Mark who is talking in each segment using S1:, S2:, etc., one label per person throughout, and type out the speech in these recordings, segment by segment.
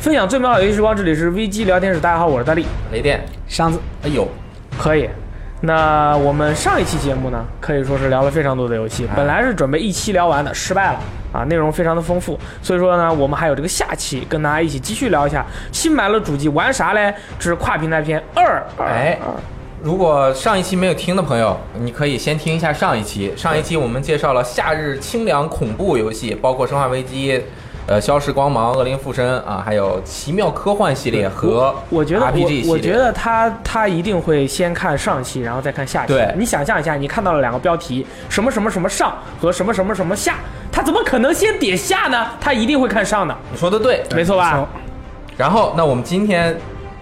S1: 分享最美好游戏时光，这里是 VG 聊天室。大家好，我是大力。
S2: 雷电，
S3: 箱子，
S2: 哎呦，
S1: 可以。那我们上一期节目呢，可以说是聊了非常多的游
S2: 哎
S1: 戏，本来是准备一期聊完的，失败了啊，内容非常的丰富，所以说呢，我们还有这个下期跟大家一起继续聊一下新买了主机玩啥嘞？这是跨平台篇二，
S2: 哎
S1: 二，
S2: 如果上一期没有听的朋友，你可以先听一下上一期。上一期我们介绍了夏日清凉恐怖游戏，包括《生化危机》、呃，《消逝光芒》、《恶灵附身》啊，还有《奇妙科幻》系列和
S1: 我觉得
S2: RPG 系列。
S1: 我我觉得他他一定会先看上期，然后再看下期。
S2: 对
S1: 你想象一下，你看到了两个标题，什么什么什么上和什么什么什么下，他怎么可能先点下呢？他一定会看上的，
S2: 你说的对。
S1: 没错吧？
S2: 然后，那我们今天，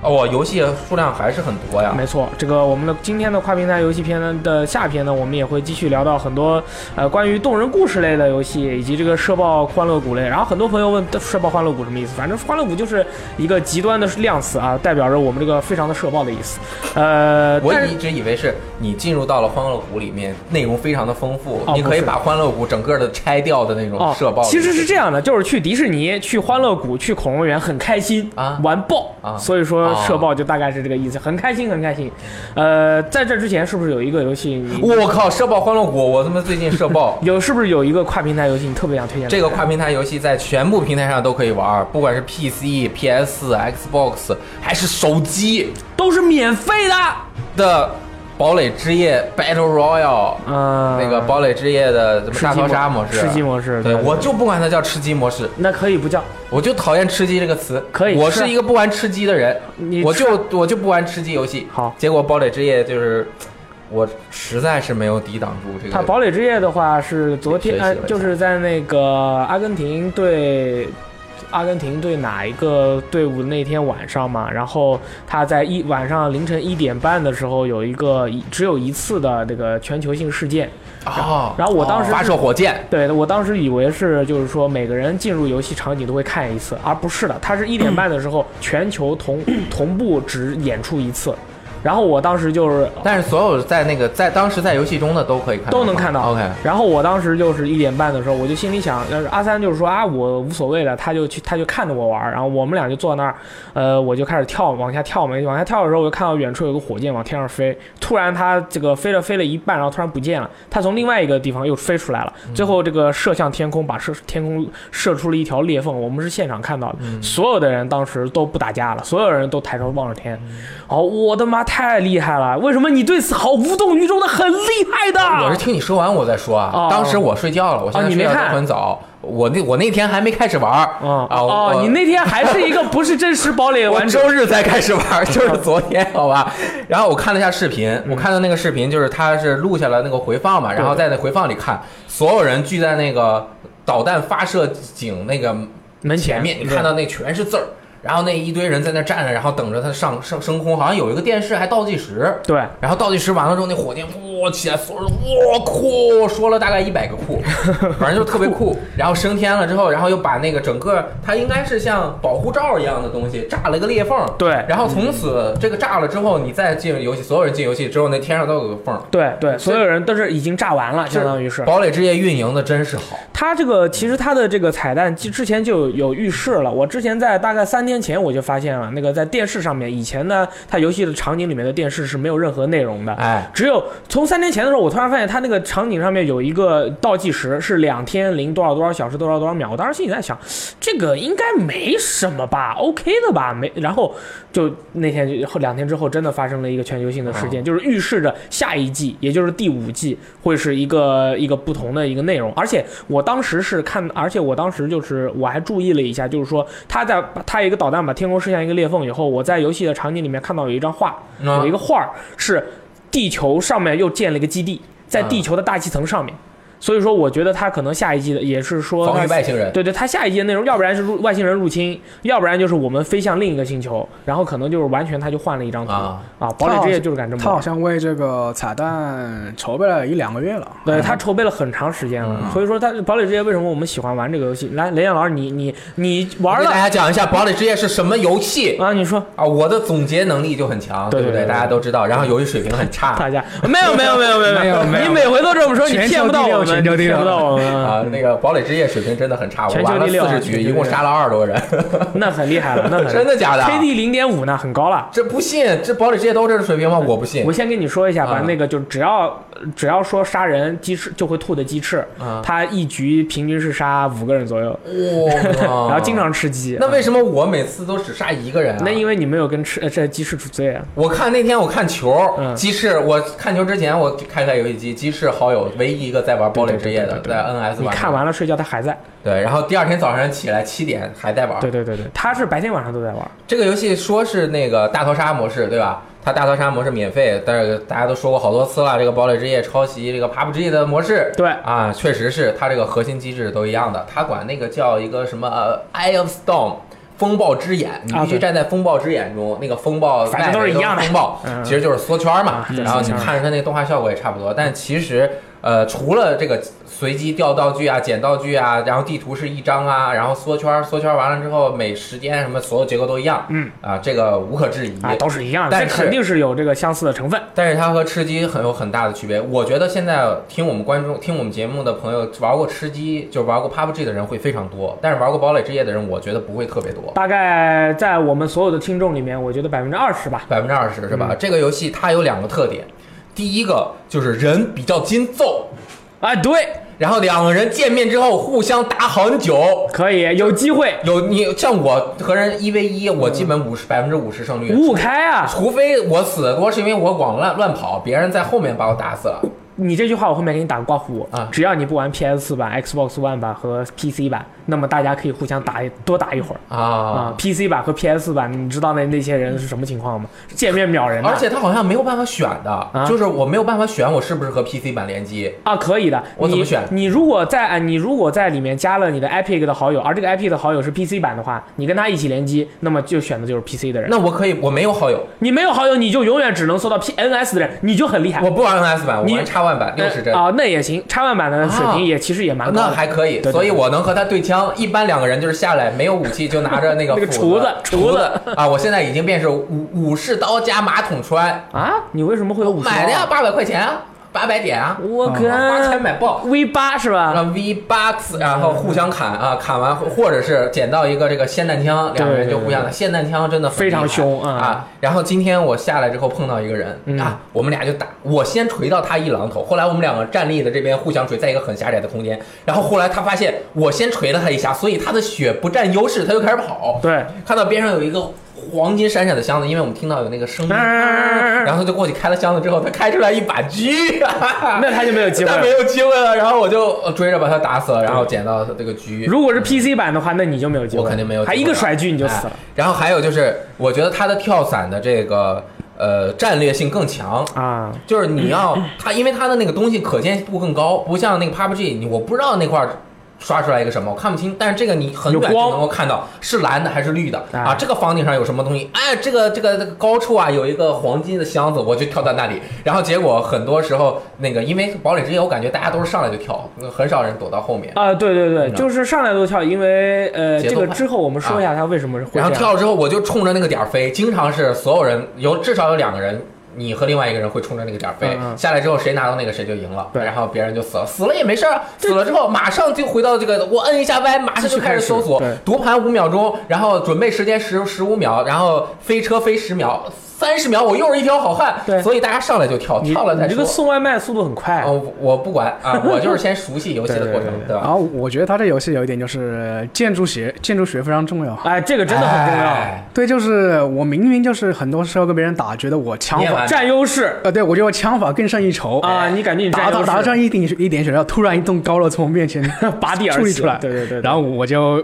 S2: 哦，游戏数量还是很多呀。
S1: 没错，这个我们的今天的跨平台游戏篇的下篇呢，我们也会继续聊到很多呃关于动人故事类的游戏，以及这个社爆欢乐谷类。然后很多朋友问社爆欢乐谷什么意思，反正欢乐谷就是一个极端的量词啊，代表着我们这个非常的社爆的意思。呃，
S2: 我
S1: 但是
S2: 一直以为是你进入到了欢乐谷里面，内容非常的丰富，
S1: 哦
S2: 你可以
S1: 不是哦
S2: 把欢乐谷整个的拆掉的那种社爆里面、
S1: 其实是这样的，就是去迪士尼、去欢乐谷、去恐龙园很开心
S2: 啊
S1: 玩爆
S2: 啊
S1: 所以说
S2: 哦
S1: 社爆就大概是这个意思，很开心，很开心。呃，在这之前是不是有一个游戏你？。
S2: 我靠，社爆欢乐谷，我他妈最近社爆
S1: 有是不是有一个跨平台游戏你特别想推荐？
S2: 这个跨平台游戏在全部平台上都可以玩，不管是 PC、PS、Xbox 还是手机
S1: 都是免费的。
S2: 啊的《堡垒之夜》Battle Royale，、
S1: 嗯，
S2: 那个《堡垒之夜》的什么大逃杀模式、
S1: 吃鸡模式
S2: 对
S1: 对
S2: 我就不管它叫吃鸡模式，
S1: 那可以不叫
S2: 我就讨厌吃鸡这个词。
S1: 可以
S2: 我
S1: 是
S2: 是一个不玩吃鸡的人，
S1: 你
S2: 我
S1: 吃
S2: 就我就不玩吃鸡游戏。
S1: 好
S2: 结果《堡垒之夜》就是我实在是没有抵挡住这
S1: 它《
S2: 个。
S1: 堡垒之夜》的话是昨天
S2: 学习了
S1: 呃
S2: 一，下
S1: 就是在那个阿根廷对。阿根廷对哪一个队伍那天晚上嘛，然后他在一晚上凌晨一点半的时候有一个一只有一次的这个全球性事件，
S2: 哦，
S1: 然后我当时
S2: 发
S1: 是
S2: 射火箭，
S1: 对我当时以为是就是说每个人进入游戏场景都会看一次，而不是的，它是一点半的时候全球同同步只演出一次，然后我当时就是
S2: 但是所有在那个在当时在游戏中的都可以看到吗，
S1: 都能看到。
S2: OK，
S1: 然后我当时就是一点半的时候，我就心里想，要是阿三就是说啊，我无所谓了，他就去，他就看着我玩儿，然后我们俩就坐那儿，呃，我就开始跳，往下跳嘛，往下跳的时候，我就看到远处有个火箭往天上飞，突然它这个飞了飞了一半，然后突然不见了，它从另外一个地方又飞出来了，最后这个射向天空，把射天空射出了一条裂缝，我们是现场看到的，
S2: 嗯
S1: 所有的人当时都不打架了，所有人都抬头望着天，哦，我的妈，太厉害了！为什么你对此毫无动于衷的？很厉害的，
S2: 我是听你说完我再说啊。
S1: 哦
S2: 当时我睡觉了，我现
S1: 哦
S2: 在
S1: 你
S2: 睡
S1: 没
S2: 觉
S1: 看
S2: 都很早。我那我那天还没开始玩儿
S1: 哦
S2: 啊，我
S1: 哦，
S2: 我
S1: 你那天还是一个不是真实堡垒
S2: 我
S1: 玩者
S2: 周日才开始玩 儿，就是昨天，好吧。然后我看了一下视频，
S1: 嗯
S2: 我看到那个视频就是他是录下了那个回放嘛，然后在那回放里看，所有人聚在那个导弹发射井那个
S1: 门
S2: 前面，你看到那全是字儿，然后那一堆人在那站着，然后等着它上升升空，好像有一个电视还倒计时。
S1: 对
S2: 然后倒计时完了之后，那火箭哇起来，所有人哇酷，说了大概一百 个酷，反正就特别酷。然后升天了之后，然后又把那个整个它应该是像保护罩一样的东西炸了一个裂缝。
S1: 对
S2: 然后从此这个炸了之后，你再进游戏，所有人进游戏之后，那天上都有个缝。
S1: 对对，所有人都是已经炸完了，相当于是。
S2: 堡垒之夜运营的真是好，
S1: 它这个其实它的这个彩蛋之之前就有有预示了，我之前在大概三天前我就发现了，那个在电视上面，以前呢它游戏的场景里面的电视是没有任何内容的，
S2: 哎，
S1: 只有从三天前的时候，我突然发现它那个场景上面有一个倒计时，是两天零多少多少小时多少多少秒。我当时心里在想，这个应该没什么吧，OK 的吧，没。然后就那天就后两天之后，真的发生了一个全球性的事件，就是预示着下一季，也就是第五季会是一个一个不同的一个内容。而且我当时是看，而且我当时就是我还注意了一下，就是说他在他一个导弹把天空射向一个裂缝以后，我在游戏的场景里面看到有一张画，
S2: 嗯
S1: 有一个画儿是地球上面又建了一个基地，在
S2: 啊
S1: 地球的大气层上面。所以说，我觉得他可能下一季的也是说
S2: 防
S1: 他
S2: 御外星人。
S1: 对对，他下一季的内容，要不然是入外星人入侵，要不然就是我们飞向另一个星球，然后可能就是完全他就换了一张图
S2: 啊
S1: 堡垒之夜就是敢这么
S3: 他好
S1: 玩。
S3: 像为这个彩蛋筹备了一两个月了。
S2: 嗯
S1: 对他筹备了很长时间了，所以说他堡垒之夜为什么我们喜欢玩这个游戏？来，雷燕老师，你你你玩
S2: 我给大
S1: 了
S2: 家讲一下堡垒之夜是什么游戏
S1: 啊？你说
S2: 啊！我的总结能力就很强，
S1: 对
S2: 不
S1: 对对
S2: 对？
S1: 对
S2: 大家都知道，然后游戏水平很差，
S1: 大家没有没有没有没
S3: 没有没有
S1: 你每回都这么说，你
S3: 全球
S1: 骗不到
S3: 第六
S1: 我们。全球第
S3: 听
S1: 六
S3: 不到
S1: 到我们，
S2: 啊，那个堡垒之夜水平真的很差，我
S1: 嗯全球
S2: 玩了
S1: 第六
S2: 四
S1: 啊
S2: 十局，一共杀了二十多人，
S1: 那很厉害了，那很
S2: 真的假的？
S1: KD 零点五呢，很高了。
S2: 这不信？这堡垒之夜都这水平吗？我不信
S1: 我。先跟你说一下吧，
S2: 啊
S1: 那个就只要呃只要说杀人鸡翅就会吐的鸡翅，
S2: 啊，
S1: 他一局平均是杀五个人左右，
S2: 哇！
S1: 然后经常吃鸡。
S2: 哦那为什么我每次都只杀一个人啊？
S1: 那因为你没有跟吃呃这鸡翅主罪啊，
S2: 我看那天我看球，
S1: 嗯
S2: 鸡翅，我看球之前我开开游戏机，鸡翅好友唯一一个在玩堡垒之夜的，
S1: 对对对对
S2: 在 NS
S1: 你
S2: 玩。
S1: 看。完了睡觉他还在。
S2: 对，然后第二天早上起来七点还在玩。
S1: 对对对对，他是白天晚上都在玩。
S2: 这个游戏说是那个大逃杀模式，对吧？它大逃杀模式免费，但是大家都说过好多次了，这个堡垒之夜抄袭这个 PUBG 的模式。
S1: 对
S2: 啊，确实是它这个核心机制都一样的，它管那个叫一个什么呃 Eye of Storm。风暴之眼，你
S1: 啊
S2: 必须
S1: 对
S2: 站在风暴之眼中，那个风暴
S1: 反正都
S2: 外
S1: 是
S2: 围
S1: 一样的
S2: 风暴
S1: 嗯
S2: 其实就是缩圈嘛
S1: 啊。对
S2: 然后你
S1: 缩圈
S2: 看着它那动画效果也差不多，但其实呃，除了这个随机调道具啊、捡道具啊，然后地图是一张啊，然后缩圈，缩圈完了之后，每时间什么所有结构都一样，
S1: 嗯
S2: 啊，这个无可置疑。
S1: 啊，都是一样的，
S2: 但
S1: 这
S2: 是
S1: 肯定是有这个相似的成分。
S2: 但是它和吃鸡很有很大的区别。我觉得现在听我们观众、听我们节目的朋友，玩过吃鸡就玩过 PUBG 的人会非常多，但是玩过堡垒之夜的人，我觉得不会特别多。
S1: 大概在我们所有的听众里面，我觉得百分之二十吧。
S2: 百分之二十是
S1: 嗯
S2: 吧？这个游戏它有两个特点，第一个就是人比较筋揍，
S1: 啊，
S2: 哎
S1: 对，
S2: 然后两个人见面之后互相打很久。
S1: 可以有机会
S2: 有你像我和人一 v 一，我基本五十百分之五十胜率，
S1: 嗯五五开啊！
S2: 除非我死的多是因为我往乱乱跑，别人在后面把我打死了。
S1: 你这句话我后面给你打个刮胡
S2: 啊
S1: 只要你不玩 PS 版、Xbox One 版和 PC 版，那么大家可以互相打一多打一会儿。啊、
S2: 啊。
S1: p c 版和 PS 版，你知道那那些人是什么情况吗？见面秒人的，
S2: 而且他好像没有办法选的，就是我没有办法选我是不是和 PC 版联机。
S1: 啊，可以的。
S2: 我怎么选
S1: 你？你如果在啊，你如果在里面加了你的 Epic 的好友，而这个 Epic 的好友是 PC 版的话，你跟他一起联机，那么就选的就是 PC 的人。
S2: 那我可以，我没有好友，
S1: 你没有好友，你就永远只能搜到 PNS 的人，你就很厉害。
S2: 我不玩 NS 版，我玩
S1: 你
S2: X One 版六十帧
S1: 呃。啊，那也行，插万版的水平也、其实也蛮高
S2: 啊那
S1: 的。
S2: 还可以，
S1: 对对
S2: 所以我能和他对枪。一般两个人就是下来没有武器，就拿着那个
S1: 那个
S2: 斧
S1: 厨子
S2: 厨啊！我现在已经变成武武士刀加马桶穿，
S1: 啊，你为什么会有五十？哦嗯
S2: 买的呀，八百块钱啊，八百点啊，
S1: 我靠，
S2: 花钱买爆。
S1: V 八是吧？
S2: 让 V box，然
S1: 嗯
S2: 后互相砍啊，砍完或者是捡到一个这个霰弹枪，两个人就互相打。霰弹枪真的很
S1: 非常
S2: 厉害
S1: 凶嗯
S2: 啊！然后今天我下来之后碰到一个人
S1: 嗯
S2: 啊，我们俩就打，我先锤到他一榔头，后来我们两个站立的这边互相锤，在一个很狭窄的空间。然后后来他发现我先锤了他一下，所以他的血不占优势，他就开始跑。
S1: 对，
S2: 看到边上有一个黄金闪闪的箱子，因为我们听到有那个
S1: 啊
S2: 声音，然后他就过去开了箱子之后，他开出来一把狙， 哈哈
S1: 那他就没有机会
S2: 那没
S1: 了。
S2: 有机会了。然后我就呃追着把他打死了，然后捡到这个狙。
S1: 如果是 PC 版的话，那你就没有机会，
S2: 我肯定没有机会
S1: 还
S2: 了，
S1: 一个甩狙你就死了
S2: 哎。然后还有就是，我觉得他的跳伞的这个呃战略性更强。
S1: 啊！
S2: 就是你要他，因为他的那个东西可见度更高，不像那个 PUBG，你我不知道那块儿刷出来一个什么，我看不清。但是这个你很
S1: 有
S2: 远就
S1: 光
S2: 能够看到是蓝的还是绿的
S1: 哎
S2: 啊，这个房顶上有什么东西？哎，这个这个这个高处啊有一个黄金的箱子，我就跳到那里。然后结果很多时候那个因为堡垒之夜，我感觉大家都是上来就跳，很少人躲到后面。
S1: 啊，对对对，
S2: 嗯
S1: 就是上来都跳，因为呃，
S2: 节
S1: 这
S2: 奏
S1: 个
S2: 快啊
S1: 之后我们说一下他为什么会这
S2: 然后
S1: 样。
S2: 跳了之后，我就冲着那个点儿飞，经常是所有人有至少有两个人，你和另外一个人会冲着那个点儿飞
S1: 嗯，嗯
S2: 下来之后谁拿到那个谁就赢了，
S1: 对
S2: 然后别人就死了，死了也没事儿，死了之后马上就回到这个，我摁一下 Y，马上就开始搜索
S1: 继续开始，
S2: 读盘五秒钟，然后准备时间十十五秒，然后飞车飞十秒，三十秒我又是一条好汉，
S1: 对
S2: 所以大家上来就跳，
S1: 你
S2: 跳了再
S1: 你这个
S2: 说。
S1: 送外卖速度很快，
S2: 哦，我不管啊，我就是先熟悉游戏的
S1: 对对
S2: 过程，
S1: 对啊
S2: 对
S3: 然
S2: 吧？
S3: 后我觉得他这游戏有一点就是建筑学，建筑学非常重要。
S1: 哎，这个真的很重要，
S2: 哎
S3: 对，就是我明明就是很多时候跟别人打，觉得我枪
S2: 你也
S3: 法，
S2: 玩
S1: 占优势
S3: 呃，对我觉得我枪法更胜一筹，
S2: 哎
S1: 啊！你感觉你占
S3: 打到
S1: 优
S3: 打到
S1: 势，
S3: 上一点一点血，然后突然一栋高楼从我面前
S1: 拔地而
S3: 处理
S1: 起
S3: 出来
S1: 对对对，
S3: 然
S1: 后
S3: 后我就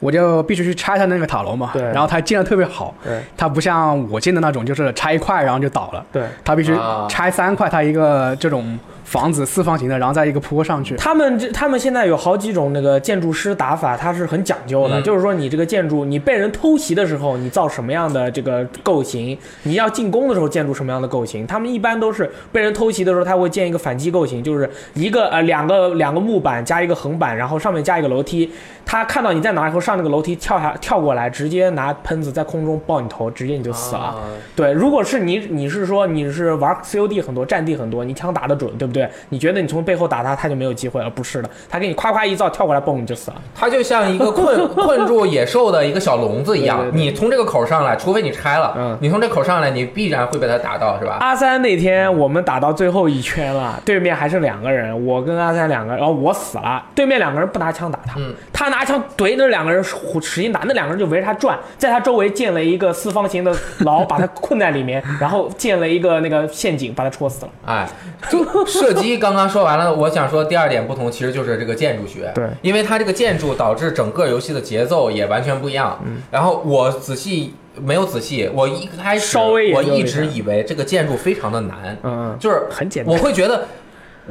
S3: 我就必须去拆他那个塔楼嘛，
S1: 对
S3: 然后他建的特别好，
S1: 对
S3: 他不像我建的那种，就是拆一块然后就倒了，
S1: 对。
S3: 他必须
S2: 啊
S3: 拆三块，他一个这种房子四方形的，然后再一个坡上去。
S1: 他们这他们现在有好几种那个建筑师打法，它是很讲究的，
S2: 嗯
S1: 就是说你这个建筑，你被人偷袭的时候，你造什么样的这个构型，你要进攻的时候建筑什么样的构型。他们一般都是被人偷袭的时候，他会建一个反击构型，就是一个呃两个两个木板加一个横板，然后上面加一个楼梯。他看到你在哪以后，上那个楼梯跳下跳过来，直接拿喷子在空中爆你头，直接你就死了。
S2: 啊
S1: 对，如果是你，你是说你是玩 COD 很多，战地很多，你枪打得准，对不对？你觉得你从背后打他，他就没有机会了？不是的，他给你夸夸一造，跳过来蹦你就死了。
S2: 它就像一 个困困住野兽的一个小笼子一样
S1: 对，对对
S2: 你从这个口上来，除非你拆了，
S1: 嗯
S2: 你从这口上来，你必然会被它打到，是吧？
S1: 阿三那天我们打到最后一圈了，对面还剩两个人，我跟阿三两个人，然后我死了，对面两个人不拿枪打他，
S2: 嗯
S1: 他拿枪怼那两个人使劲打，那两个人就围着他转，在他周围建了一个四方形的牢，把他困在里面，然后建了一个那个陷阱，把他戳死了。
S2: 哎，就射击刚刚说完了，我想说第二点不同，其实就是这个建筑学。
S1: 对
S2: 因为它这个建筑导致整个游戏的节奏也完全不一样。嗯，然后我仔细没有仔细，我一开始
S1: 稍微研究
S2: 我
S1: 了一下
S2: 一直以为这个建筑非常的难，
S1: 嗯，
S2: 就是
S1: 很简单
S2: 我会觉得。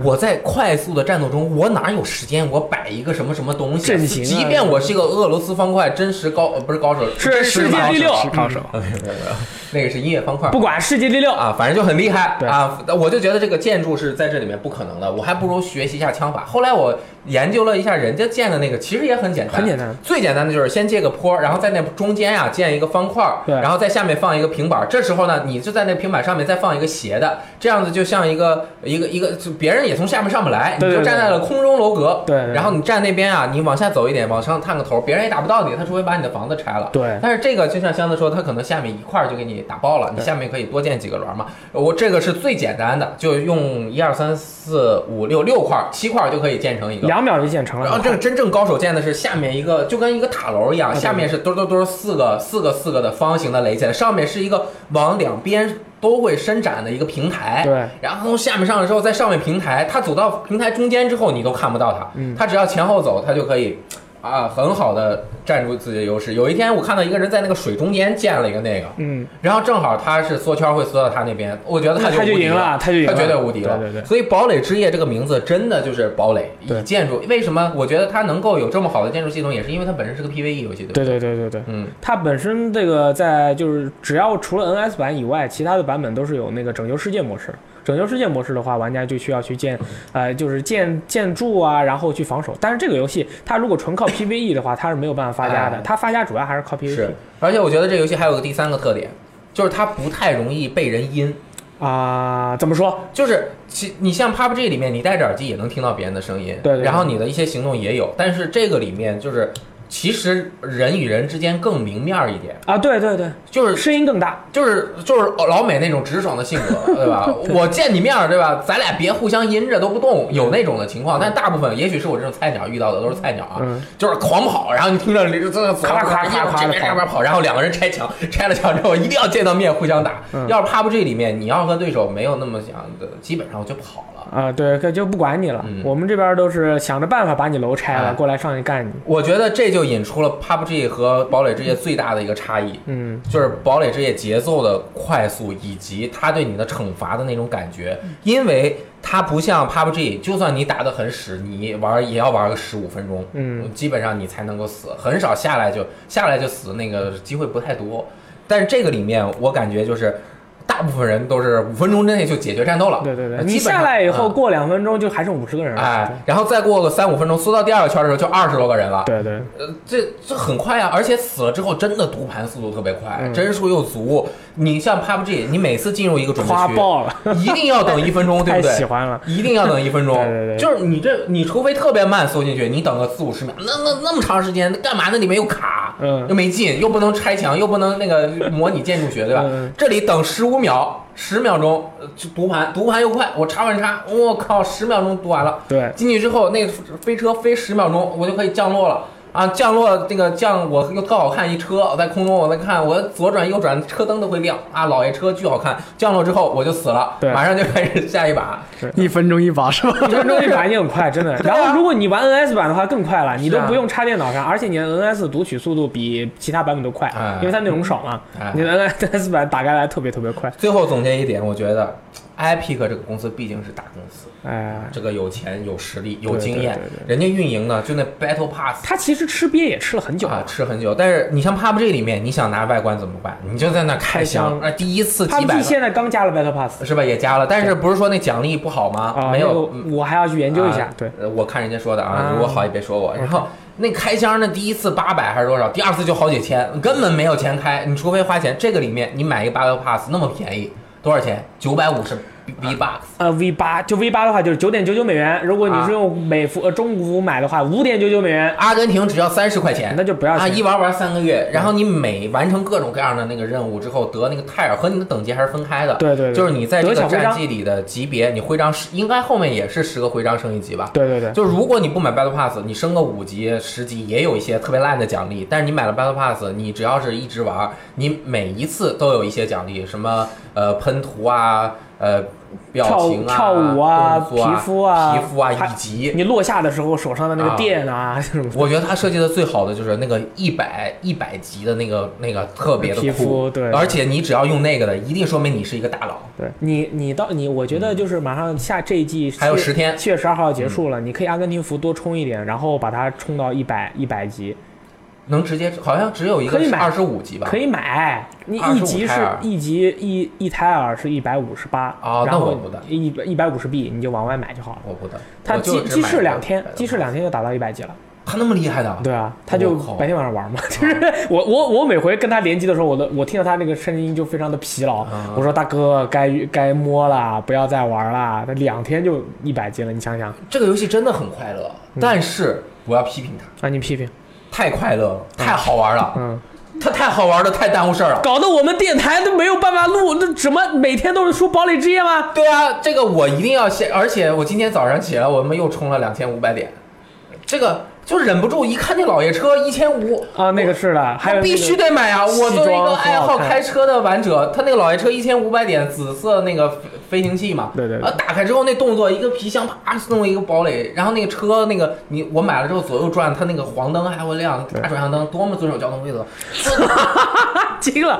S2: 我在快速的战斗中，我哪有时间我摆一个什么什么东西啊？
S1: 阵型啊
S2: 即便我是一个俄罗斯方块真实高，呃不是高手，
S1: 是
S2: 真
S1: 世
S2: 实
S1: 界
S2: 高
S1: 第
S2: 手
S1: 六嗯
S3: 是高手，
S2: 没有没有没有那个是音乐方块
S1: 不管世界第六，
S2: 啊，反正就很厉害
S1: 对
S2: 啊！我就觉得这个建筑是在这里面不可能的，我还不如学习一下枪法。后来我研究了一下人家建的那个，其实也很简单，
S1: 很简单。
S2: 最简单的就是先借个坡，然后在那中间呀、建一个方块，
S1: 对
S2: 然后在下面放一个平板。这时候呢，你就在那平板上面再放一个斜的，这样子就像一个一个一个，就别人也从下面上不来，
S1: 对对
S2: 你就站在了空中楼阁。
S1: 对对对
S2: 然后你站那边啊，你往下走一点，往上探个头，别人也打不到你，他除非把你的房子拆了。
S1: 对
S2: 但是这个就像箱子说，它可能下面一块儿就给你打爆了，你下面可以多建几个轮儿嘛。我这个是最简单的，就用一二三四五六六块儿、七块儿就可以建成一个。
S1: 两秒就建成了。
S2: 然后这个真正高手建的是下面一个，就跟一个塔楼一样，
S1: 啊对
S2: 下面是墩儿墩儿墩儿四个四个四个的方形的垒起来，上面是一个往两边都会伸展的一个平台。
S1: 对，
S2: 然后从下面上来之后，在上面平台，他走到平台中间之后，你都看不到他，
S1: 嗯
S2: 他只要前后走，他就可以。啊，很好的站住自己的优势。有一天，我看到一个人在那个水中间建了一个那个，
S1: 嗯，
S2: 然后正好他是缩圈会缩到他那边，我觉得
S1: 那
S2: 他就
S1: 他就
S2: 无敌
S1: 赢了他就赢了
S2: 他绝对无敌了。
S1: 对对对
S2: 所以堡垒之夜这个名字真的就是堡垒，以
S1: 对
S2: 建筑为什么？我觉得它能够有这么好的建筑系统，也是因为它本身是个 PVE 游戏，对不对？
S1: 对对对对对。
S2: 嗯，
S1: 它本身这个在就是只要除了 NS 版以外，其他的版本都是有那个拯救世界模式。拯救世界模式的话，玩家就需要去建，呃，就是建建筑啊，然后去防守。但是这个游戏它如果纯靠 PVE 的话，它是没有办法发家的
S2: 哎。
S1: 它发家主要还是靠 E PVP
S2: 是。而且我觉得这游戏还有个第三个特点，就是它不太容易被人阴。
S1: 啊、怎么 说？
S2: 就是其你像 PUBG 里面，你戴着耳机也能听到别人的声音，
S1: 对对对
S2: 然后你的一些行动也有，但是这个里面就是其实人与人之间更明面儿一点，
S1: 啊，对对对，
S2: 就是
S1: 声音更大。
S2: 就是就是老美那种直爽的性格，对吧？我见你面儿，对吧？咱俩别互相阴着都不动，有那种的情况，但大部分也许是我这种菜鸟遇到的都是菜鸟啊，
S1: 嗯
S2: 就是狂跑，然后你听着这这
S1: 咔啦咔啦咔啦
S2: 这边
S1: 跑
S2: 这边跑，然后两个人拆墙，拆了墙之后一定要见到面互相打。
S1: 嗯
S2: 要是 PUBG 里面你要是和对手没有那么想的，基本上我就跑了。
S1: 啊、对，可就不管你了。
S2: 嗯
S1: 我们这边都是想着办法把你楼拆了，
S2: 哎
S1: 过来上去干你。
S2: 我觉得这就引出了 PUBG 和堡垒之夜最大的一个差异，
S1: 嗯，
S2: 就是堡垒之夜节奏的快速以及它对你的惩罚的那种感觉，因为它不像 PUBG，就算你打得很屎，你玩也要玩个十五分钟，
S1: 嗯，
S2: 基本上你才能够死，很少下来就下来就死，那个机会不太多。但是这个里面我感觉就是。大部分人都是五分钟之内就解决战斗了，
S1: 对对对，
S2: 基
S1: 你
S2: 本上
S1: 下来以后
S2: 嗯
S1: 过两分钟就还剩五十个人了。
S2: 哎，然后再过个三五分钟，缩到第二个圈的时候就二十多个人了，
S1: 对对，
S2: 呃，这这很快啊，而且死了之后真的读盘速度特别快，
S1: 嗯
S2: 帧数又足。你像 PUBG，你每次进入一个准备
S1: 夸
S2: 区，
S1: 爆了，
S2: 一定要等一 分钟，对
S1: 太
S2: 不
S1: 喜
S2: 对？
S1: 欢了。
S2: 一定要等一分钟，
S1: 对对对
S2: 就是你这，你除非特别慢搜进去，你等个四五十秒，那那那么长时间，干嘛？那里面又卡，
S1: 嗯
S2: 又没进，又不能拆墙，又不能那个 模拟建筑学，对吧？
S1: 嗯嗯
S2: 这里等十五秒、十秒钟，呃就读盘，读盘又快，我插完插，我靠，十秒钟读完了，
S1: 对，
S2: 进去之后，那个飞车飞十秒钟，我就可以降落了。啊，降落这个降，我又特好看一车，我在空中我在看，我左转右转，车灯都会亮啊，老爷车巨好看。降落之后我就死了，
S1: 对
S2: 马上就开始下一把。
S3: 一分钟一把是吧？
S1: 一分钟一盘也很快，真 的。然后如果你玩 NS 版的话更快了，你
S2: 是
S1: 都
S2: 啊
S1: 不用插电脑上，而且你的 NS 读取速度比其他版本都快
S2: 哎，
S1: 因为它内容少嘛
S2: 哎。
S1: 你的 NS 版打开来特别特别快，
S2: 最后总结一点，我觉得 Epic 这个公司毕竟是大公司，
S1: 哎。
S2: 这个有钱有实力有经验
S1: 对对，
S2: 人家运营呢就那 Battle Pass
S1: 它其实吃瘪也吃了很久
S2: 啊，吃很久。但是你像 PUBG 里面，你想拿外观怎么办？你就在那开
S1: 开
S2: 箱
S1: 箱，
S2: 啊，第一次几百
S1: PUBG
S2: 个
S1: 现在刚加了 Battle Pass
S2: 是吧？也加了，但是不是说那奖励不好吗？
S1: 啊，
S2: 没
S1: 那
S2: 有，
S1: 个我还要去研究一下
S2: 啊。
S1: 对，
S2: 呃我看人家说的啊
S1: 啊，
S2: 如果好也别说我。然后那开箱那第一次八百还是多少，第二次就好几千，根本没有钱开，你除非花钱。这个里面你买一个 Battle Pass 那么便宜，多少钱？九百五十 V Bucks
S1: 呃 V 八，就 V 八的话就是九点九九美元，如果你
S2: 啊
S1: 是用美服呃中国服买的话，五点九九美元，
S2: 阿根廷只要三十块钱，
S1: 那就不要
S2: 啊，
S1: 钱嗯
S2: 一玩玩三个月，然后你每完成各种各样的那个任务之后得那个泰尔和你的等级还是分开的，
S1: 对对对
S2: 就是你在这
S1: 得
S2: 个
S1: 小徽章
S2: 战绩里的级别，你徽章是应该后面也是十个徽章升一级吧？
S1: 对对对，
S2: 就是如果你不买 Battle Pass，你升个五级、十级也有一些特别烂的奖励，但是你买了 Battle Pass，你只要是一直玩，你每一次都有一些奖励，什么呃喷涂啊，呃表情啊、
S1: 跳舞啊
S2: 动作啊、
S1: 皮肤啊
S2: 皮肤啊
S1: 还
S2: 以及。
S1: 你落下的时候手上的那个电 啊，什么
S2: 我觉得他设计的最好的就是那个一百一百级的那个那个特别的
S1: 皮
S2: 酷，
S1: 肤对
S2: 而且你只要用那个的，一定说明你是一个大佬。
S1: 对你，你到你，我觉得就是马上下这一季
S2: 嗯还有10天嗯
S1: 七月十二号结束了，你可以阿根廷服多充一点，然后把它充到一百一百级，
S2: 能直接好像只有一个
S1: 可以
S2: 是
S1: 买
S2: 二十五级吧？
S1: 可以买。你
S2: 25
S1: 一级
S2: 泰
S1: 是
S2: 尔
S1: 一级一一胎尔是一百五十八，
S2: 哦
S1: 然
S2: 那我
S1: 后
S2: 不的
S1: 一一百五十币你就往外买就好了。
S2: 我不得，
S1: 它
S2: 我就
S1: 鸡
S2: 只
S1: 鸡
S2: 买
S1: 翅
S2: 了
S1: 两天
S2: 100，的
S1: 鸡翅两天就打到一百级了。
S2: 他那么厉害的，
S1: 对啊，他就
S2: 我靠
S1: 白天晚上玩嘛。 就是我我我每回跟他联机的时候，我都我听到他那个声音就非常的疲劳
S2: 啊。
S1: 我说大哥该该摸了，不要再玩了。他两天就一百级了，你想想
S2: 这个游戏真的很快乐，但是我要批评它，
S1: 啊，你批评，
S2: 太快乐了，太好玩了，
S1: 嗯，
S2: 它太好玩了，太耽误事儿了。
S1: 搞得我们电台都没有办法录，那怎么每天都是说堡垒之夜吗？
S2: 对啊，这个我一定要先，而且我今天早上起来，我们又充了两千五百点，这个就忍不住一看那老爷车一千五。
S1: 啊，那个是的，还有那
S2: 我必
S1: 个
S2: 须得买啊！
S1: 西
S2: 我作为一个
S1: 装
S2: 爱
S1: 很
S2: 好
S1: 好看
S2: 开车的玩者，他那个老爷车一千五百点紫色那个飞行器嘛，
S1: 对对对
S2: 啊，打开之后那动作一个皮箱啪弄一个堡垒，然后那个车那个你我买了之后左右转，它那个黄灯还会亮，大转向灯多么遵守交通规则，
S1: 惊了。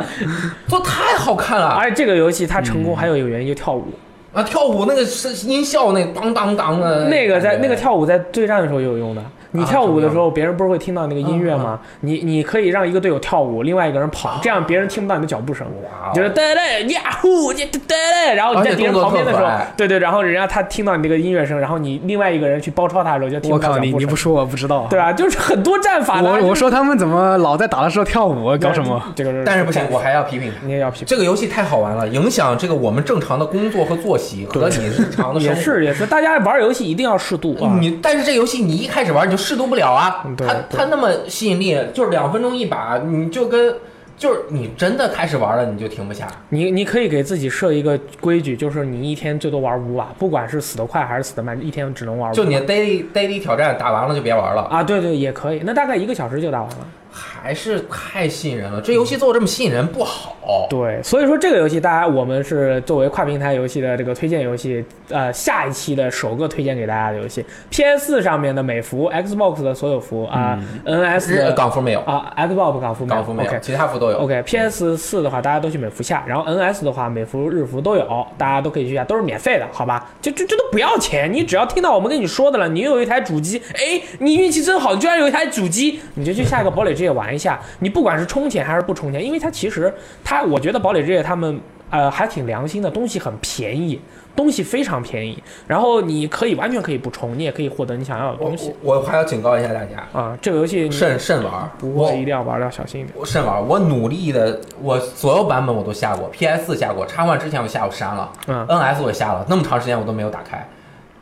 S2: 做太好看 了
S1: 而且这个游戏它成
S2: 嗯
S1: 功还有一个原因，就跳舞。
S2: 啊！跳舞那个是音效那当当当的，
S1: 那个在那个跳舞在对战的时候也有用的。你跳舞的时候，别人不是会听到那个音乐吗？你你可以让一个队友跳舞，另外一个人跑，这样别人听不到你的脚步声。
S2: 哇哦
S1: 就是哒哒呀呼哒哒哒，然后你在别人旁边的时候
S2: 而且动作特可爱，
S1: 对对，然后人家他听到你这个音乐声，然后你另外一个人去包抄他的时候就听
S3: 我
S1: 不到
S3: 靠，
S1: 脚
S3: 你
S1: 步
S3: 你不
S1: 声。
S3: 说我不知道。
S1: 对啊，就是很多战法的啊。
S3: 我
S1: 就
S3: 我
S1: 是
S3: 说他们怎么老在打的时候跳舞，搞什么？？
S1: 这个
S2: 但是不行，我还要批评它。
S1: 你也要批评。
S2: 这个游戏太好玩了，影响这个我们正常的工作和作息和你日常的生
S1: 也
S2: 活。
S1: 是也是，大家玩游戏一定要适度啊。
S2: 你但是这游戏你一开始玩你就试读不了啊
S1: 嗯，对
S2: 它
S1: 对
S2: 它那么吸引力，就是两分钟一把，你就跟就是你真的开始玩了你就停不下。
S1: 你你可以给自己设一个规矩，就是你一天最多玩五把，不管是死得快还是死得慢，一天只能玩五把。
S2: 就你的 daily daily 挑战打完了就别玩了，
S1: 啊，对对，也可以，那大概一个小时就打完了。
S2: 还是太吸引人了。这游戏做这么吸引人不好。
S1: 对，所以说这个游戏，大家我们是作为跨平台游戏的这个推荐游戏，呃，下一期的首个推荐给大家的游戏，PS 上面的美服，Xbox 的所有服啊、n s
S2: 嗯日
S1: 的
S2: 港服呃没有，
S1: 啊，Xbox 港服没有
S2: 港服没有，
S1: OK 哦
S2: 其他服都有。
S1: OK，PS 四的话，大家都去美服下，然后 NS 的话，美服、日服都有，大家都可以去下，都是免费的，好吧？这这这都不要钱，你只要听到我们跟你说的了，你又有一台主机，哎，你运气真好，你居然有一台主机，你就去下一个堡垒之夜玩一下。你不管是充钱还是不充钱，因为它其实它，我觉得堡垒之夜他们呃还挺良心的，东西很便宜，东西非常便宜，然后你可以完全可以不充，你也可以获得你想要的
S2: 我
S1: 东西
S2: 我我还要警告一下大家，
S1: 啊、这个游戏你
S2: 慎慎玩。
S1: 不
S2: 我
S1: 过一定要玩的要小心一点。
S2: 我慎玩，我努力的，我所有版本我都下过，PS 4下过，叉换之前我下我删了、
S1: 嗯
S2: n s 我也下了，那么长时间我都没有打开。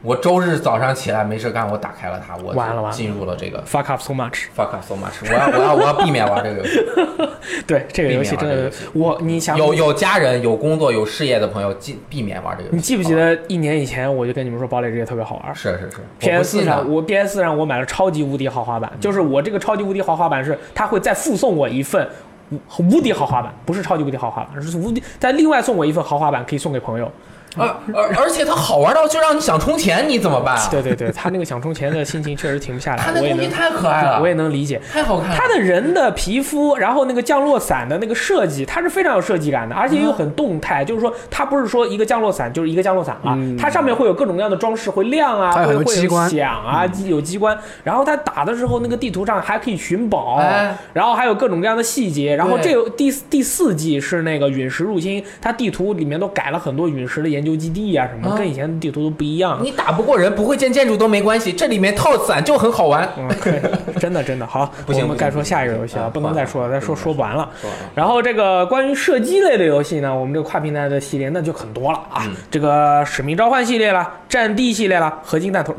S2: 我周日早上起来没事干，我打开了它，我
S1: 完了完了
S2: 进入了这个
S1: Fuck up so much。
S2: fuck up so much，我要我要我要避免玩这个 游戏。
S1: 对这个游戏真
S2: 避免玩这个
S1: 的
S2: 游戏，
S1: 我你想
S2: 有有家人、有工作、有事业的朋友，尽避免玩这个游戏。
S1: 你记不记
S2: 好吧？
S1: 得一年以前我就跟你们说堡垒之夜特别好玩
S2: 是是是，我不
S1: ？PS
S2: 信
S1: 4上
S2: 的。嗯
S1: 我 PS 4上我买了超级无敌豪华版，就是我这个超级无敌豪华版是它会再附送我一份无。无敌豪华版不是超级无敌豪华版，是无敌，再另外送我一份豪华版，可以送给朋友。
S2: 而而而且它好玩到就让你想充钱，你怎么办啊？
S1: 对对对，他那个想充钱的心情确实停不下来，
S2: 它那
S1: 我也
S2: 东西
S1: 能，
S2: 太可爱了，
S1: 我也能理解。
S2: 太好看了。
S1: 他的人的皮肤，然后那个降落伞的那个设计，它是非常有设计感的，而且又很动态。就是说，它不是说一个降落伞就是一个降落伞啊，
S2: 嗯
S1: 它上面会有各种各样的装饰，会亮啊，
S3: 它有
S1: 会
S3: 很多
S1: 会
S3: 机
S1: 有
S3: 关
S1: 响啊，
S2: 嗯
S1: 有机关。然后它打的时候，那个地图上还可以寻宝
S2: 哎，
S1: 然后还有各种各样的细节。然后
S2: 对
S1: 这有第第四季是那个陨石入侵，它地图里面都改了很多陨石的研研究基地啊什么，
S2: 啊
S1: 跟以前的地图都不一样。
S2: 你打不过人，不会建建筑都没关系，这里面套伞就很好玩。
S1: 嗯，可以，真的真的好，
S2: 不行
S1: 我
S2: 不
S1: 们
S2: 行
S1: 该说下一个游戏
S2: 不
S1: 了，
S2: 行
S1: 不能再说了，
S2: 不
S1: 再
S2: 行
S1: 说
S2: 不
S1: 说完了。
S2: 说完了
S1: 然后这个关于射击类的游戏呢，我们这个跨平台的系列那就很多了啊，
S2: 嗯
S1: 这个《使命召唤》系列啦，《战地》系列啦，《合金弹头》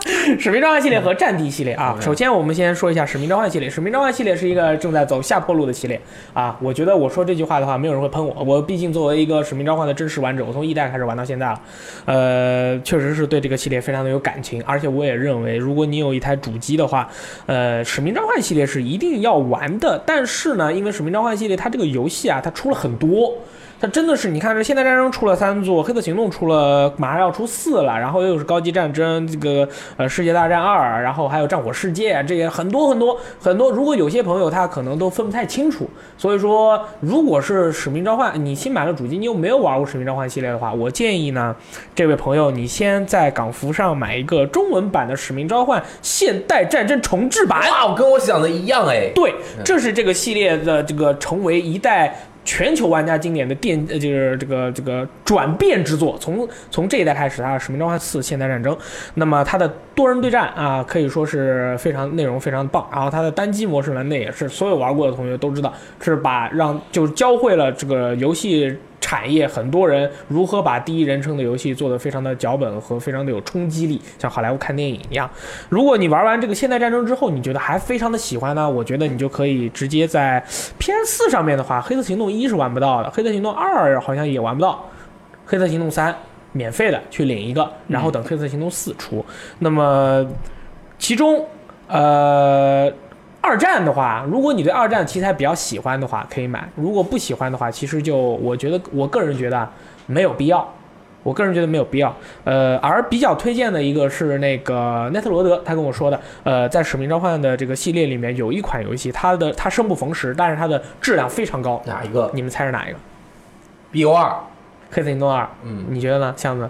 S1: 《 使命召唤》系列和《战地》系列啊。首先我们先说一下《使命召唤》系列，《使命召唤》系列是一个正在走下坡路的系列啊。我觉得我说这句话的话，没有人会喷我，我毕竟作为一个《使命召唤》的真实玩者，我从一代开始玩到现在了，呃，确实是对这个系列非常的有感情，而且我也认为，如果你有一台主机的话，呃，《使命召唤》系列是一定要玩的，但是呢，因为《使命召唤》系列它这个游戏啊，它出了很多。它真的是，你看这《现代战争》出了三座，《黑色行动》出了，马上要出四了，然后又是《高级战争》这个呃《世界大战二》，然后还有《战火世界》，这些很多很多很多。如果有些朋友他可能都分不太清楚，所以说如果是《使命召唤》，你新买了主机，你又没有玩过《使命召唤》系列的话，我建议呢，这位朋友你先在港服上买一个中文版的《使命召唤：现代战争重置版》。
S2: 哇，我跟我想的一样哎。
S1: 对，这是这个系列的这个成为一代全球玩家经典的奠，呃，就是这个这个转变之作。从从这一代开始，它的《使命召唤四：现代战争》，那么它的多人对战啊，可以说是非常内容非常棒。然啊后它的单机模式呢，那也是所有玩过的同学都知道，是把让就是教会了这个游戏。产业很多人如何把第一人称的游戏做得非常的脚本和非常的有冲击力，像好莱坞看电影一样。如果你玩完这个《现代战争》之后，你觉得还非常的喜欢呢，我觉得你就可以直接在 PS 四上面的话，《黑色行动一》是玩不到的，《黑色行动二》好像也玩不到，《黑色行动三》免费的去领一个，然后等《黑色行动四》出。那么其中，呃。二战的话，如果你对二战题材比较喜欢的话，可以买；如果不喜欢的话，其实就我觉得，我个人觉得啊没有必要。我个人觉得没有必要。呃，而比较推荐的一个是那个奈特罗德，他跟我说的，呃，在《使命召唤》的这个系列里面有一款游戏，它的它生不逢时，但是它的质量非常高。
S2: 哪一个
S1: 你们猜是哪一个？《
S2: ？B O 二。
S1: 黑色行动二》？
S2: 嗯，
S1: 你觉得呢，箱子？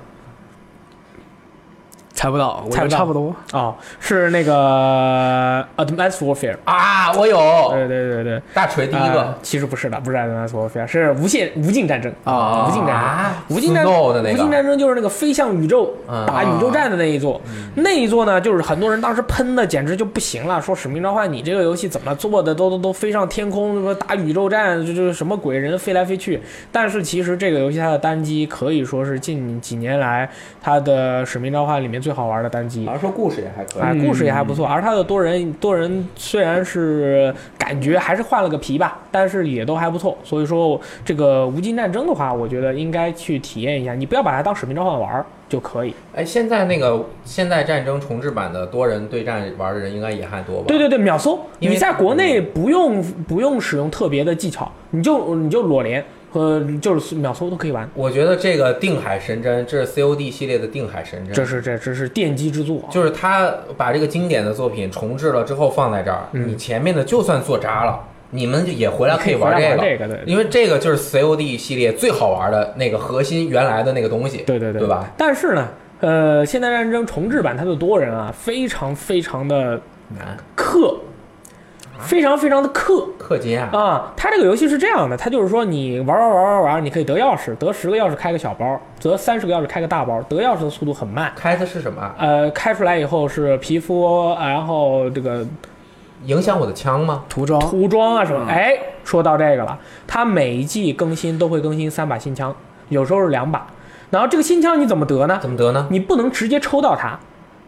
S3: 猜不到，我觉
S1: 猜不
S3: 得
S1: 到
S3: 差不多。
S1: 哦，是那个《Advanced Warfare》。
S2: 啊，我有
S1: 对对对对，
S2: 大锤第一
S1: 呃
S2: 个
S1: 其实不是的，不是《Advanced Warfare》，是无限无尽战争
S2: 啊，
S1: 无尽战争。
S2: 啊
S1: 无尽战
S2: Snow 的
S1: 无
S2: 那
S1: 尽
S2: 个
S1: 战争就是那个飞向宇宙、
S2: 嗯
S1: 打宇宙战的那一座，那一座呢，就是很多人当时喷的简直就不行了，说《使命召唤》你这个游戏怎么做的，都都都飞上天空，什么打宇宙战，这这什么鬼人飞来飞去。但是其实这个游戏它的单机可以说是近几年来它的《使命召唤》里面最好玩的单机。
S2: 像说故事也还可
S1: 啊，
S3: 嗯
S1: 故事也还不错，而它的多人多人虽然是感觉还是换了个皮吧，但是也都还不错。所以说这个无尽战争的话，我觉得应该去体验一下，你不要把它当使命召唤玩儿就可以。
S2: 哎，现在那个现代战争重置版的多人对战玩的人应该也还多吧？
S1: 对对对，秒搜！
S2: 因为嗯
S1: 你在国内不用不用使用特别的技巧，你就你就裸连和就是秒搜都可以玩。
S2: 我觉得这个定海神针，这是 COD 系列的定海神针，
S1: 这是这这是奠基之作啊，
S2: 就是他把这个经典的作品重置了之后放在这儿，
S1: 嗯
S2: 你前面的就算做渣了，你们就也回来可以玩
S1: 你可以
S2: 这
S1: 回来
S2: 个，
S1: 玩这个对对
S2: 因为这个就是 COD 系列最好玩的那个核心原来的那个东西，
S1: 对对
S2: 对，
S1: 对
S2: 吧？
S1: 但是呢，呃，现代战争重置版它的多人啊，非常非常的
S2: 难，
S1: 氪，非常非常的氪。
S2: 氪金啊，
S1: 啊，它这个游戏是这样的，它就是说你玩玩玩玩玩，你可以得钥匙，得十个钥匙开个小包，得三十个钥匙开个大包。得钥匙的速度很慢，
S2: 开的是什么啊？
S1: 呃，开出来以后是皮肤，然后这个
S2: 影响我的枪吗？
S3: 涂装
S1: 涂装啊什么。
S3: 嗯
S1: 哎，说到这个了，它每一季更新都会更新三把新枪，有时候是两把。然后这个新枪你怎么得呢？
S2: 怎么得呢？
S1: 你不能直接抽到它，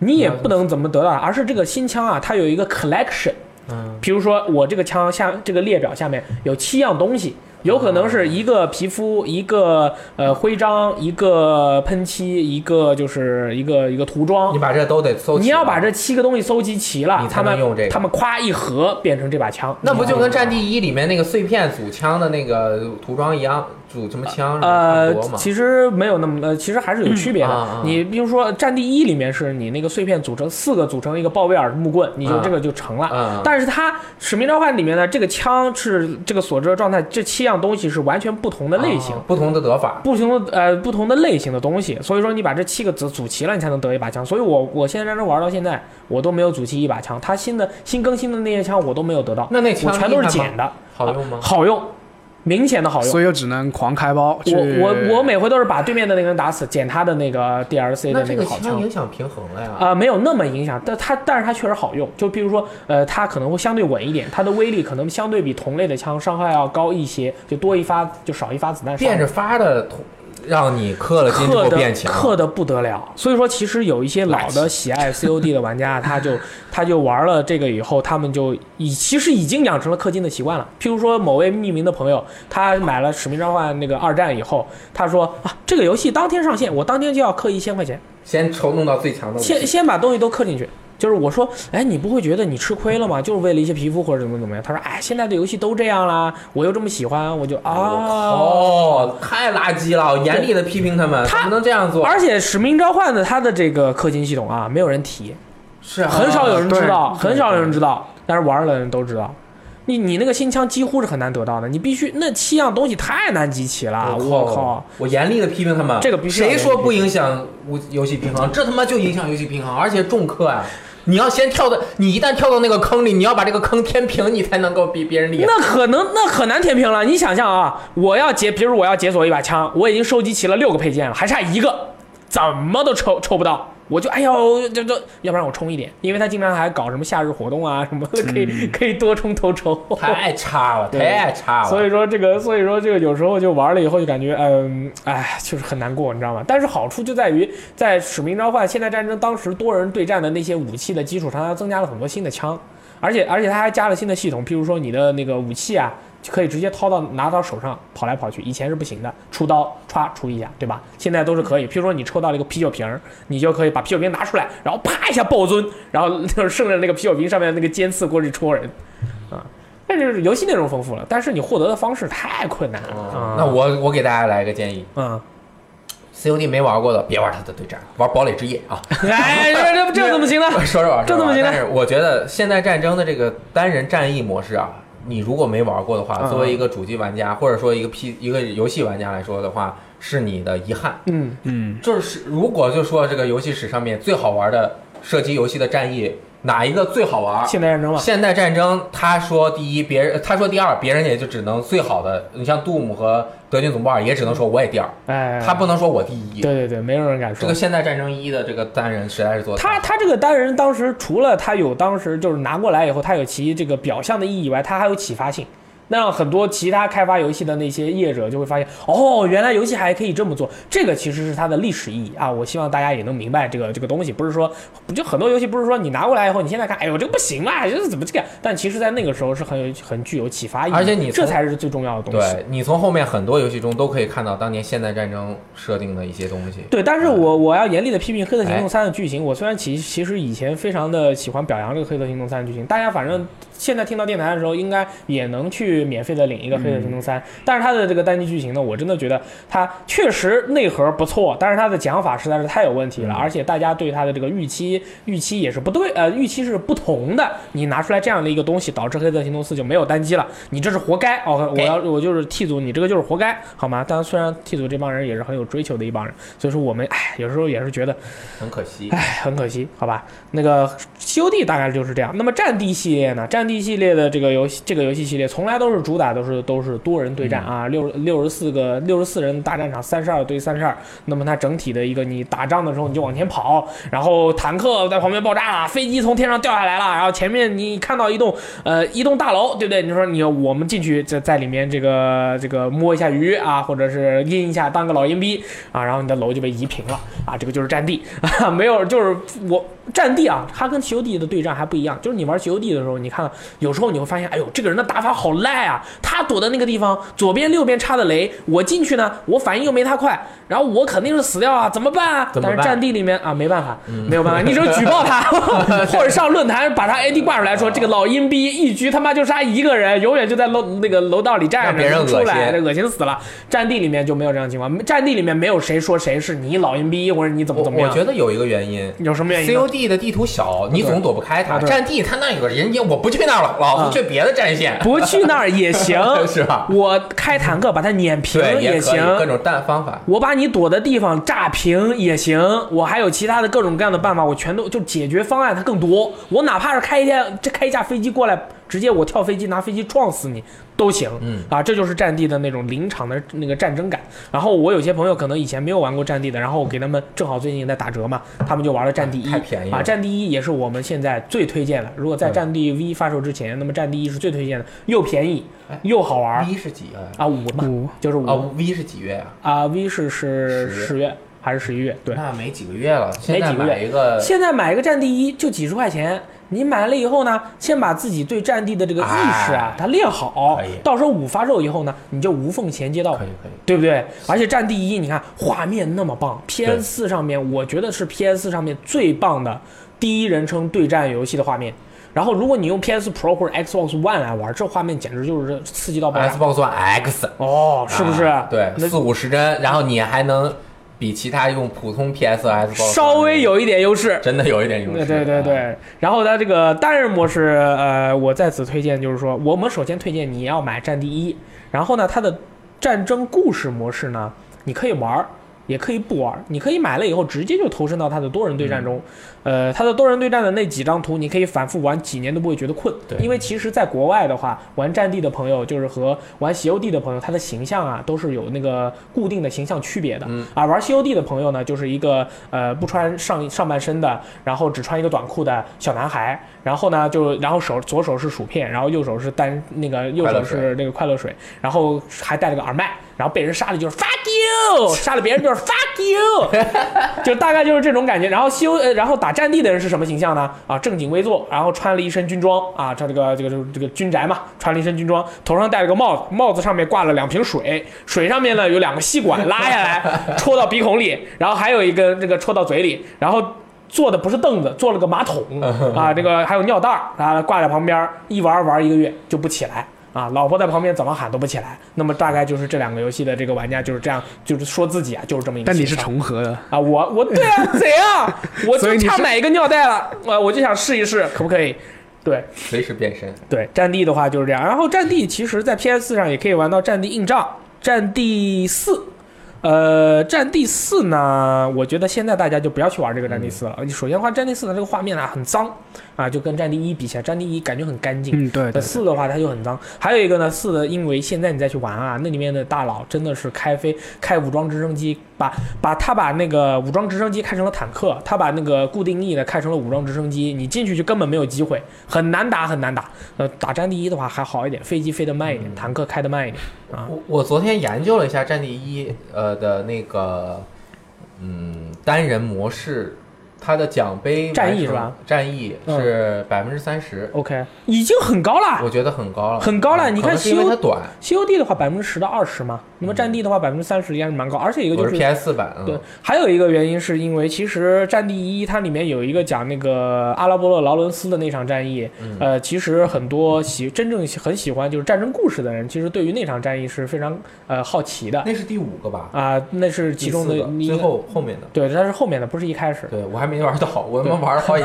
S1: 你也
S2: 了解
S1: 不能怎么得到它，而是这个新枪啊，它有一个 collection。
S2: 嗯，
S1: 比如说我这个枪下这个列表下面有七样东西，有可能是一个皮肤，一个呃徽章，一个喷漆，一个就是一个一个涂装
S2: 你。把这都得搜齐了，
S1: 你要把这七个东西搜集齐了
S2: 你，才
S1: 他们
S2: 能用这个
S1: 他们夸一合变成这把枪，
S2: 那不就跟《战地一》里面那个碎片组枪的那个涂装一样，组什么枪什么
S1: 呃
S2: 差不多，嘛？
S1: 其实没有那么呃，其实还是有区别的。
S2: 啊啊
S1: 你比如说《战地一》里面是你那个碎片组成四个组成一个鲍威尔木棍，你就
S2: 啊
S1: 这个就成了。
S2: 嗯
S1: 但是它《使命召唤》里面呢，这个枪是这个所知的状态，这七样东西是完全不同的类型。
S2: 啊不同的得法，
S1: 不同的呃不同的类型的东西，所以说你把这七个组组齐了，你才能得一把枪。所以我我现在战争玩到现在，我都没有组齐一把枪。它新的新更新的那些枪我都没有得到，啊
S2: 那那
S1: 我
S2: 枪
S1: 全都是
S2: 厉害吗
S1: 捡的，
S2: 好用吗？
S1: 好用，明显的好用。
S3: 所以就只能狂开包去。
S1: 我我我每回都是把对面的那个人打死，捡他的那个 DLC
S2: 那
S1: 的
S2: 这
S1: 个
S2: 个
S1: 好
S2: 其实
S1: 枪。
S2: 影响平衡了呀。
S1: 啊、没有那么影响，但它但是它确实好用。就比如说，呃，它可能会相对稳一点，它的威力可能相对比同类的枪伤害要高一些，就多一发就少一发子弹伤害。
S2: 变着法的让你氪了金之
S1: 氪
S2: 后
S1: 的
S2: 变强，
S1: 氪的不得了。所以说，其实有一些老的喜爱 COD 的玩 家，他就他就玩了这个以后，他们就已其实已经养成了氪金的习惯了。譬如说，某位匿名的朋友，他买了《使命召唤》那个二战以后，他说啊，这个游戏当天上线，我当天就要氪一千块钱，
S2: 先抽弄到最强的武器。
S1: 先先把东西都氪进去。就是我说，哎，你不会觉得你吃亏了吗？就是为了一些皮肤或者怎么怎么样？他说，哎，现在的游戏都这样啦，我又这么喜欢，我就啊，
S2: 哦，太垃圾了！我严厉的批评他们，
S1: 他
S2: 怎么能这样做？
S1: 而且《使命召唤》的它的这个氪金系统啊，没有人提，
S2: 是啊
S1: 很少有人知道，
S3: 呃对
S1: 很少有人知道，但是玩儿的人都知道。你你那个新枪几乎是很难得到的，你必须那七样东西太难集齐了，啊我靠！！
S2: 我严厉的批评他们，
S1: 这个必须要
S2: 谁说不影响游游戏平衡？这他妈就影响游戏平衡，而且重氪啊！你要先跳到，你一旦跳到那个坑里，你要把这个坑填平，你才能够比别人厉害。
S1: 那可能那很难填平了。你想象啊，我要解，比如我要解锁一把枪，我已经收集齐了六个配件了，还差一个，怎么都抽抽不到。我就哎呦，这这，要不然我充一点，因为他经常还搞什么夏日活动啊什么的，可以、
S3: 嗯
S1: 可以多充头抽。
S2: 太差了，
S1: 对
S2: 太差了！
S1: 所以说这个，所以说这个有时候就玩了以后就感觉，嗯，哎，就是很难过，你知道吗？但是好处就在于，在《使命召唤：现代战争》当时多人对战的那些武器的基础上，它增加了很多新的枪，而且而且它还加了新的系统，譬如说你的那个武器啊，就可以直接掏到拿到手上跑来跑去，以前是不行的，出刀歘出一下，对吧？现在都是可以，譬如说你抽到了一个啤酒瓶儿，你就可以把啤酒瓶拿出来，然后啪一下爆尊，然后 就是剩着那个啤酒瓶上面那个尖刺过去戳人。啊但是游戏内容丰富了，但是你获得的方式太困难了。
S2: 嗯
S1: 啊
S2: 那我我给大家来一个建议
S1: 嗯，
S2: ，COD 没玩过的，别玩他的对战，玩堡垒之夜啊！
S1: 哎，这这这怎么行呢？
S2: 说说玩，
S1: 这怎么行呢
S2: 但是我觉得现代战争的这个单人战役模式啊，你如果没玩过的话，
S1: 嗯
S2: 作为一个主机玩家或者说一个 P 一个游戏玩家来说的话，是你的遗憾。
S1: 嗯，
S3: 嗯，
S2: 就是如果就说这个游戏史上面最好玩的射击游戏的战役，哪一个最好玩？
S1: 现代战争嘛，
S2: 现代战争，他说第一，别人他说第二，别人也就只能最好的。你像杜姆和德军总部二，也只能说我也第二，
S1: 哎，
S2: 他不能说我第一。
S1: 对对对，没有人敢
S2: 这
S1: 说
S2: 个。现代战争一的这个单人实在是做得太
S1: 他
S2: 好
S1: 他这个单人当时除了他有当时就是拿过来以后，他有其这个表象的意义以外，他还有启发性。那让很多其他开发游戏的那些业者就会发现，哦，原来游戏还可以这么做，这个其实是它的历史意义啊！我希望大家也能明白这个这个东西，不是说不就很多游戏不是说你拿过来以后，你现在看，哎呦这个不行啊，这是怎么这样？但其实，在那个时候是很有很具有启发意义的，
S2: 而且你
S1: 这
S2: 从
S1: 才是最重要的东西。
S2: 对你从后面很多游戏中都可以看到当年现代战争设定的一些东西。
S1: 对，但是我我要严厉的批评《黑色行动
S2: 哎
S1: 三》的剧情。我虽然其其实以前非常的喜欢表扬这个《黑色行动三》的剧情，大家反正现在听到电台的时候，应该也能去免费的领一个《黑色行动三》但是它的这个单机剧情呢，我真的觉得它确实内核不错，但是它的讲法实在是太有问题了，而且大家对它的这个预期预期也是不对，呃，预期是不同的。你拿出来这样的一个东西，导致《黑色行动四》就没有单机了，你这是活该哦！我
S2: 给
S1: 要我就是 T 组，你这个就是活该，好吗？但虽然 T 组这帮人也是很有追求的一帮人，所以说我们哎，有时候也是觉得
S2: 很可惜。
S1: 哎，很可惜，好吧。那个 COD 大概就是这样。那么战地系列呢？战地系列的这个游戏，这个游戏系列从来都是主打都是都是多人对战啊，六六十四个六十四人大战场，三十二对三十二。那么它整体的一个你打仗的时候你就往前跑，然后坦克在旁边爆炸了，飞机从天上掉下来了，然后前面你看到一栋呃一栋大楼，对不对？你说你我们进去在在里面这个这个摸一下鱼啊，或者是阴一下当个老阴逼啊，然后你的楼就被移平了啊，这个就是战地。 啊，没有，就是我战地啊，它跟 COD 的对战还不一样，就是你玩 COD 的时候，你看有时候你会发现，哎呦，这个人的打法好赖啊，他躲在那个地方，左边右边插的雷，我进去呢，我反应又没他快，然后我肯定是死掉啊，怎么办啊？
S2: 怎么
S1: 但
S2: 办
S1: 是战地里面啊，没办法，
S2: 嗯
S1: 没有办法，你只能举报 他，或者上论坛把他 ID 挂出来说，这个老阴逼一局他妈就杀一个人，永远就在楼那个楼道里站着，
S2: 让别人
S1: 不出来，
S2: 恶
S1: 这
S2: 心
S1: 恶心死了。战地里面就没有这样的情况，战地里面没有谁说谁是你老阴逼或者你怎么
S2: 我
S1: 怎么
S2: 我
S1: 样。
S2: 觉得 E 有一个原因。
S1: 有什么原因呢？
S2: COD 的地图小，你总躲不开它。
S1: 啊对
S2: 战地它那有个人家，我不去那儿了，老
S1: 啊
S2: 子去别的战线，
S1: 不去那儿也行，
S2: 是吧？
S1: 我开坦克把它碾平
S2: 对，也可以
S1: 行，
S2: 各种弹方法。
S1: 我把你躲的地方炸平也行，我还有其他的各种各样的办法，我全都就解决方案它更多。我哪怕是开一天，这开一架飞机过来直接我跳飞机拿飞机撞死你都行。
S2: 嗯
S1: 啊，这就是战地的那种临场的那个战争感。然后我有些朋友可能以前没有玩过战地的，然后我给他们正好最近也在打折嘛，他们就玩了战地一，
S2: 太便宜了
S1: 啊！战地一也是我们现在最推荐的。如果在
S2: 嗯
S1: 战地 V 发售之前，那么战地一是最推荐的，又便宜
S2: 哎
S1: 又好玩
S2: ，V 是几月？
S1: 啊，五嘛，
S3: 五
S1: 就是五
S2: 哦，V 是几月啊？
S1: 啊，V 是是
S2: 十呃
S1: 十月还是十一月？对。
S2: 那没几个月了，
S1: 没
S2: 现在
S1: 几个
S2: 买一个
S1: 现在买一个战地一就几十块钱，你买了以后呢，先把自己对战地的这个意识啊
S2: 哎，
S1: 它练好
S2: 可以，
S1: 到时候五发售以后呢，你就无缝衔接到
S2: 可以可以，
S1: 对不对？而且《战地一》，你看画面那么棒，PS 四上面我觉得是 PS 上面最棒的第一人称对战游戏的画面。然后，如果你用 PS Pro 或者 Xbox One 来玩，这画面简直就是刺激到爆炸
S2: Xbox One X
S1: 哦，是不是？
S2: 啊哎对，
S1: 那
S2: 四五十帧，然后你还能比其他用普通 PS Xbox
S1: 稍微有一点优势。
S2: 真的有一点优势。
S1: 对对对
S2: 啊，
S1: 对，然后它这个单人模式，呃，我在此推荐就是说，我们首先推荐你要买《战地一》，然后呢，它的战争故事模式呢，你可以玩儿，也可以不玩儿，你可以买了以后直接就投身到它的多人对战中。呃，它的多人对战的那几张图，你可以反复玩几年都不会觉得困。
S2: 对
S1: 因为其实在国外的话，玩战地的朋友就是和玩 COD 的朋友，他的形象啊都是有那个固定的形象区别的。
S2: 嗯
S1: 啊，玩 COD 的朋友呢，就是一个呃不穿上上半身的，然后只穿一个短裤的小男孩，然后呢就然后手左手是薯片，然后右手是单那个右
S2: 快乐
S1: 手
S2: 水
S1: 是那个快乐水，然后还戴了个耳麦，然后被人杀了就是 fuck you，杀了别人就是 fuck you，就大概就是这种感觉。然后西欧，呃，然后打战地的人是什么形象呢？啊，正襟危坐，然后穿了一身军装啊，他这个这个这个这个军宅嘛，穿了一身军装，头上戴了个帽子，帽子上面挂了两瓶水，水上面呢有两个吸管拉下来戳到鼻孔里，然后还有一根这个戳到嘴里，然后。坐的不是凳子，坐了个马桶啊，这个还有尿袋儿啊，挂在旁边儿，一玩儿玩儿一个月就不起来啊，老婆在旁边怎么喊都不起来。那么大概就是这两个游戏的这个玩家就是这样，就是说自己啊，就是这么一个
S3: 但
S1: 形象。
S3: 你是重合的，
S1: 啊，我我对 啊，怎样？我
S3: 所以
S1: 就
S3: 你
S1: 差
S3: 是
S1: 买一个尿袋了，啊我我就想试一试，可不可以？对
S2: 随时变身。
S1: 对，战地的话就是这样。然后战地其实在 PS 上也可以玩到战地硬仗，战地四。呃，战地四呢，我觉得现在大家就不要去玩这个战地四
S3: 嗯
S1: 了。首先，话战地四的这个画面啊很脏啊，就跟战地一比起来，战地一感觉很干净。
S3: 嗯，对对，
S1: 呃四的话它就很脏，还有一个呢，四的因为现在你再去玩啊，那里面的大佬真的是开飞开武装直升机，把把他把那个武装直升机开成了坦克，他把那个固定翼的开成了武装直升机，你进去就根本没有机会，很难打很难打。呃，打战地一的话还好一点，飞机飞得慢一点，坦克开得慢一点。啊
S2: 我我昨天研究了一下《战地一》呃的那个嗯单人模式，它的奖杯
S1: 战役
S2: 完成
S1: 是吧？嗯
S2: 战役是百分之三十，
S1: OK，已经很高了。
S2: 我觉得很高了，
S1: 很高了
S2: 啊
S1: 你
S2: 可能
S1: 看
S2: 是因为
S1: 西游
S2: 它短，
S1: COD 的话百分之十到二十嘛，那么战地的话百分之三十应该是蛮高，而且一个就
S2: 我
S1: 是
S2: PS 版，嗯
S1: 对，还有一个原因是因为其实《战地一》它里面有一个讲那个阿拉伯勒劳伦斯的那场战役，
S2: 嗯
S1: 呃，其实很多喜真正喜很喜欢就是战争故事的人，其实对于那场战役是非常呃好奇的
S2: 那是第五个吧？
S1: 啊、那是其中的
S2: 第四个
S1: 一
S2: 最
S1: 个，
S2: 后后面的。
S1: 对，它是后面的，不是一开始。
S2: 对我还没玩到，我他妈玩了好几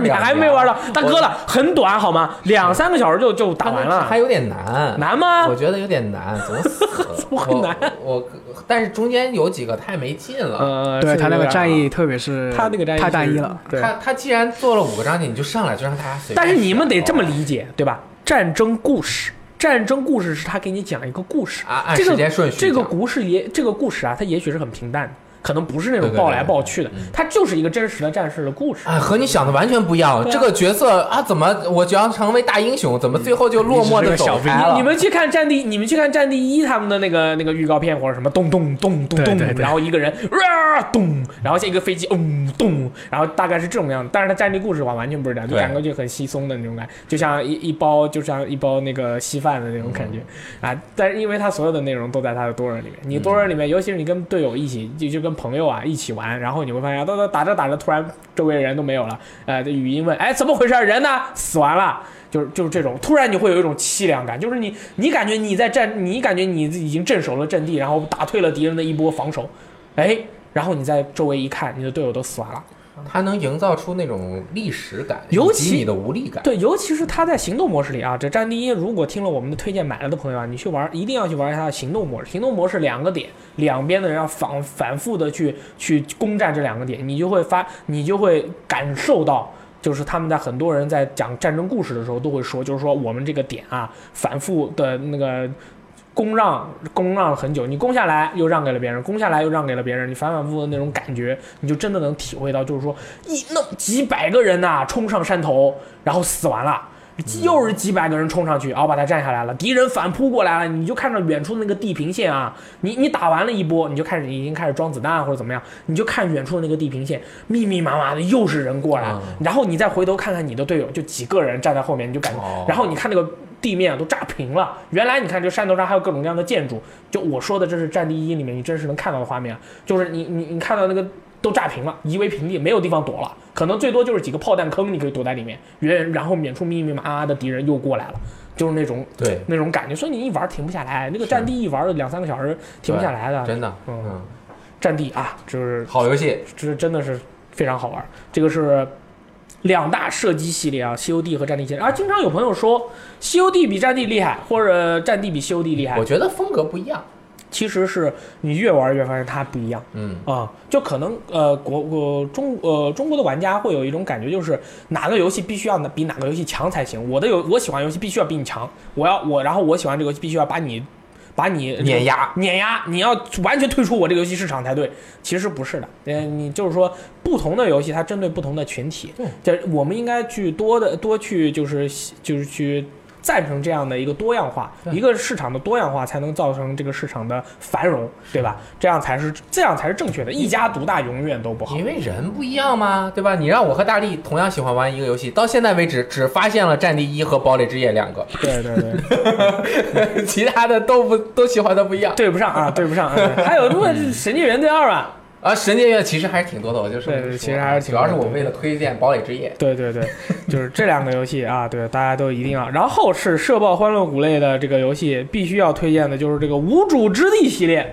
S1: 你
S2: 两年，
S1: 还没玩到，大哥
S2: 我
S1: 了，很短好吗？两三个小时就就打完了
S2: 还，有点难，
S1: 难吗
S2: 我？觉得有点难，怎么 死？怎
S1: 么会难
S2: 我？我但是中间有几个太没劲了。
S1: 呃，
S3: 对
S1: 是
S3: 他那
S1: 有
S3: 个
S1: 点
S3: 战役，特别是
S1: 他那个战役
S3: 太单
S1: 是
S3: 一了，，
S1: 对。
S2: 他他既然做了五个章节，你就上来就让大家随便选。哦
S1: 但是你们得这么理解，对吧？战争故事，战争故事是他给你讲一个故事
S2: 啊按
S1: 这个
S2: 时间顺序
S1: 这个
S2: 讲
S1: 故事也这个故事啊，它也许是很平淡的，可能不是那
S2: 对
S1: 种
S2: 对
S1: 抱
S2: 对
S1: 来
S2: 对
S1: 抱去的
S2: 嗯，
S1: 它就是一个真实的战士的故事。
S2: 哎，和你想的完全不一样。
S1: 对啊
S2: 这个角色啊，怎么我就要成为大英雄，怎么最后就落寞
S3: 你
S2: 的
S3: 只是个小
S2: 走
S3: 兵
S2: 开了？
S1: 你们去看《战地》，你们去看《战地一》他们的那个那个预告片或者什么咚咚咚咚
S3: 对
S1: 咚
S3: 对，对
S1: 然后一个人啊咚，然后像一个飞机嗯咚，然后大概是这种样子。但是它战地故事的话完全不是这样，就
S2: 对
S1: 感觉就很稀松的那种感觉，就像一一包就像一包那个稀饭的那种感觉啊。但是因为它所有的内容都在它的多人里面，你多人里面，尤其是你跟队友一起，就就跟朋友啊一起玩，然后你会发现，到到打着打着，突然周围人都没有了，呃，语音问，哎，怎么回事？人呢？死完了。就是就是这种，突然你会有一种凄凉感，就是你你感觉你在战，你感觉你已经镇守了阵地，然后打退了敌人的一波防守，哎，然后你在周围一看，你的队友都死完了。
S2: 他能营造出那种历史感，
S1: 尤
S2: 以及
S1: 其
S2: 你的无力感。
S1: 对，尤其是他在行动模式里啊，这战地一如果听了我们的推荐买了的朋友啊，你去玩一定要去玩一下它的行动模式。行动模式两个点，两边的人要反反复的去去攻占这两个点，你就会发，你就会感受到就是他们在很多人在讲战争故事的时候都会说，就是说我们这个点啊，反复的那个攻让攻让了很久，你攻下来又让给了别人，攻下来又让给了别人，你反反复复的那种感觉，你就真的能体会到，就是说一那几百个人呐、冲上山头，然后死完了。又是几百个人冲上去，然后把他占下来了。敌人反扑过来了，你就看着远处那个地平线啊，你你打完了一波，你就开始已经开始装子弹啊或者怎么样，你就看远处的那个地平线，密密麻麻的又是人过来，
S2: 嗯
S1: 然后你再回头看看你的队友，就几个人站在后面，你就感觉，
S2: 哦
S1: 然后你看那个地面啊都炸平了。原来你看这山头上还有各种各样的建筑，就我说的这是《战地一》里面你真实能看到的画面啊，就是你你你看到那个都炸平了，夷为平地，没有地方躲了，可能最多就是几个炮弹坑，你可以躲在里面，远然后远处密密麻麻的敌人又过来了，就是那种
S2: 对，
S1: 那种感觉，所以你一玩停不下来，那个战地一玩两三个小时停不下来的，
S2: 真的，
S1: 嗯，
S2: 嗯，
S1: 战地啊，就是
S2: 好游戏，
S1: 这真的是非常好玩。这个是两大射击系列啊，COD 和战地系列啊。经常有朋友说 COD 比战地厉害，或者战地比 COD 厉害
S2: 我，觉得风格不一样，
S1: 其实是你越玩越发现它不一样。
S2: 嗯，
S1: 啊、就可能呃，国呃中呃中国的玩家会有一种感觉，就是哪个游戏必须要比哪个游戏强才行。我的游我喜欢游戏必须要比你强，我要我然后我喜欢这个游戏必须要把你把你
S2: 碾压，
S1: 碾压，你要完全退出我这个游戏市场才对。其实不是的，呃，你就是说不同的游戏它针对不同的群体，
S2: 对，
S1: 这我们应该去多的多去就是就是去。赞成这样的一个多样化，
S2: 对
S1: 一个市场的多样化才能造成这个市场的繁荣，对吧？这样才是这样才是正确的，一家独大永远都不好。
S2: 因为人不一样嘛，对吧？你让我和大力同样喜欢玩一个游戏，到现在为止只发现了《战地一》和《堡垒之夜》两个，
S1: 对对对，
S2: 其他的都不都喜欢的不一样。
S1: 对不上啊，对不上。啊、还有如果是《神经元》对二啊，
S2: 啊，神界院其实还是挺多的，我就说啊
S1: 对对其实还是挺
S2: 主
S1: 多的
S2: 要是我为了推荐《堡垒之夜
S1: 对对对，就是这两个游戏啊， 对大家都一定要。然后是社爆欢乐谷类的这个游戏，必须要推荐的就是这个《无主之地》系列。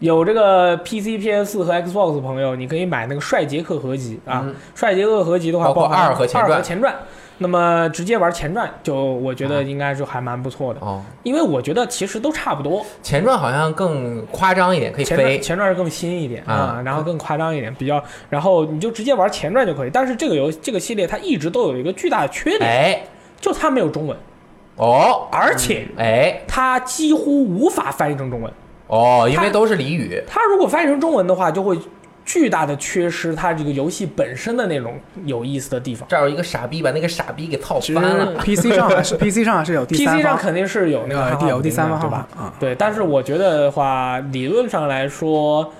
S1: 有这个 PC、PS 和 Xbox 的朋友，你可以买那个《帅杰克》合集》啊，
S2: 嗯
S1: 帅杰克》合集的话，
S2: 包括
S1: 含
S2: 二和前
S1: 二
S2: 传
S1: 和前传。那么直接玩前传，就我觉
S2: 啊
S1: 得应该是还蛮不错的，》
S2: 哦，
S1: 因为我觉得其实都差不多。
S2: 前传好像更夸张一点，可以
S1: 前传
S2: 飞。
S1: 前传是更新一点
S2: 啊
S1: 啊，然后更夸张一点，比较，然后你就直接玩前传就可以。但是这个游这个系列它一直都有一个巨大的缺点，
S2: 哎，
S1: 就它没有中文，
S2: 哦，
S1: 而且
S2: 哎，
S1: 它几乎无法翻译成中文。
S2: 哦，因为
S1: 它
S2: 都是俚语，
S1: 它如果翻译成中文的话，就会巨大的缺失它这个游戏本身的那种有意思的地方。
S2: 这儿有一个傻逼把那个傻逼给套
S3: 其
S2: 翻
S3: 实
S2: 了。
S3: PC 上还是 PC 上还是有第三
S1: PC 上
S3: 方，
S1: 肯定是有那个
S3: 呃
S1: 汉
S3: 第
S1: 化
S3: 有第三
S1: 的
S3: 方
S1: 对
S3: 号
S1: 吧
S3: 码？啊。
S1: 对，但是我觉得的话，理论上来说，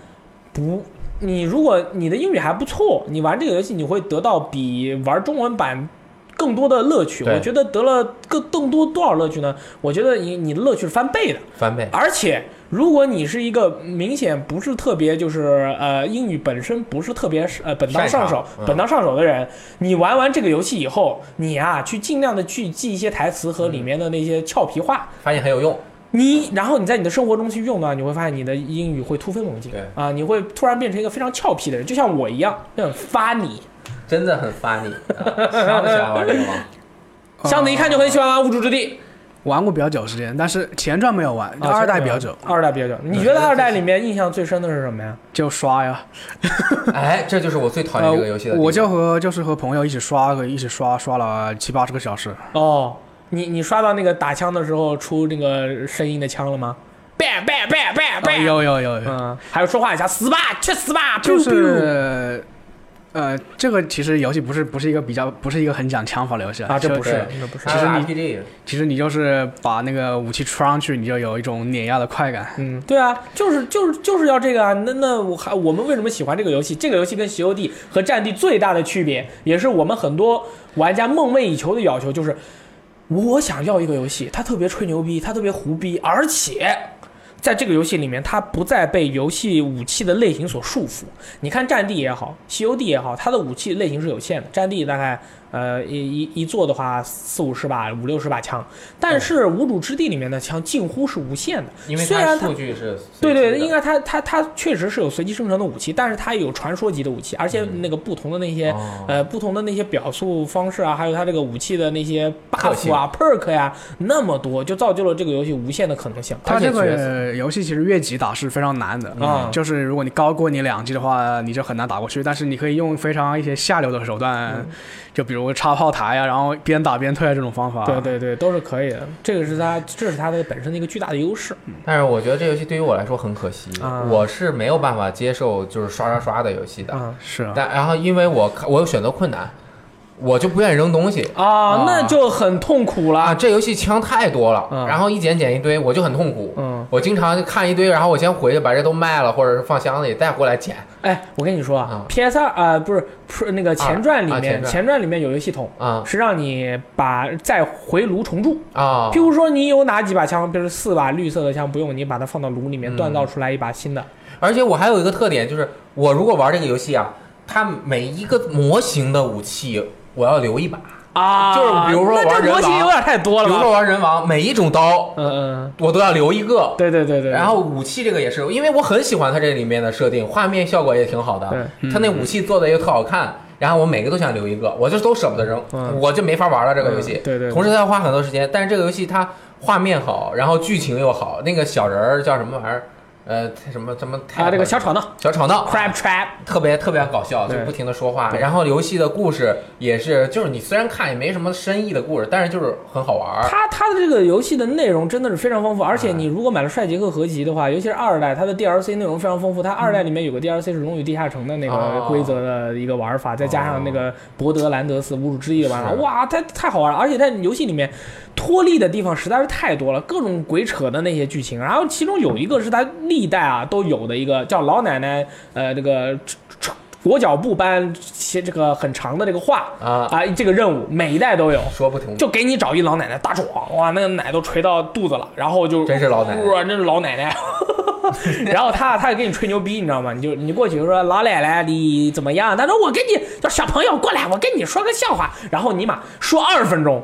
S1: 不，你如果你的英语还不错，你玩这个游戏你会得到比玩中文版。更多的乐趣，
S2: 对
S1: 我觉得得了更更多多少乐趣呢？我觉得你你的乐趣是翻倍的，
S2: 翻倍，
S1: 而且如果你是一个明显不是特别就是呃英语本身不是特别呃本当上手
S2: 擅、长嗯
S1: 本当上手的人，你玩完这个游戏以后，你啊去尽量的去记一些台词和
S2: 嗯
S1: 里面的那些俏皮话，
S2: 发现很有用。
S1: 你，然后你在你的生活中去用呢，你会发现你的英语会突飞猛进，
S2: 对
S1: 啊，你会突然变成一个非常俏皮的人，就像我一样，那很
S3: 啊
S1: 发你，
S2: 真的很 funny，啊想不想玩这个吗？
S3: 呃
S1: 箱子一看就很喜欢玩《无主之地
S3: 玩过比较久时间，但是前传没有
S1: 啊
S3: 玩，》，二代比较久，
S1: 二代比较久。
S3: 嗯
S1: 你觉得二代里面印象最深的是什么呀？
S3: 就刷呀。
S2: 哎，这就是我最讨厌
S3: 呃
S2: 这个游戏的地，方。
S3: 我就和就是和朋友一起刷，一起刷刷了七八十个小时。
S1: 哦，你你刷到那个打枪的时候出那个声音的枪了吗？bang bang bang bang
S3: 啊
S1: bang，
S3: 有有有有，
S1: 嗯，还有说话一下，死吧，去死吧，
S3: 就是。呃，这个其实游戏不是不是一个比较不是一个很讲枪法的游戏
S1: biu biu 啊，这不
S3: 就是
S2: 对，
S1: 这不是
S3: 其，实你
S2: RPG
S3: 其实你就是把那个武器戳上去，你就有一种碾压的快感。
S1: 嗯，对啊，就是就是就是要这个啊。那那我还我们为什么喜欢这个游戏？这个游戏跟《COD》和《战地》最大的区别，也是我们很多玩家梦寐以求的要求，就是我想要一个游戏，它特别吹牛逼，它特别胡逼，而且。在这个游戏里面，它不再被游戏武器的类型所束缚。你看《战地》也好，《COD》也好，它的武器类型是有限的。《战地》大概呃，一一一做的话，四五十把、五六十把枪，但是无主之地里面的枪近乎是无限的，
S2: 因为
S1: 虽然它
S2: 数据是
S1: 对对，应
S2: 该
S1: 该它它它确实是有随机生成的武器，但是它也有传说级的武器，而且那个不同的那些、
S2: 嗯哦
S1: 呃不同的那些表述方式啊，还有它这个武器的那些
S2: 特
S1: buff 啊、perk 呀、那么多，就造就了这个游戏无限的可能性。
S3: 它
S2: 而且
S3: 这
S2: 角
S3: 个
S2: 色
S3: 游戏其实越级打是非常难的，
S1: 嗯
S3: 就是如果你高过你两级的话，你就很难打过去。但是你可以用非常一些下流的手段，就比如插炮台呀、然后边打边退啊这种方法。
S1: 对对对，都是可以的。这个是它，这是它的本身的一个巨大的优势。
S2: 但是我觉得这游戏对于我来说很可惜，
S1: 啊
S2: 我是没有办法接受就是刷刷刷的游戏的。
S1: 啊
S3: 是啊，
S2: 但然后因为我看我有选择困难，我就不愿意扔东西
S1: 啊，那就很痛苦
S2: 啊。
S1: 了。
S2: 这游戏枪太多了，
S1: 嗯
S2: 然后一捡捡一堆，我就很痛苦。
S1: 嗯，
S2: 我经常就看一堆，然后我先回去把这都卖了，或者是放箱子里带回来捡
S1: 哎，我跟你说
S2: 啊
S1: ，PS 二啊，不是不是那个前传里
S2: 啊前
S1: 面，
S2: 传
S1: 前传里面有一个系统。
S2: 啊
S1: 是让你把再回炉重铸，
S2: 啊
S1: 譬。如说你有哪几把枪，比如四把绿色的枪不用，你把它放到炉里面
S2: 嗯
S1: 锻造出来一把新的。
S2: 而且我还有一个特点就是，我如果玩这个游戏啊，它每一个模型的武器我要留一把，
S1: 啊
S2: 就是比如说
S1: 那
S2: 玩
S1: 这
S2: 人
S1: 模型
S2: 狼
S1: 有点太多了
S2: 比如
S1: 吧？
S2: 说玩人王，每一种刀
S1: 嗯嗯，
S2: 我都要留一个。
S1: 对对对对。
S2: 然后武器这个也是，因为我很喜欢它这里面的设定，画面效果也挺好的，它那武器做的也特好看。然后我每个都想留一个，我就都舍不得扔，
S1: 嗯
S2: 我就没法玩了这个游戏。
S1: 嗯对对对
S2: 同时它要花很多时间，但是这个游戏它画面好，然后剧情又好，那个小人儿叫什么玩意儿？呃，什么什么太
S1: 啊，这个小吵闹
S2: 小吵闹
S1: ，Crab Trap，
S2: 特别特别搞笑，就
S1: 对
S2: 不停的说话。
S1: 对
S2: 然后游戏的故事也是，就是你虽然看也没什么深意的故事，但是就是很好玩儿。
S1: 它它的这个游戏的内容真的是非常丰富，而且
S2: 嗯
S1: 你如果买了帅杰克合集的话，尤其是二代，它的 DLC 内容非常丰富。它二代里面有个 DLC 是《龙与地下城》的那个
S2: 嗯哦
S1: 规则的一个玩法，再加上那个博德兰德斯无主之地的玩法，
S2: 是
S1: 哇，太太好玩了！而且在游戏里面脱力的地方实在是太多了，各种鬼扯的那些剧情。然后其中有一个是它历代啊都有的一个叫老奶奶，呃，这个。裹脚布般写这个很长的这个话
S2: 啊
S1: 啊，这个任务每一代都有，
S2: 说不停，
S1: 就给你找一老奶奶大壮，哇，那个奶都垂到肚子了，然后就
S2: 真是老奶奶
S1: 哇，真是老奶奶。 然后他他也给你吹牛逼，你知道吗？你就你过去说老奶奶你怎么样？他说我跟你叫小朋友过来，我跟你说个笑话。然后尼玛说二十分钟，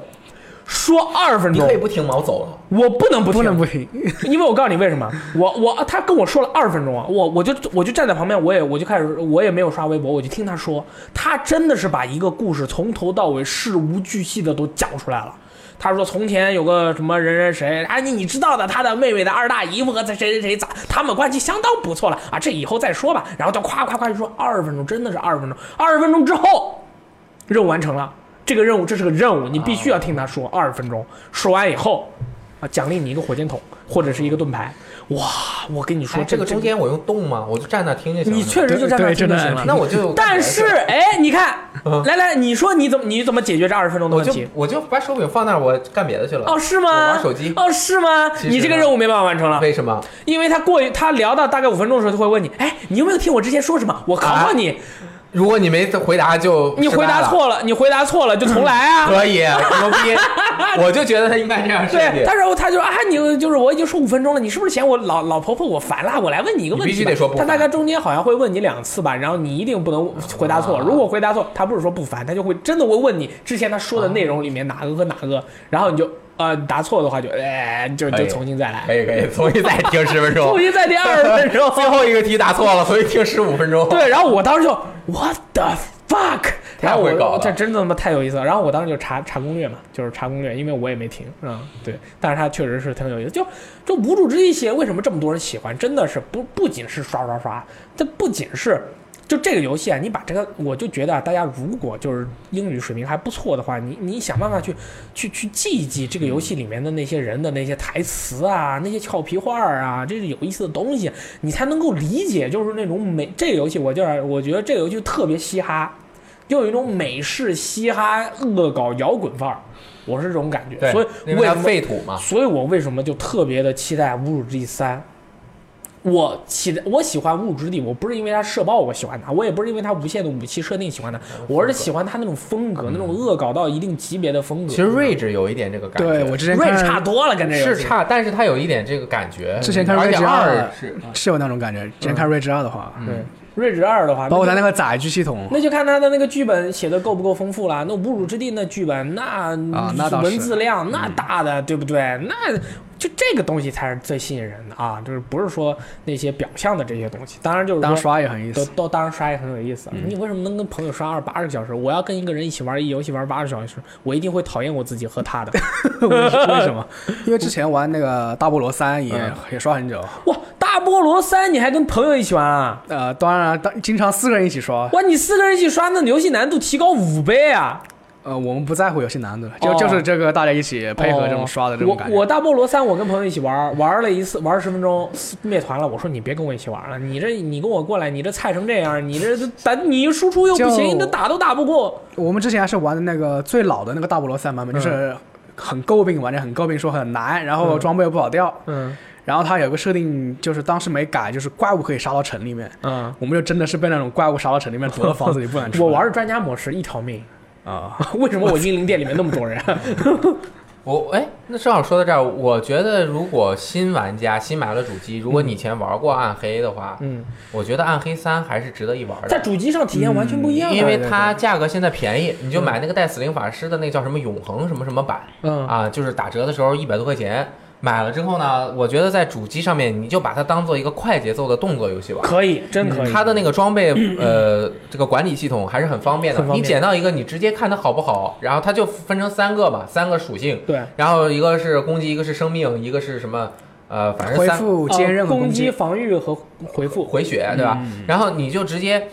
S1: 说二十分
S2: 你
S1: 钟
S2: 可以，不听吗？我走了。
S1: 我不能不
S3: 不
S1: 听，
S3: 能不 听。
S1: 因为我告诉你为什么，我我他跟我说了二十分钟啊，我我就我就站在旁边，我也我就开始我也没有刷微博，我就听他说，他真的是把一个故事从头到尾事无巨细的都讲出来了。他说从前有个什么人人谁，啊你你知道的，他的妹妹的二大姨夫和谁谁谁咋，他们关系相当不错了啊，这以后再说吧。然后他夸夸夸就说二十分钟，真的是二十分钟，二十分钟之后任务完成了。这个任务，这是个任务，你必须要听他
S2: 啊
S1: 说二十分钟。说完以后，啊，奖励你一个火箭筒或者是一个盾牌。哇，我跟你说，
S2: 哎，这个
S1: 真
S2: 中间我用动吗？我就站那听就行了。
S1: 你确实就站那儿听就行
S3: 对
S1: 了。
S3: 对
S2: 那我就
S1: 但是，哎，你看，
S2: 嗯
S1: 来来，你说你怎么你怎么解决这二十分钟的
S2: 我
S1: 问
S2: 就
S1: 题？
S2: 我就把手柄放那儿，我干别的去了。
S1: 哦，是
S2: 我
S1: 吗？
S2: 玩手机
S1: 哦，是吗？
S2: 其实
S1: 你这个
S2: 呢
S1: 任务没办法完成了，
S2: 为什么？
S1: 因为他过于他聊到大概五分钟的时候，就会问你，哎，你有没有听我之前说什么？我考考你，
S2: 如果你没回答就
S1: 你回答
S2: 失败了，
S1: 错了，你回答错了就重来啊。
S2: 可以牛 逼。我就觉得他应该这样设
S1: 对，
S2: 计
S1: 他。然后他就啊，你就是我已经说五分钟了，你是不是嫌我老老婆婆我烦啦？我来问你一个问题吧，
S2: 你必须得说不
S1: 他
S2: 烦
S1: 大概中间好像会问你两次吧，然后你一定不能回答错。
S2: 啊
S1: 如果回答错，他不是说不烦，他就会真的会问你之前他说的内容里面哪个和哪个，然后你就呃答错的话就哎就
S2: 可
S1: 就
S2: 以
S1: 重新再来
S2: 可，以可以，重新再听十分钟
S1: 重。新再第二十分钟。
S2: 最后一个题答错了，所以听十五分 钟。
S1: 对，然后我当时就 What the fuck！
S2: 太
S1: 然后我
S2: 会搞了
S1: 这真的他妈太有意思了。然后我当时就查查攻略嘛，就是查攻略，因为我也没停啊、嗯。对，但是它确实是挺有意思。就就无主之地系列为什么这么多人喜欢？真的是不不仅是刷刷刷，它不仅是。就这个游戏啊，你把这个，我就觉得啊，大家如果就是英语水平还不错的话，你你想办法去去去记一记这个游戏里面的那些人的那些台词啊，那些俏皮话儿啊，这是有意思的东西，你才能够理解，就是那种美这个游戏，我就是我觉得这个游戏特别嘻哈，就有一种美式嘻哈恶搞摇滚范儿，我是这种感觉，
S2: 对，
S1: 所以
S2: 因
S1: 为
S2: 它
S1: 什么
S2: 废土嘛，
S1: 所以我为什么就特别的期待《侮辱之地三》？我期待我喜欢《侮辱之地》，我不是因为它社爆我喜欢它，我也不是因为它无限的武器设定喜欢它，我是喜欢它那种风格，那种恶搞到一定级别的风格。
S2: 嗯其实 Rage 有一点这个感觉，
S3: 对我之前
S1: 瑞
S3: 看
S1: 差多了，跟这个游
S2: 是
S1: 戏
S2: 差，但是它有一点这个感觉。
S3: 之前看
S2: 而且
S1: 啊
S3: Rage
S2: 二
S3: 二
S2: 是
S3: 嗯是有那种感觉。之前看《瑞 a 二》的话，
S1: 对。瑞指二的话，
S3: 包括
S1: 那
S3: 它
S1: 就
S3: 那个载具系统，
S1: 那就看他的那个剧本写的够不够丰富了。那《侮辱之地》那剧本，那
S3: 啊那倒是
S1: 文字量那大的，对不对？那就这个东西才是最吸引人的啊！就是不是说那些表象的这些东西，当然就是
S3: 当
S1: 说
S3: 刷嗯也很有意
S1: 都
S3: 思。
S1: 都当然刷也很有意思。啊你为什么能跟朋友刷二八个小时？我要跟一个人一起玩一游戏玩八个小时，我一定会讨厌我自己和 他的。
S3: 为什么？因为之前玩那个大菠萝三也、
S2: 嗯
S3: 也刷很久，
S1: 哇，大菠萝三你还跟朋友一起玩啊？
S3: 呃，当然当经常四个人一起 刷，
S1: 哇，你四个人一起刷，那游戏难度提高五倍啊！
S3: 呃，我们不在乎游戏难度，就、
S1: 哦
S3: 就是这个大家一起配合这种刷的这种感觉。
S1: 我我大菠萝三，我跟朋友一起玩，玩了一次，玩十分钟灭团了。我说你别跟我一起玩了，你这你跟我过来，你这菜成这样，你这咱你输出又不行，
S3: 就
S1: 你这打都打不过。
S3: 我们之前还是玩的那个最老的那个大菠萝三版
S1: 嗯
S3: 本，就是很诟病玩家，很诟病说很难，然后装备又不好掉，
S1: 嗯
S3: 然后它有个设定就是当时没改，就是怪物可以杀到城里面，
S1: 嗯，
S3: 我们就真的是被那种怪物杀到城里面，躲到房子里不敢出来。
S1: 我玩的专家模式一条命，
S3: 啊，
S1: 为什么我英灵殿里面那么多人？
S2: 我哎，那正好说到这儿，我觉得如果新玩家新买了主机，如果你以前玩过暗黑的话，
S1: 嗯，
S2: 我觉得暗黑三还是值得一玩
S1: 在
S2: 的。
S1: 主机上体验完全不一样啊。
S2: 嗯因为它价格现在便宜，你就买那个带死灵法师的那叫什么永恒什么什么版，
S1: 嗯
S2: 啊，就是打折的时候一百多块钱，买了之后呢，我觉得在主机上面你就把它当做一个快节奏的动作游戏玩。
S1: 可以，真可以。嗯
S2: 它的那个装备，呃，这个管理系统还是很方便的。
S1: 很方便
S2: 你捡到一个，你直接看它好不好，然后它就分成三个吧，三个属性，
S1: 对。
S2: 然后一个是攻击，一个是生命，一个是什么？呃，反正
S3: 恢
S2: 三
S3: 复坚韧
S1: 呃
S3: 和
S1: 攻
S3: 击
S1: 击、，防御和回复，
S2: 回血，对
S1: 嗯
S2: 吧？然后你就直接，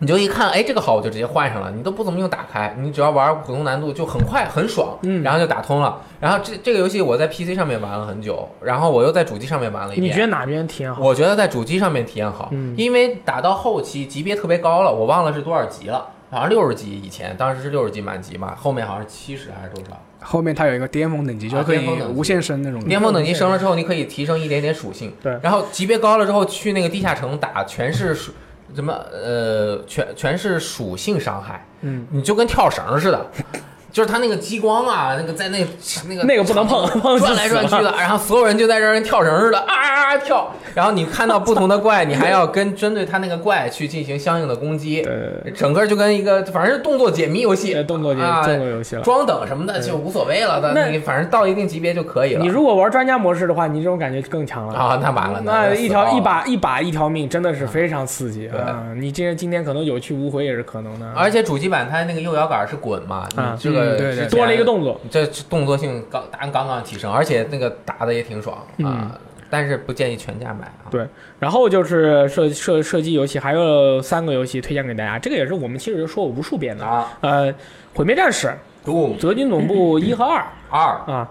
S2: 你就一看，哎，这个好，我就直接换上了，你都不怎么用打开，你只要玩普通难度就很快很爽，
S1: 嗯
S2: 然后就打通了。然后这这个游戏我在 PC 上面玩了很久，然后我又在主机上面玩了一
S1: 你
S2: 遍
S1: 觉。得哪边体验好？
S2: 我觉得在主机上面体验好，
S1: 嗯
S2: 因为打到后期级别特别高了，我忘了是多少级了，好像六十级以前，当时是六十级满级嘛，后面好像七十还是多少？
S3: 后面它有一个巅峰等级，就
S2: 啊
S3: 可
S2: 巅峰
S3: 以
S2: 等级
S3: 无限升那种。
S2: 巅峰等级升了之后，你可以提升一点点属性。
S1: 嗯对
S2: 然后级别高了之后，去那个地下城打，全是属什么呃，全全是属性伤害，
S1: 嗯，
S2: 你就跟跳绳似的。 就是他那个激光啊，那个在那那 个
S1: 那个不能 碰，碰
S2: 转来转去的，然后所有人就在这儿跟跳绳似的啊啊啊跳，然后你看到不同的怪，你还要跟针对他那个怪去进行相应的攻击，
S1: 的。
S2: 整个就跟一个反正是动作解谜游戏
S1: 呃，，动作游
S2: 啊
S1: 动作游戏了。
S2: 装等什么的就无所谓了，
S1: 那
S2: 但你反正到一定级别就可以了。
S1: 你如果玩专家模式的话，你这种感觉更强了。
S2: 啊，那完了，
S1: 那
S2: 就
S1: 一
S2: 死
S1: 条
S2: 爆
S1: 一
S2: 了。嗯
S1: 把一把一条命，真的是非常刺激
S2: 对
S1: 啊！你今今天可能有去无回也是可能的，
S2: 而且主机版它那个右摇杆是滚嘛，
S1: 啊
S2: 你这个
S3: 嗯对对
S2: 之前
S1: 多了一个，动作。
S2: 这动作性刚刚刚刚提升，而且那个打的也挺爽啊，但是不建议全价买啊。
S1: 对，然后就是射射射击游戏，还有三个游戏推荐给大家，这个也是我们其实说过无数遍的。
S2: 啊
S1: 呃，毁灭战士、
S2: ，Doom
S1: 德军总部一和二
S2: 二
S1: 啊，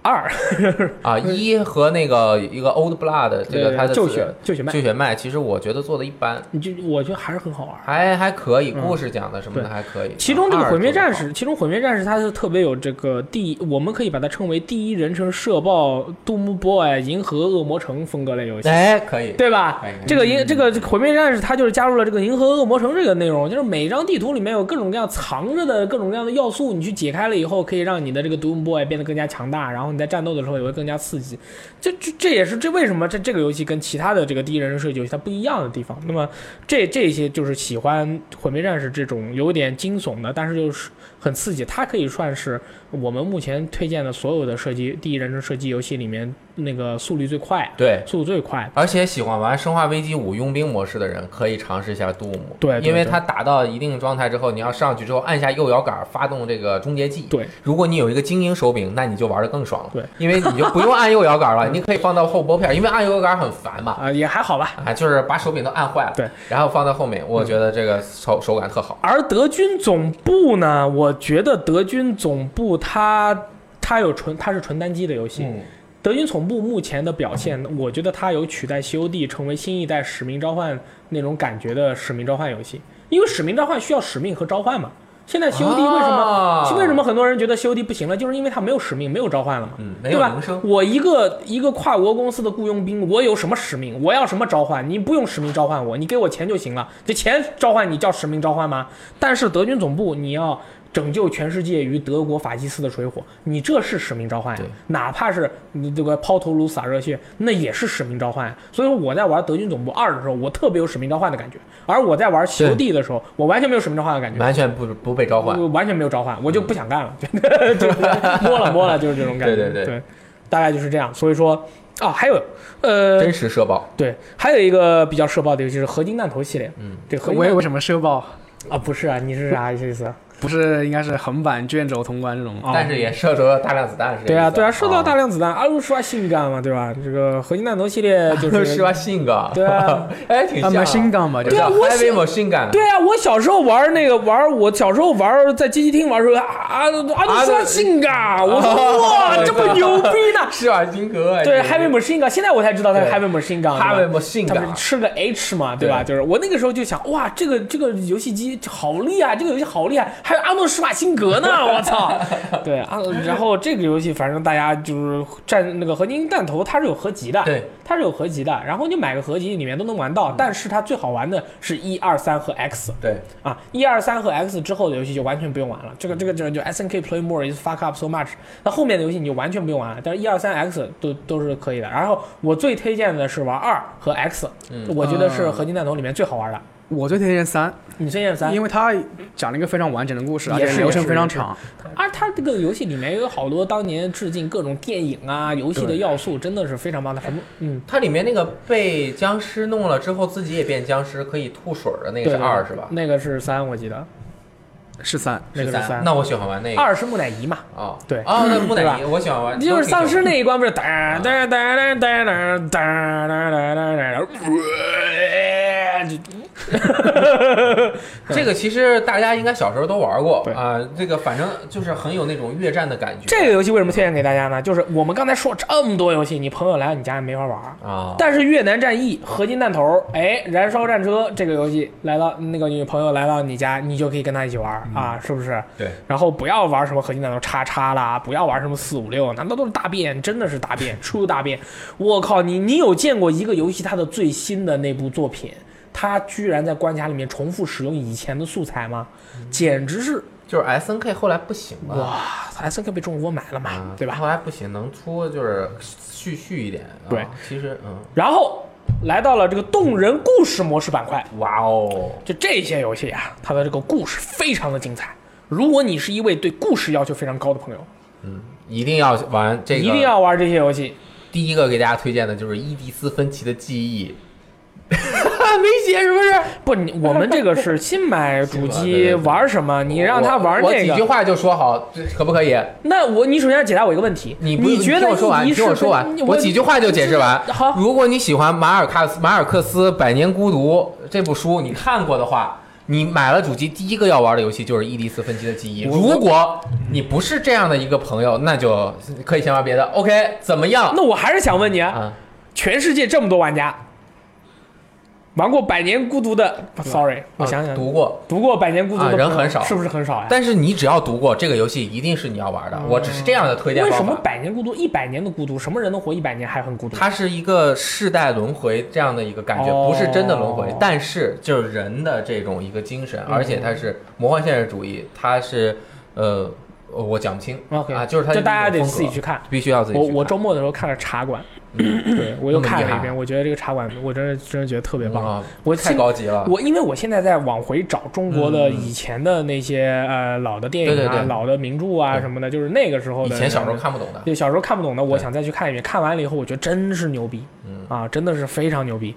S1: 二
S2: 啊，一和那个一个 Old Blood 这个它的
S1: 救
S2: 子
S1: 嗯血救血脉
S2: 旧血脉，其实我觉得做的一般，
S1: 你就我觉得还是很好玩。
S2: 还还可以，故事讲的什么的
S1: 对
S2: 还可以。
S1: 其中这个毁灭战
S2: 啊
S1: 士，其中毁灭战士它是特别有这个第，我们可以把它称为第一人称射爆 Doom Boy 银河恶魔城风格类游
S2: 二
S1: 戏
S2: 做得好。哎可以，
S1: 对吧
S2: 哎？
S1: 这个银这个这个毁灭战士，它就是加入了这个银河恶魔城这个内容，就是每张地图里面有各种各样藏着的各种各样的要素，你去解开了以后，可以让你的这个 Doom Boy 变得更加强大，然后你在战斗的时候也会更加刺激。这这这也是这为什么这这个游戏跟其他的这个第一人称射击游戏它不一样的地方。那么这这些就是喜欢毁灭战士这种有点惊悚的，但是又是很刺激，它可以算是我们目前推荐的所有的射击第一人称射击游戏里面那个速率最快。
S2: 对。
S1: 速度最快，
S2: 而且喜欢玩《生化危机五》佣兵模式的人，可以尝试一下 Doom。
S1: 对对
S2: 因为它打到一定状态之后，你要上去之后按下右摇杆发动这个终结技。
S1: 对，
S2: 如果你有一个精英手柄，那你就玩的更爽了。
S1: 对，
S2: 因为你就不用按右摇杆了， 你可以放到后拨片，因为按右摇杆很烦嘛。
S1: 啊、也还好吧。
S2: 啊，就是把手柄都按坏了，
S1: 对，嗯
S2: 然后放到后面，我觉得这个手手感特好。
S1: 而德军总部呢，我觉得德军总部它它有纯它是纯单机的游戏。
S2: 嗯，
S1: 德军总部目前的表现，我觉得它有取代 COD 成为新一代使命召唤那种感觉的使命召唤游戏，因为使命召唤需要使命和召唤嘛。现在 COD 为什么、
S2: 啊
S1: 为什么很多人觉得 COD 不行了，就是因为它没有使命，没有召唤了嘛。
S2: 嗯，没
S1: 对
S2: 有
S1: 吧
S2: 铃声？，
S1: 我一个一个跨国公司的雇佣兵，我有什么使命？我要什么召唤？你不用使命召唤我，你给我钱就行了。这钱召唤你叫使命召唤吗？但是德军总部，你要拯救全世界于德国法西斯的水火，你这是使命召唤呀
S2: 对！
S1: 哪怕是你这个抛头颅洒热血，那也是使命召唤呀。啊所以说我在玩德军总部二的时候，我特别有使命召唤的感觉；而我在玩修地的时候，我完全没有使命召唤的感觉，
S2: 完全不不被召唤。
S1: 我完全没有召唤，我就不想干了，就摸了摸了，就是这种感觉。
S2: 对对对
S1: 大概就是这样。所以说啊，还有呃，
S2: 真实社报，
S1: 对，还有一个比较社爆的就是合金弹头系列。
S2: 嗯，
S1: 对，合金
S3: 我以为什么社报，
S1: 啊，不是啊，你是啥意思？
S3: 不是应该是横版卷轴通关这种
S1: 哦
S2: 但是也射出了大量子弹，是这
S1: 对啊，
S2: 意思
S1: 对啊，受到大
S2: 啊
S1: 量子弹，阿鲁什瓦性感嘛，对吧？这个合金弹头系列就是
S2: 是吧？性格，
S1: 对啊，
S2: 哎，挺像
S3: 啊，
S2: 啊。
S3: 蛮新港吧，就
S1: 对
S3: 是
S1: 啊我
S2: 还
S1: 喜
S2: 为某性感，！
S1: 对啊，我小时候玩那个玩，我小时候玩在街机厅玩的时候，啊啊，阿鲁什瓦性感，我说哇，这么牛逼呢
S2: 施瓦辛格，哎
S1: 啊对
S2: 这个
S1: ，Heavy Machine Gun，现在我才知道它是 Heavy Machine Gun，
S2: 哈维
S1: 对吧
S2: 某性
S1: 他
S2: 感啊
S1: 们，吃个 H 嘛，对吧？
S2: 对
S1: 就是我那个时候就想，哇，这个这个游戏机好厉害，这个游戏好厉害，还有阿诺施瓦辛 格呢，我操！对啊，然后这个游戏反正大家就是战那个合金弹头，它是有合集的，
S2: 对，
S1: 它是有合集的，然后你买个合集里面都能玩到，但是它最好玩的是一二三和 X
S2: 对，
S1: 啊，一二三和 X 之后的游戏就完全不用玩了，这个这个这个就 S N K Play More is fuck up so much，那后面的游戏你就完全不用玩了，但是一二三 X 都都是可以的。然后我最推荐的是玩二和 X，、
S2: 嗯
S1: 我觉得是合金弹头里面最好玩的。
S3: 我最推荐三，
S1: 你推荐三？
S3: 因为它讲了一个非常完整的故事，而
S1: 也
S3: 且
S1: 是
S3: 流
S1: 也
S3: 程
S1: 是
S3: 非常
S1: 也是
S3: 长。
S1: 而它这个游戏里面有好多当年致敬各种电影啊、游戏的
S3: 对
S1: 要素，真的是非常棒的。什么？嗯，
S2: 它里面那个被僵尸弄了之后，自己也变僵尸，可以吐水儿的那个
S1: 对
S2: 是二是吧？
S1: 那个是三，我记得
S3: 是三，
S1: 那个是
S2: 三
S1: 三，
S2: 那我喜欢玩那个
S1: 二是木乃伊嘛。
S2: 啊，
S1: 对
S2: 啊，那木
S1: 对
S2: 乃
S1: 吧
S2: 伊我喜欢玩，
S1: 就是丧尸
S2: 那
S1: 那一关不是哒哒哒哒哒哒哒哒哒呃哒哒，就
S2: 这个其实大家应该小时候都玩过
S1: 对
S2: 啊，这个反正就是很有那种越战的感觉。
S1: 这个游戏为什么推荐给大家呢？就是我们刚才说这么多游戏，你朋友来你家也没法玩儿。
S2: 啊，
S1: 但是越南战役、合金弹头、哎，燃烧战车这个游戏来到那个女朋友来到你家，你就可以跟她一起玩儿啊，是不是？
S2: 对，
S1: 然后不要玩什么合金弹头叉叉啦，不要玩什么四五六，那那都是大便，真的是大便，出大便。我靠，你你有见过一个游戏它的最新的那部作品，它居然在关卡里面重复使用以前的素材吗？简直是
S2: 就是 S N K 后来不行了。
S1: 哇！S N K 被中国买了嘛，
S2: 啊，
S1: 对吧？
S2: 后来不行，能出就是续续一点。啊
S1: 对，
S2: 其实嗯，
S1: 然后来到了这个动人故事模式板块，
S2: 哇哦，
S1: 就这些游戏啊，它的这个故事非常的精彩。如果你是一位对故事要求非常高的朋友，
S2: 一定要玩这个，
S1: 一定要玩这些游戏。
S2: 第一个给大家推荐的就是伊迪丝·芬奇的记忆，没写是不是？
S1: 不，你我们这个是新买主
S2: 新买 对对
S1: 机
S2: 对
S1: 玩什么，你让他玩
S2: 我我
S1: 那
S2: 几句
S1: 个。
S2: 话就说好，这可不可以？
S1: 那我，你首先要解答我一个问题，
S2: 你
S1: 你
S2: 不
S1: 觉
S2: 听
S1: 得
S2: 我说完，
S1: 伊迪
S2: 听我
S1: 是
S2: 说完
S1: 你，
S2: 我几句话就解释完。
S1: 好，
S2: 如果你喜欢马尔卡斯马尔克斯《百年孤独》这部书，你看过的话。你买了主机，第一个要玩的游戏就是《伊迪丝·芬奇的记忆》。如果你不是这样的一个朋友，那就可以先玩别的。OK，怎么样？
S1: 那我还是想问你，啊，
S2: 啊，
S1: 全世界这么多玩家，玩过《百年孤独》的，sorry，我想想，
S2: 啊读过，
S1: 读过《百年孤独》
S2: 啊
S1: 的
S2: 人
S1: 朋友
S2: 很少
S1: 是不是很少呀？
S2: 但是你只要读过这个游戏，一定是你要玩的。我只是这样的推
S1: 嗯
S2: 荐
S1: 为
S2: 方法。
S1: 什么《百年孤独》一百年的孤独，什么人能活一百年还很孤独？
S2: 它是一个世代轮回这样的一个感觉，
S1: 哦嗯
S2: 不是真的轮回，但是就是人的这种一个精神，而且它是魔幻现实主义，它是呃，我讲不清
S1: OK，
S2: 啊，就是它
S1: 这大家
S2: 一
S1: 得
S2: 种风格
S1: 自己去，看。
S2: 必须要自己
S1: 我
S2: 去看。嗯
S1: 我周末的时候看了茶馆， 对我又看了一遍，我觉得这个茶馆我真的真的觉得特别
S2: 嗯
S1: 棒。
S2: 啊，
S1: 我
S2: 太
S1: 现
S2: 高级了，
S1: 我因为我现在在往回找中国的
S2: 嗯嗯
S1: 以前的那些、呃老的电影啊、
S2: 对对对
S1: 老的名著啊
S2: 对
S1: 什么的，就是那个时候
S2: 以
S1: 的。嗯
S2: 前小时候。看不懂的。
S1: 对，小时候看不懂的，我
S2: 对
S1: 想再去看一遍。看完了以后，我觉得真是牛逼，
S2: 嗯
S1: 啊，真的是非常牛逼。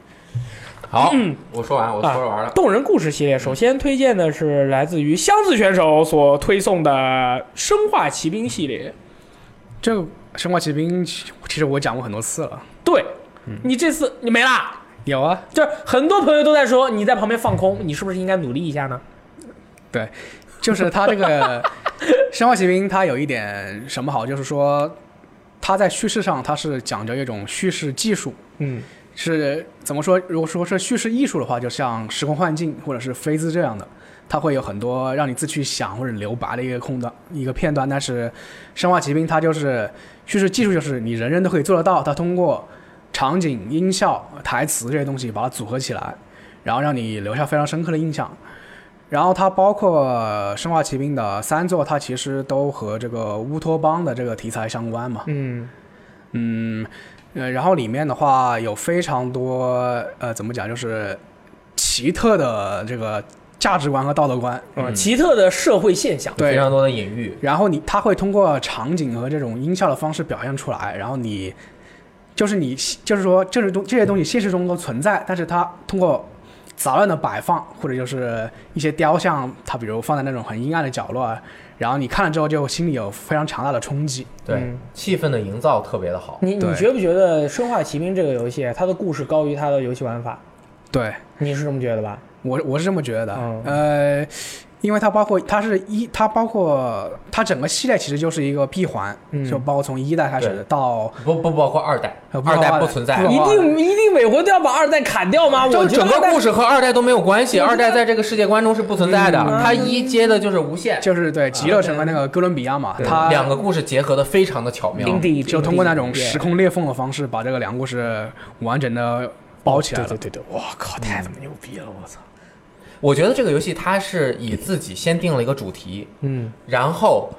S2: 好，
S1: 嗯
S2: 我说完，我
S1: 啊
S2: 说完了。
S1: 动人故事系列，
S2: 嗯
S1: 首先推荐的是来自于箱子选手所推送的《生化奇兵》系列。
S3: 这个生化奇兵其其实我讲过很多次了，
S1: 对，你这次你没啦，
S3: 有啊，
S1: 就是很多朋友都在说你在旁边放空，你是不是应该努力一下呢？
S3: 就是它这个生化奇兵，它有一点什么好，就是说它在叙事上它是讲究一种叙事技术，
S1: 嗯，
S3: 是怎么说？如果说是叙事艺术的话，就像时空幻境或者是飞兹这样的，它会有很多让你自己去想或者留白的一个空段、一个片段。但是《生化奇兵》它就是叙事技术，就是你人人都可以做得到。它通过场景、音效、台词这些东西把它组合起来，然后让你留下非常深刻的印象。然后它包括《生化奇兵》的三座，它其实都和这个乌托邦的这个题材相关嘛。
S1: 嗯
S3: 嗯，呃，然后里面的话有非常多呃，怎么讲，就是奇特的这个价值观和道德观。
S1: 啊，奇特的社会现象。
S3: 对
S2: 非常多的隐喻，
S3: 然后你它会通过场景和这种音效的方式表现出来，然后你就是你就是说这种东这些东西现实中都存在，但是它通过杂乱的摆放或者就是一些雕像，它比如放在那种很阴暗的角落，然后你看了之后就心里有非常强大的冲击。
S2: 对
S1: 嗯
S2: 气氛的营造特别的好。
S1: 你你
S3: 对
S1: 觉不觉得《生化奇兵》这个游戏，它的故事高于它的游戏玩法？
S3: 对
S1: 你是这么觉得吧？
S3: 我我是这么觉得的，
S1: 嗯
S3: 呃，因为它包括它是一，它包括它整个系列其实就是一个闭环，
S1: 嗯
S3: 就包括从一代开始
S2: 对
S3: 到
S2: 不不包括二代，
S3: 呃不包
S2: 二
S3: 括
S2: 代
S3: 二
S2: 不
S3: 代
S2: 存在
S3: 不，包
S1: 一
S3: 括
S1: 定一定每回都要把二代砍掉吗？
S2: 就
S1: 我觉
S2: 整
S1: 得
S2: 个
S1: 二代
S2: 故事和二代都没有关系，二代在这个世界观中是不存在的，
S1: 嗯
S2: 它一接的就是无限，
S3: 就是对极乐城和那个哥伦比亚嘛，它
S2: 两个故事结合的非常的巧妙。
S1: Indeed，
S3: 就通过那种
S1: indeed，
S3: 时空裂缝的方式把这个两个故事完整的包起来了。
S1: 对
S3: 嗯
S1: 对对对，哇靠，太他妈牛逼了，我操！
S2: 我觉得这个游戏它是以自己先定了一个主题，
S1: 嗯，
S2: 然后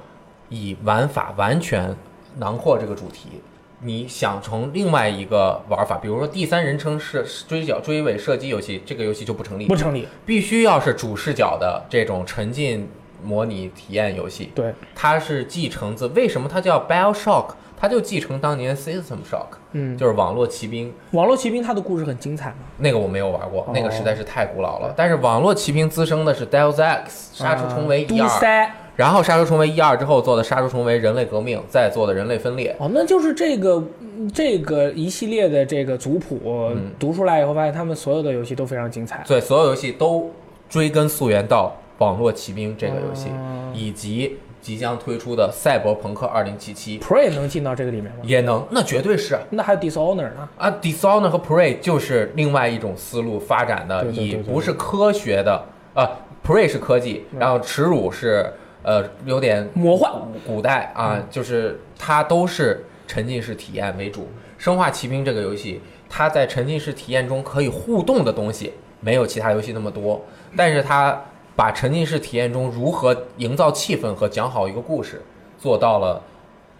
S2: 以玩法完全囊括这个主题。你想从另外一个玩法，比如说第三人称是追角追尾射击游戏，这个游戏就不成立，
S1: 不成立。
S2: 必须要是主视角的这种沉浸模拟体验游戏。
S1: 对，
S2: 它是继承自为什么它叫 BioShock，它就继承当年 System Shock，
S1: 嗯，
S2: 就是网络骑兵
S1: 网络骑兵它的故事很精彩嘛。
S2: 那个我没有玩过
S1: 哦，
S2: 那个实在是太古老了。但是网络骑兵滋生的是 Deus Ex 杀出重围一
S1: 啊都
S2: 二，
S1: 塞
S2: 然后杀出重围一二之后做的杀出重围人类革命，再做的人类分裂。
S1: 哦，那就是这个嗯这个一系列的这个族谱
S2: 嗯
S1: 读出来以后，发现他们所有的游戏都非常精彩。
S2: 所以所有游戏都追根溯源到网络骑兵这个游戏，
S1: 嗯
S2: 以及即将推出的赛博朋克二零七七
S1: Prey 能进到这个里面吗？
S2: 也能，那绝对是。
S1: 那还有 Dishonor 呢？
S2: 啊，Dishonor 和 Prey 就是另外一种思路发展的，
S1: 对对对
S2: 以
S1: 对对
S2: 不是科学的啊，Prey 是科技，然后耻辱是呃有点
S1: 魔幻
S2: 古代啊，
S1: 嗯
S2: 就是它都是沉浸式体验为主。生化奇兵这个游戏，它在沉浸式体验中可以互动的东西没有其他游戏那么多，但是它把沉浸式体验中如何营造气氛和讲好一个故事做到了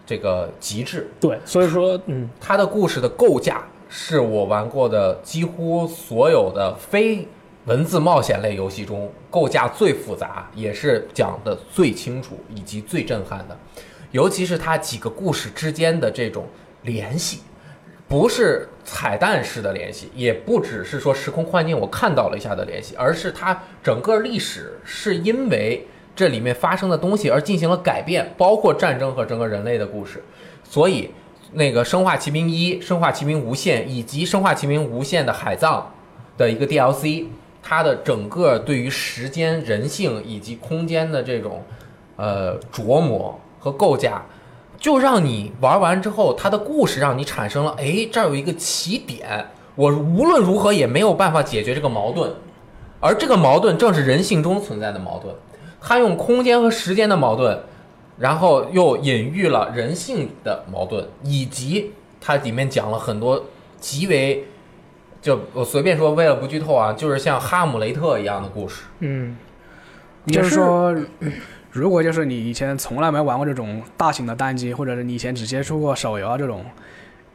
S2: 这个极致。
S1: 对，所以说，嗯，
S2: 它的故事的构架是我玩过的几乎所有的非文字冒险类游戏中构架最复杂，也是讲的最清楚以及最震撼的。尤其是它几个故事之间的这种联系，不是彩蛋式的联系，也不只是说时空幻境我看到了一下的联系，而是它整个历史是因为这里面发生的东西而进行了改变，包括战争和整个人类的故事。所以，那个《生化奇兵一》《生化奇兵无限》以及《生化奇兵无限》的海葬的一个 DLC，它的整个对于时间、人性以及空间的这种呃琢磨和构架，就让你玩完之后，它的故事让你产生了，哎，这儿有一个起点，我无论如何也没有办法解决这个矛盾，而这个矛盾正是人性中存在的矛盾。它用空间和时间的矛盾，然后又隐喻了人性的矛盾，以及它里面讲了很多极为。就我随便说，为了不剧透啊，就是像哈姆雷特一样的故事，
S1: 嗯，
S3: 就
S1: 也
S3: 是
S1: 是
S3: 说，如果就是你以前从来没玩过这种大型的单机，或者是你以前只接触过手游啊这种，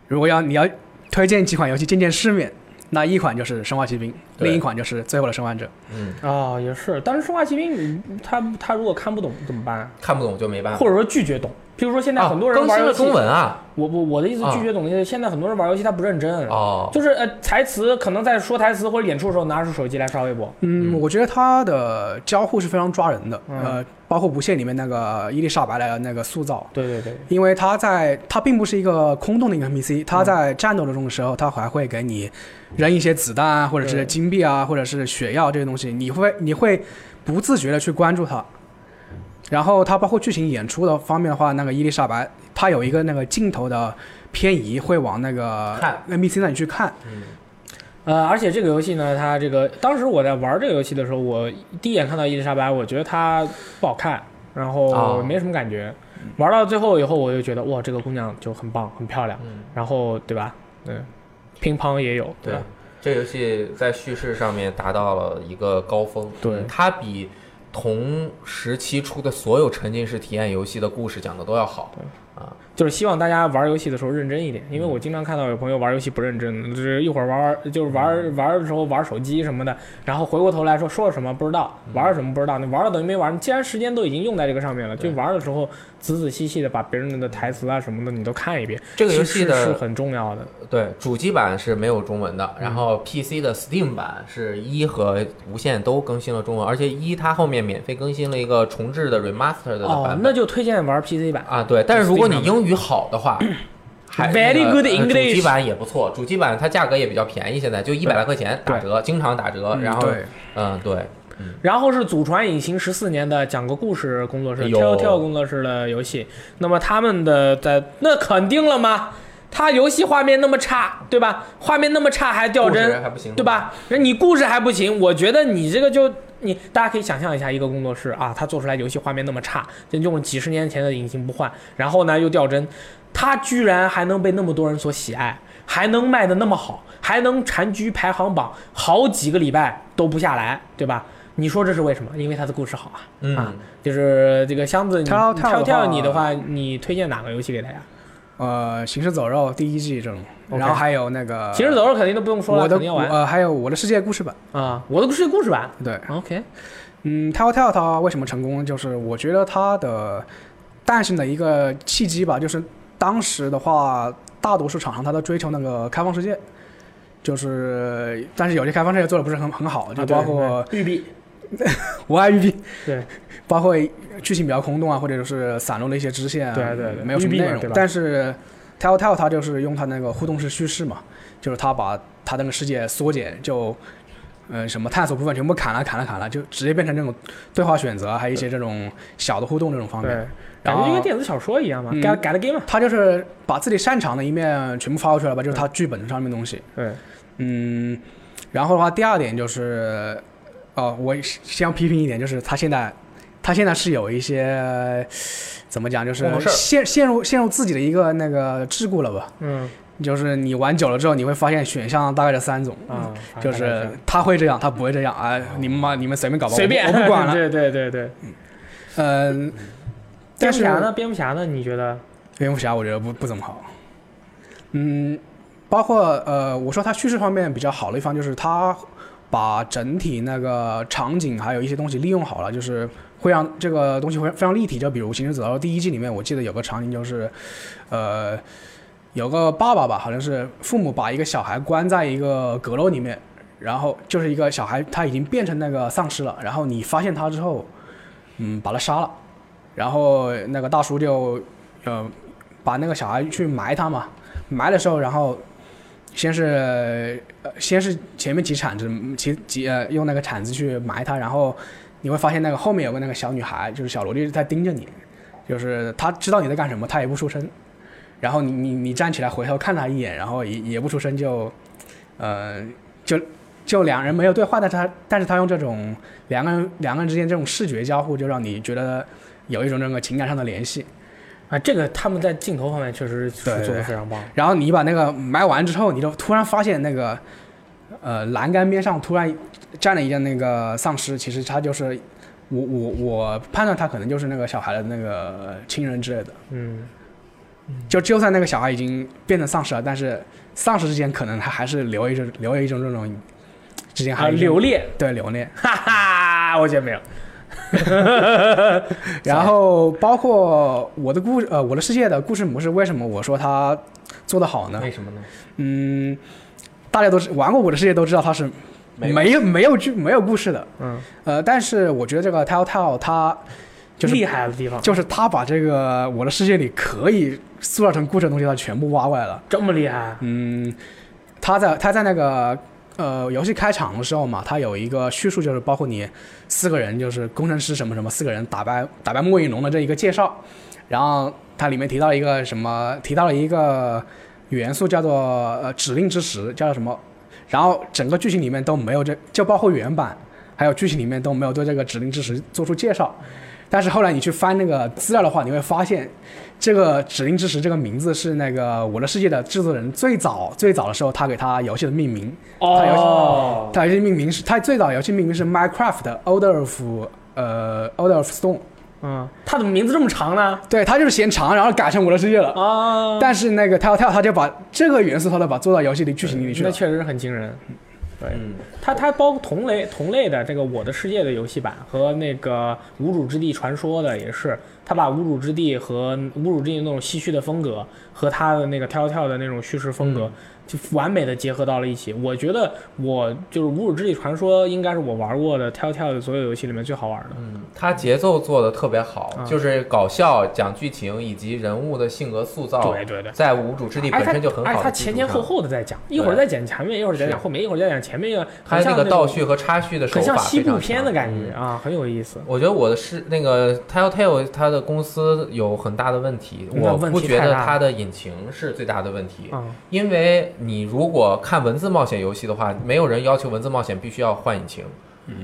S3: 如果要你要推荐几款游戏见见世面，那一款就是《生化奇兵》，
S2: 对
S3: 另一款就是《最后的生还者》。
S2: 嗯，
S1: 啊、也是。但是《生化奇兵》你，他他如果看不懂怎么办啊、
S2: 看不懂就没办法
S1: 或。者说拒绝懂？譬如说现在很多人
S2: 啊、更
S1: 玩
S2: 新
S1: 游
S2: 了
S1: 戏，
S2: 中文啊，
S1: 我我我的意思
S2: 啊
S1: 拒绝懂的意思，现在很多人玩游戏他不认真，
S2: 哦，
S1: 就是呃台词可能在说台词或者演出的时候拿出手机来刷微博，
S3: 嗯，我觉得它的交互是非常抓人的，
S1: 嗯
S3: 呃，包括《无限》里面那个伊丽莎白的那个塑造，
S1: 对对对，
S3: 因为它在它并不是一个空洞的一个
S1: 嗯
S3: NPC，它在战斗中的时候，它还会给你扔一些子弹啊，或者
S1: 对
S3: 是金币啊，或者是血药这些东西，你会你会不自觉的去关注它。然后它包括剧情演出的方面的话，那个伊丽莎白她有一个那个镜头的偏移，会往那个
S2: 看
S3: NPC 那里去看。
S2: 嗯
S1: 呃，而且这个游戏呢，它这个当时我在玩这个游戏的时候，我第一眼看到伊丽莎白，我觉得她不好看，然后
S2: 哦
S1: 没什么感觉，玩到最后以后，我就觉得哇，这个姑娘就很棒，很漂亮，
S2: 嗯，
S1: 然后对吧？嗯，乒乓也有，
S2: 对
S1: 吧，
S2: 这游戏在叙事上面达到了一个高峰，
S1: 对
S2: 嗯它比同时期出的所有沉浸式体验游戏的故事讲的都要好啊。
S1: 就是希望大家玩游戏的时候认真一点，
S2: 嗯
S1: 因为我经常看到有朋友玩游戏不认真，就是一会儿玩玩，就是
S2: 嗯
S1: 玩玩的时候玩手机什么的，然后回过头来说说了什么不知道，
S2: 嗯
S1: 玩了什么不知道，你玩了等于没玩。既然时间都已经用在这个上面了，就
S2: 对
S1: 玩的时候仔仔细细的把别人的台词啊什么的你都看一遍，
S2: 这个游
S1: 其
S2: 戏
S1: 实
S2: 的
S1: 是很重要的。
S2: 对，主机版是没有中文的，
S1: 嗯
S2: 然后 PC 的 Steam 版是一和无线都更新了中文，而且一它后面免费更新了一个重置的 remaster 的
S1: 哦
S2: 版，本。
S1: 那就推荐玩 PC 版。
S2: 啊，对，但是如果你英语好的话。还
S1: Very
S2: 那个
S1: good
S2: 呃主机
S1: English
S2: 版也不错，主机版它价格也比较便宜，现在就一百来块钱打折，经常打折。
S3: 嗯
S2: 然后
S3: 对，
S2: 嗯，对，
S1: 然后是祖传隐形十四年的讲个故事工作室
S2: 有
S1: Telltale 工作室的游戏，那么他们的在那肯定了吗？他游戏画面那么差，对吧？画面那么差还掉
S2: 故事
S1: 帧，
S2: 还不行，
S1: 对？吧？那你故事还不行，我觉得你这个就你大家可以想象一下，一个工作室啊，他做出来游戏画面那么差，就用了几十年前的引擎不换，然后呢又掉帧，他居然还能被那么多人所喜爱，还能卖的那么好，还能蝉居排行榜好几个礼拜都不下来，对吧？你说这是为什么？因为他的故事好啊，啊
S2: 嗯，
S1: 就是这个箱子你
S3: 跳
S1: 跳
S3: 跳的
S1: 跳
S3: 话
S1: 你的话，你推荐哪个游戏给大家？
S3: 呃，《行尸走肉》第一季这种，
S1: OK
S3: 然后还有那个《
S1: 其实走肉肯定都不用说了，
S3: 呃我
S1: 肯
S3: 的
S1: 定要玩啊、
S3: 呃，还有《我的世界》故事版，
S1: 我的是故事版
S3: 对，
S1: ，OK，
S3: 嗯，Telltale 它为什么成功？就是我觉得它的诞生的一个契机吧，就是当时的话，大多数厂商它都追求那个开放世界，就是但是有些开放世界做的不是很很好，哦就
S1: 啊对
S3: 包括
S1: 育碧，
S3: 我爱育碧，
S1: 对，
S3: 包括剧情比较空洞啊，或者就是散落的一些支线、啊，
S1: 对对对
S3: 没有什么
S1: 育碧嘛
S3: 内容
S1: 对吧。
S3: 但是 Telltale 它就是用它那个互动式叙事嘛，就是它把它那个世界缩减，就呃什么探索部分全部砍了砍了砍了，就直接变成这种对话选择啊，还有一些这种小的互动这种方面。
S1: 对，感觉就
S3: 然
S1: 跟
S3: 后
S1: 电子小说一样嘛，
S3: 嗯
S1: 改改了 game 嘛，
S3: 它就是把自己擅长的一面全部发挥出来吧，就是它剧本上面的东西。
S1: 对，
S3: 嗯，然后的话，第二点就是，哦，我先要批评一点，就是他现在，他现在是有一些怎么讲，就是
S2: 公共事儿
S3: 陷陷入陷入自己的一个那个桎梏了吧？
S1: 嗯
S3: 就是你玩久了之后，你会发现选项大概这三种，
S1: 啊，
S3: 嗯就
S1: 反正
S3: 是他会这样，他不会这样，哎，你们妈，你们随便搞吧，
S1: 哦随便，
S3: 我不我不管了。
S1: 对对对对，
S3: 嗯、
S1: 蝙
S3: 但
S1: 蝠
S3: 是
S1: 侠呢？蝙蝠侠呢？你觉得？
S3: 蝙蝠侠我觉得不不怎么好。嗯，包括呃，我说它叙事方面比较好的一方就是它把整体那个场景还有一些东西利用好了，就是会让这个东西会非常立体。就比如《行尸走肉》第一季里面，我记得有个场景就是，呃。有个爸爸吧，好像是父母把一个小孩关在一个阁楼里面，然后就是一个小孩他已经变成那个丧尸了，然后你发现他之后，嗯，把他杀了，然后那个大叔就呃把那个小孩去埋他嘛，埋的时候，然后先是、呃、先是前面几铲子，几几呃用那个铲子去埋他，然后你会发现那个后面有个那个小女孩，就是小萝莉在盯着你，就是她知道你在干什么，她也不出声，然后你你你站起来回头看她一眼，然后也也不出声就，呃就。就两人没有对话，但是他但是他用这种两个人两个人之间这种视觉交互，就让你觉得有一种这个情感上的联系。
S1: 啊，这个他们在镜头方面确实是
S3: 对对
S1: 做的非常棒，
S3: 然后你把那个埋完之后，你就突然发现那个，呃，栏杆边上突然站了一件那个丧尸，其实他就是我我我判断他可能就是那个小孩的那个亲人之类的。
S1: 嗯，
S3: 就就算那个小孩已经变成丧尸了，但是丧尸之间可能他还是留一种留有一种这种之间还
S1: 啊，
S3: 有一种
S1: 留恋，
S3: 对留恋。
S1: 哈哈，我觉得没 有，
S3: 然后包括我的故呃我的世界的故事模式，为什么我说他做得好呢
S2: 为？什么呢？
S3: 嗯，大家都是玩过我的世界都知道它是
S2: 没有
S3: 没有没有剧没有故事的。
S1: 嗯，
S3: 呃，但是我觉得这个 Telltale 它就是
S1: 厉害的地方，
S3: 就是它把这个我的世界里可以塑造成故事的东西，它全部挖过来了。
S1: 这么厉害，
S3: 嗯，他在他在那个呃游戏开场的时候嘛，他有一个叙述，就是包括你四个人，就是工程师什么什么四个人打败打败末影龙的这一个介绍，然后它里面提到一个什么，提到了一个元素叫做呃指令之石，叫做什么，然后整个剧情里面都没有这，就包括原版还有剧情里面都没有对这个指令之石做出介绍。但是后来你去翻那个资料的话，你会发现，这个《指令之石》这个名字是那个《我的世界》的制作人最早最早的时候，他给他游戏的命名。他游戏
S1: 哦，
S3: 他游戏命名是，他最早游戏命名是《Minecraft Order of 呃 Order of Stone，
S1: 嗯，他怎么名字这么长呢？
S3: 对他就是嫌长，然后改成我的世界了。
S1: 啊，
S3: 但是那个 Telltale 他就把这个元素，他都把做到游戏里剧情里去
S1: 那
S3: 了。
S1: 确实很惊人。对，
S2: 嗯，
S1: 它它包括同类同类的这个《我的世界》的游戏版和那个《无主之地传说》的也是，它把《无主之地》和《无主之地》那种唏嘘的风格和它的那个跳跳的那种叙事风
S2: 嗯
S1: 格，就完美的结合到了一起。我觉得我就是《无主之地传说》应该是我玩过的跳跳的所有游戏里面最好玩的。
S2: 他节奏做的特别好，
S1: 啊
S2: 就是搞笑、讲剧情以及人物的性格塑造，
S1: 对对对。
S2: 在无主之地
S1: 而
S2: 本
S1: 且
S2: 身就
S1: 哎它
S2: 很
S1: 而且
S2: 好
S1: 它
S2: 的
S1: 前
S2: 基础
S1: 前后
S2: 上。
S1: 后的在讲，一会儿在讲前面，一会儿在讲
S2: 是
S1: 后面，一会儿在讲前面，一个
S2: 他
S1: 很像
S2: 那个
S1: 种
S2: 倒叙和插叙的手
S1: 很像
S2: 法
S1: 西
S2: 非
S1: 部
S2: 常
S1: 片
S2: 强
S1: 的感觉
S2: 嗯
S1: 啊，很有意思。
S2: 我觉得我的是那个 Telltale 它的公司有很大的问题，
S1: 那
S2: 我
S1: 问
S2: 不
S1: 题
S2: 觉
S1: 太
S2: 得
S1: 大
S2: 它的引擎是最大的问题，
S1: 嗯，
S2: 因为你如果看文字冒险游戏的话，没有人要求文字冒险必须要换引擎。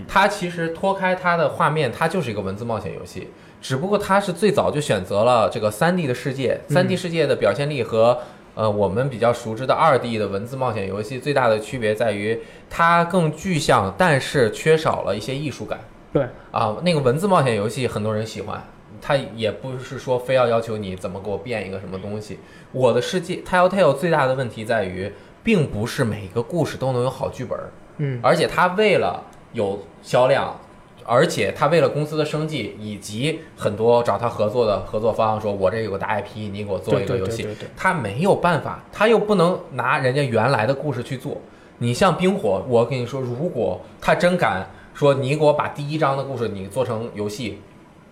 S2: 它其实脱开它的画面，它就是一个文字冒险游戏，只不过它是最早就选择了这个三 D 的世界，三 D 世界的表现力和呃我们比较熟知的二 D 的文字冒险游戏最大的区别在于，它更具象，但是缺少了一些艺术感。
S1: 对
S2: 啊，那个文字冒险游戏很多人喜欢，它也不是说非要要求你怎么给我变一个什么东西。我的世界 Telltale 最大的问题在于，并不是每个故事都能有好剧本儿，
S1: 嗯，
S2: 而且它为了有销量。而且它为了公司的生计，以及很多找他合作的合作方说，我这有个大 IP，你给我做
S1: 对
S2: 一个
S1: 对
S2: 游
S1: 对
S2: 戏，
S1: 对对。
S2: 他没有办法，他又不能拿人家原来的故事去做。你像冰火，我跟你说，如果他真敢说你给我把第一章的故事你做成游戏，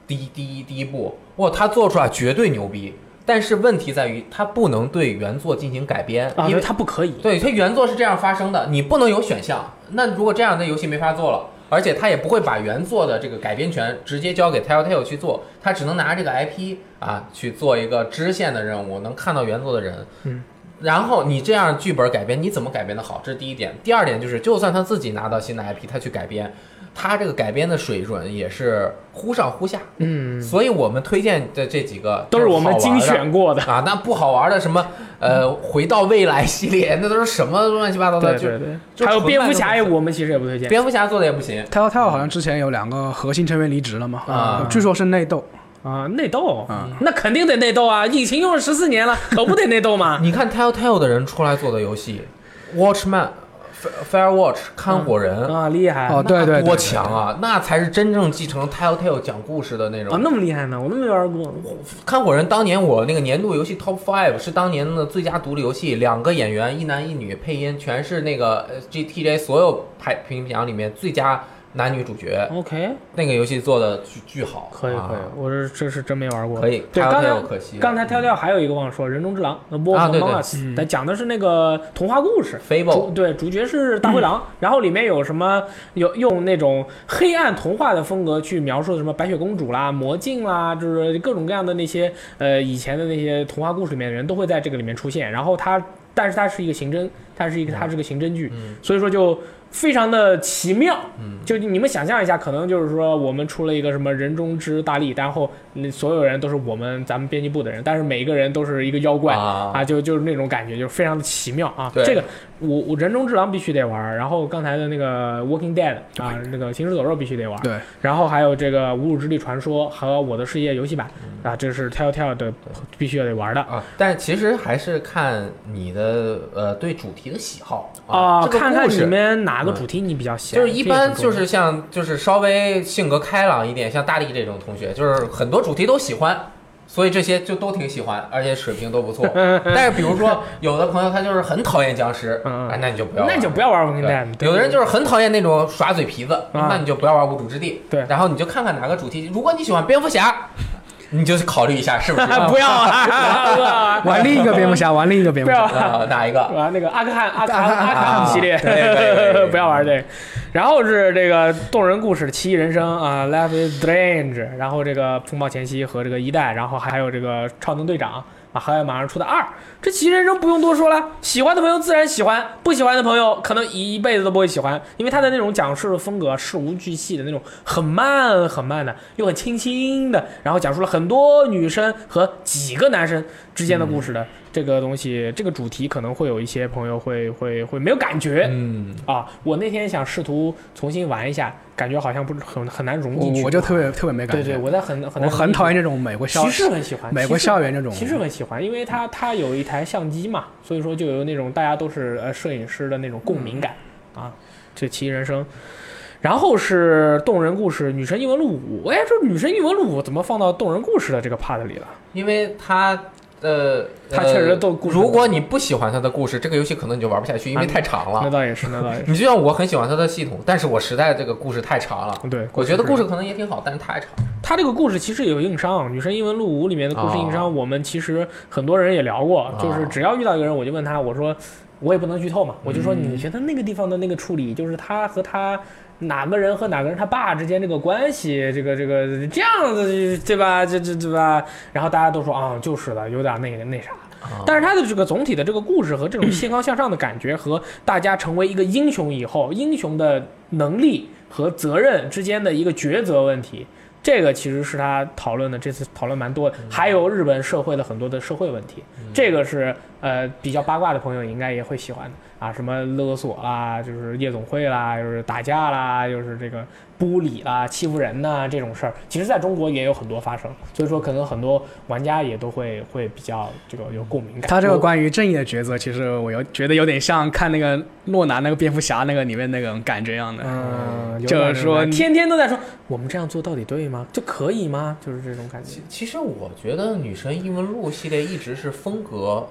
S2: 第一第一第一部，哇，他做出来绝对牛逼。但是问题在于，他不能对原作进行改编，
S1: 啊，
S2: 因
S1: 因为
S2: 为
S1: 它不可以。
S2: 对它原作是这样发生的，你不能有选项。那如果这样，那游戏没法做了。而且他也不会把原作的这个改编权直接交给 Telltale 去做，他只能拿这个 IP 啊去做一个支线的任务，能看到原作的人。
S1: 嗯。
S2: 然后你这样剧本改编，你怎么改编的好？这是第一点。第二点就是，就算他自己拿到新的 IP，他去改编，他这个改编的水准也是忽上忽下。
S1: 嗯，
S2: 所以我们推荐的这几个
S1: 都是我们
S2: 好玩
S1: 精
S2: 的
S1: 选过 的。
S2: 啊，那不好玩的什么呃，回到未来系列， 那都是什么乱七八糟的，
S1: 对
S2: 就
S1: 对对，
S2: 就
S1: 还有
S2: 纯
S1: 蝙蝠
S2: 漫
S1: 侠
S2: 的
S1: 也，
S2: 东西
S1: 我们其实也不推荐。
S2: 蝙蝠侠做的也不行，
S3: Telltale 好像之前有两个核心成员离职了嘛，呃
S2: 啊
S3: 据说是内斗
S1: 啊，内斗
S3: 啊，
S1: 那肯定得内斗啊！引擎用了十四年了，可不得内斗 吗？
S2: 你看 Telltale 的人出来做的游戏，Watchman、Fire- Firewatch 看火人，
S1: 啊，厉害
S3: 哦
S1: 那
S3: 对对对
S2: 多强啊！那才是真正继承 Telltale 讲故事的那
S1: 啊，
S2: 种。
S1: 那么厉害呢？我都没玩过。
S2: 看火人当年我那个年度游戏 Top Five 是当年的最佳独立游戏，两个演员一男一女配音，全是那个呃 GTJ 所有排评奖里面最佳男女主角。
S1: OK，
S2: 那个游戏做的巨巨好，
S1: 可以
S2: 啊
S1: 可以，我是这是真没玩过。
S2: 可以。
S1: 对，
S2: 还有
S1: 刚
S2: 还有
S1: 才
S2: 可惜，
S1: 刚才跳跳还有一个忘了说，《人中之狼》The Wolf
S2: 啊对
S1: Among
S2: 对
S1: Us，它讲的是那个童话故事。主
S2: Fable
S1: 对主角是大灰狼，然后里面有什么有用那种黑暗童话的风格去描述什么白雪公主啦、魔镜啦，就是各种各样的那些呃以前的那些童话故事里面的人都会在这个里面出现。然后它，但是它是一个刑侦，它是一个它是个刑侦剧，
S2: 嗯
S1: 所以说就非常的奇妙。就你们想象一下，可能就是说我们出了一个什么人中之大力，然后嗯所有人都是我们咱们编辑部的人，但是每一个人都是一个妖怪
S2: 啊
S1: 啊，就就是那种感觉，就是非常的奇妙啊。
S2: 对
S1: 这个我我人中之狼必须得玩儿，然后刚才的那个 Walking Dead 啊，那个行尸走肉必须得玩，
S3: 对，
S1: 然后还有这个无主之地传说和我的世界游戏版
S2: 嗯
S1: 啊，这是 Telltale 的必须要得玩的。
S2: 啊，但其实还是看你的呃对主题的喜好
S1: 啊、
S2: 这个
S1: 看看
S2: 故事嗯
S1: 你们哪个主题你比较喜
S2: 就
S1: 欢。
S2: 是一
S1: 这也
S2: 般
S1: 很重
S2: 就
S1: 要
S2: 是像就是稍微性格开朗一点，像大力这种同学，就是很多主题都喜欢，所以这些就都挺喜欢，而且水平都不 错。但是比如说有的朋友他就是很讨厌僵尸，
S1: 嗯嗯
S2: 哎，那你就不要玩，
S1: 那就不要玩 Walking
S2: 对
S1: Dead，对啊
S2: 有的人就是很讨厌那种耍嘴皮子，那你就不要玩无主之地。
S1: 对
S2: 然后你就看看哪个主题，如果你喜欢蝙蝠侠，你就考虑一下是不是
S1: 啊不要 啊，不要 啊，
S3: 玩另一个蝙蝠侠，玩另一个蝙
S1: 不
S3: 蝠
S1: 要
S3: 侠。
S1: 啊。
S2: 啊哪一个？
S1: 玩那个阿克汉阿克
S3: 啊
S1: 阿阿克汉姆系列
S2: 对对对对，对
S1: 不要玩这个。然后是这个动人故事《奇异人生》啊，《Life is Strange》，然后这个《风暴前夕》和这个一代，然后还有这个《超能队长》啊，还有马上出的二。这《奇异人生》不用多说了，喜欢的朋友自然喜欢，不喜欢的朋友可能一辈子都不会喜欢，因为他的那种讲述的风格事无巨细的那种，很慢很慢的，又
S2: 嗯
S1: 很清新的，然后讲述了很多女生和几个男生之间的故事的。这个东西，这个主题可能会有一些朋友会会会没有感觉、
S2: 嗯，
S1: 啊。我那天想试图重新玩一下，感觉好像不是很很难融进去。
S3: 我我就特别特别没感
S1: 对
S3: 觉。
S1: 对，我在很很
S3: 我
S1: 难
S3: 很讨厌
S1: 这
S3: 这种美国校
S1: 骑士很喜欢
S3: 美国
S1: 骑士
S3: 校园这种嗯
S1: 其实很喜欢，因为它它有一台相机嘛，所以说就有那种大家都是呃摄影师的那种共
S3: 嗯
S1: 鸣感、啊，这《奇异人生》。然后是动人故事《女神异闻录五》，哎，这《女神异闻录五》怎么放到动人故事的这个 part 里了？
S2: 因为它呃，
S1: 它确实
S2: 呃
S1: 都故事
S2: 如果你不喜欢它的故事，这个游戏可能你就玩不下去，因为
S1: 嗯
S2: 太长
S1: 那
S2: 了。
S1: 倒也是，那倒也是，
S2: 你就像我很喜欢它的系统，但是我实在这个故事太长了。
S1: 对。
S2: 我觉得
S1: 是
S2: 故事可能也挺好，但是太长了。
S1: 他这个故事其实有硬伤，《女神异闻录五》里面的故事硬
S2: 哦
S1: 伤，我们其实很多人也聊过，
S2: 哦
S1: 就是只要遇到一个人，我就问他，我说我也不能剧
S2: 嗯
S1: 透嘛，我就说你觉得那个地方的那个处理，就是他和他。哪个人和哪个人他爸之间这个关系，这个这个这样子对吧？这这对吧？然后大家都说啊，就是的，有点那个那啥。
S2: 哦
S1: 但是他的这个总体的这个故事和这种健康向上的感觉，和大家成为一个英雄以后，英雄的能力和责任之间的一个抉择问题，这个其实是他讨论的，这次讨论蛮多的，
S2: 嗯
S1: 还有日本社会的很多的社会问题，这个是呃比较八卦的朋友应该也会喜欢的啊，什么勒索啦，就是夜总会啦，就是打架啦，就是这个bully 啦、欺负人呐、这种事儿，其实在中国也有很多发生，所以说可能很多玩家也都会会比较这个有共鸣感。
S3: 他这个
S1: 我
S3: 关于正义的抉择，其实我有觉得有点像看那个诺兰那个蝙蝠侠那个里面那种感觉一样的。
S1: 嗯，有
S3: 就是
S1: 点
S3: 说
S1: 有点
S3: 你
S1: 天天都在说我们这样做到底对吗？这可以吗？就是这种感觉
S2: 其。其实我觉得《女神异闻录》系列一直是风格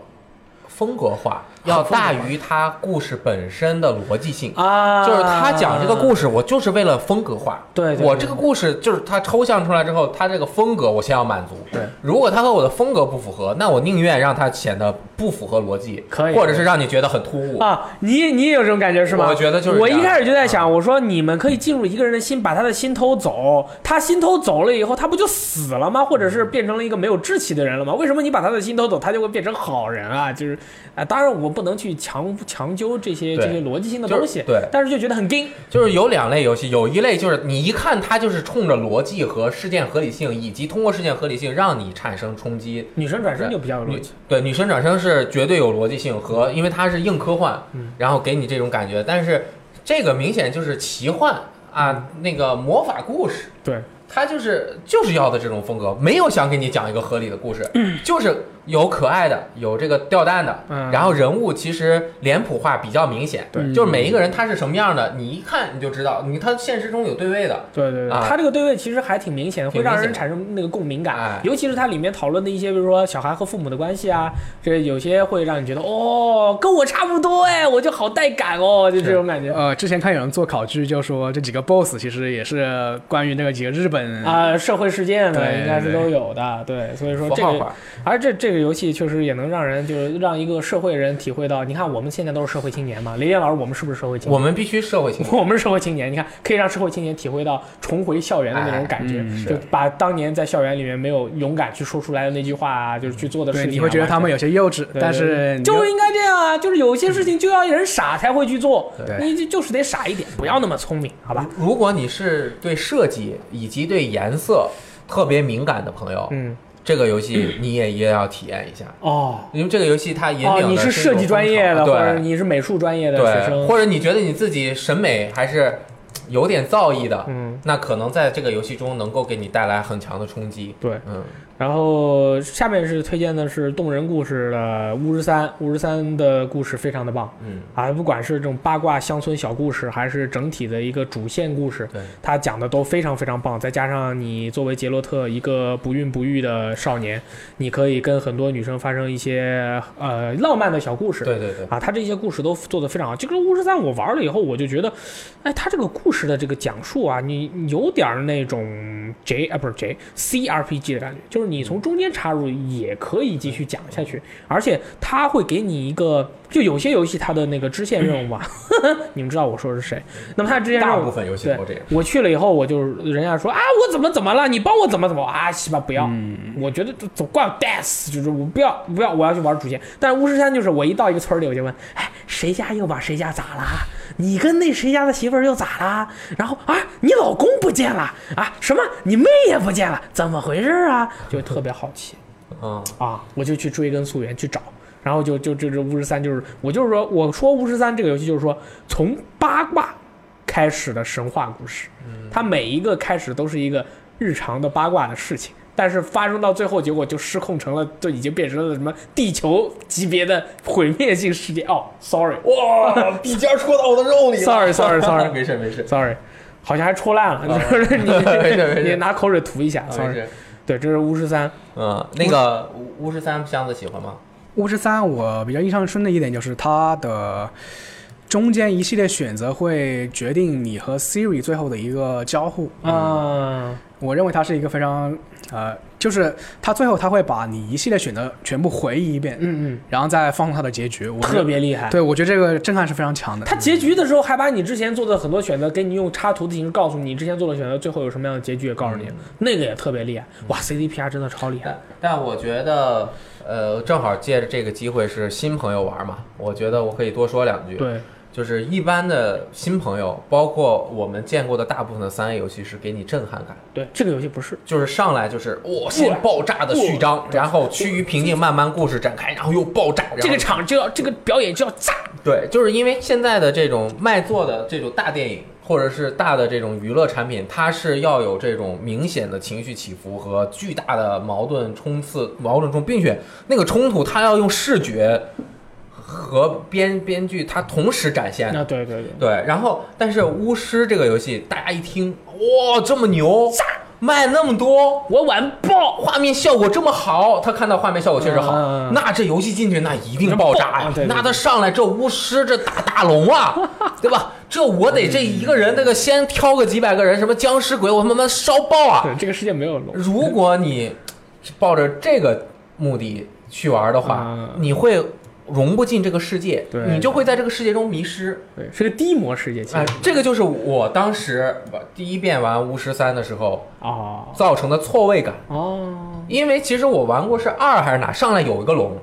S2: 风格化，要大于它故事本身的逻辑性。
S1: 啊，
S2: 就是他讲这个故事，我就是为了风格化。
S1: 对对
S2: 我
S1: 对
S2: 这个故事就是他抽象出来之后，他这个风格我先要满足。
S1: 对，
S2: 如果他和我的风格不符合，那我宁愿让他显得不符合逻辑，
S1: 可以
S2: 或者是让你觉得很突兀。
S1: 啊，你你也有这种感觉是吗？
S2: 我觉得就是
S1: 我
S2: 这
S1: 一
S2: 样嗯
S1: 开始就在想，我说你们可以进入一个人的心，把他的心偷走，他心偷走了以后，他不就死了吗？或者是变成了一个没有志气的人了吗？为什么你把他的心偷走，他就会变成好人啊？就是，啊、当然我不能去强强究这些
S2: 对
S1: 这些逻辑性的
S2: 就是
S1: 东西，
S2: 对
S1: 但是就觉得很 gay，
S2: 就是有两类游戏，有一类就是你一看它就是冲着逻辑和事件合理性，以及通过事件合理性让你产生冲击。
S1: 女生转身就比较有逻
S2: 女
S1: 辑。嗯
S2: 对女神转生是绝对有逻辑性和，因为它是硬科幻，然后给你这种感觉。但是这个明显就是奇幻啊，
S1: 嗯
S2: 那个魔法故事，
S1: 对，
S2: 它就是就是要的这种风格，没有想给你讲一个合理的故事，就是有可爱的，有这个吊蛋的，
S1: 嗯
S2: 然后人物其实脸谱化比较明显，
S3: 对
S2: 就
S1: 嗯
S2: 是每一个人他是什么样的，你一看你就知道，你他现实中有对位的，
S1: 对对对，
S2: 啊
S1: 他这个对位其实还挺明显的，
S2: 挺
S1: 会
S2: 明显
S1: 让人产生那个共鸣感
S2: 哎，
S1: 尤其是它里面讨论的一些，比如说小孩和父母的关系啊，这有些会让你觉得哦，跟我差不多哎，我就好带感哦，就这种感觉
S3: 呃，之前看有人做考据，就说这几个 BOSS 其实也是关于那个几个日
S2: 嗯
S3: 本
S1: 啊、社会事件呢
S3: 对
S1: 应该是
S3: 对
S1: 都有的，对，所以说
S2: 符
S1: 这
S2: 号
S1: 个
S2: 化，
S1: 而这这个游戏确实也能让人就是让一个社会人体会到，你看我们现在都是社会青年嘛，雷电老师，我们是不是社会青年？
S2: 我们必须社会性。
S1: 我们是社会青年，你看可以让社会青年体会到重回校园的那种感觉，
S3: 哎嗯
S1: 就把当年在校园里面没有勇敢去说出来的那句话啊，就是去做的事
S3: 对，
S1: 情啊、
S3: 你会觉得他们有些幼稚，
S1: 对
S3: 但
S1: 对
S3: 是你
S1: 就应该这样啊，就是有些事情就要人傻才会去做，
S3: 对
S1: 你就就是得傻一点，不要那么聪明，好吧？
S2: 如果你是对设计以及对颜色特别敏感的朋友，
S1: 嗯，
S2: 这个游 戏你也也要体验一下，
S1: 哦。
S2: 因为这个游戏它引领
S1: 哦
S2: 的，
S1: 你
S2: 是
S1: 是
S2: 一种
S1: 设计专业的，
S2: 风
S1: 或
S2: 潮
S1: 者
S2: 对
S1: 你是美术专业的学
S2: 对，
S1: 生，
S2: 或者你觉得你自己审美还是有点造诣的，
S1: 嗯，
S2: 那可能在这个游戏中能够给你带来很强的冲击。
S1: 对，
S2: 嗯，
S1: 然后下面是推荐的是动人故事的《巫师三》，《巫师三》的故事非常的棒，
S2: 嗯，
S1: 啊，不管是这种八卦乡村小故事，还是整体的一个主线故事，
S2: 对，
S1: 他讲的都非常非常棒。再加上你作为杰洛特一个不孕不育的少年，你可以跟很多女生发生一些呃浪漫的小故事。
S2: 对对对，
S1: 啊，他这些故事都做得非常好。这个巫师三我玩了以后，我就觉得，哎，他这个故事的这个讲述啊，你你有点儿那种 J 啊，不是 J C R P G 的感觉，就是你从中间插入也可以继续讲下去，而且他会给你一个，就有些游戏它的那个支线任务啊， 你们知道我说的是谁？那么他的支线
S2: 大
S1: 任务
S2: 部分游戏
S1: 对
S2: 都这样。
S1: 我去了以后，我就是人家说啊，我怎么怎么了？你帮我怎么怎么啊？西吧，不要，我觉得走挂 death 就是我不要不要，我要去玩主线。但是巫师三就是我一到一个村儿里，我就问，哎，谁家又把谁家咋啦？你跟那谁家的媳妇儿又咋啦？然后啊，你老公不见了啊？什么？你妹也不见了？怎么回事啊？就特别好奇
S2: 嗯，
S1: 啊，我就去追根溯源去找。然后就就就这巫师三就是我就是说我说巫师三这个游戏就是说从八卦开始的神话故事，
S2: 嗯
S1: 它每一个开始都是一个日常的八卦的事情。但是发生到最后，结果就失控成了，就已经变成了什么地球级别的毁灭性事件。哦，sorry，sorry，sorry，sorry，sorry
S2: 哇，笔尖戳到我的肉里了
S1: Sorry, sorry, sorry
S2: 没事没事
S1: sorry，好像还戳烂了，就是
S2: 哦没事没
S1: 你你
S2: 事
S1: 拿口水涂一下
S2: 啊没
S1: ，sorry。
S2: 事。
S1: 对，这是巫师三，
S2: 嗯，那个巫巫师三箱子喜欢吗？
S3: 巫师三我比较印象深的一点就是它的中间一系列选择会决定你和 Siri 最后的一个交互。
S1: 嗯，
S3: 我认为它是一个非常呃，就是它最后它会把你一系列选择全部回忆一遍，
S1: 嗯
S3: 然后再放出它的结局。我
S1: 嗯，
S3: 觉得
S1: 特别厉害。
S3: 对，我觉得这个震撼是非常强的。
S1: 他结局的时候还把你之前做的很多选择，给你用插图的形式告诉你，你之前做的选择最后有什么样的结局，也告诉
S2: 嗯
S1: 你，那个也特别厉害。哇，CDPR 真的超厉害。
S2: 但但我觉得，呃，正好借着这个机会是新朋友玩嘛，我觉得我可以多说两句。
S1: 对，
S2: 就是一般的新朋友，包括我们见过的大部分的三 A 游戏是给你震撼感，
S1: 对，这个游戏不是，
S2: 就是上来就是哇、先爆炸的序章，然后趋于平静，慢慢故事展开，然后又爆炸，然后
S1: 这个场就要这个表演就要炸。
S2: 对，就是因为现在的这种卖座的这种大电影，或者是大的这种娱乐产品，它是要有这种明显的情绪起伏和巨大的矛盾冲刺、矛盾冲，并且那个冲突它要用视觉和编编剧它同时展现
S1: 啊，
S2: 的。
S1: 对对对，
S2: 对，然后但是巫师这个游戏，大家一听哇这么牛，卖那么多，
S1: 我晚爆，
S2: 画面效果这么好，他看到画面效果确实好，
S1: 嗯
S2: 那这游戏进去那一定爆炸呀、
S1: 嗯对对对
S2: 那他上来这巫师这打大龙 啊，对吧？这我得这一个人那个先挑个几百个人，什么僵尸鬼，我他妈烧爆啊！
S1: 对，这个世界没有龙。
S2: 如果你抱着这个目的去玩的话，
S1: 嗯
S2: 你会融不进这个世界
S1: 对，
S2: 你就会在这个世界中迷失。
S1: 对，是个低模世界，其
S2: 哎
S1: 实。，
S2: 这个就是我当时第一遍玩巫师三的时候
S1: 哦
S2: 造成的错位感。
S1: 哦，
S2: 因为其实我玩过是二还是哪，上来有一个龙，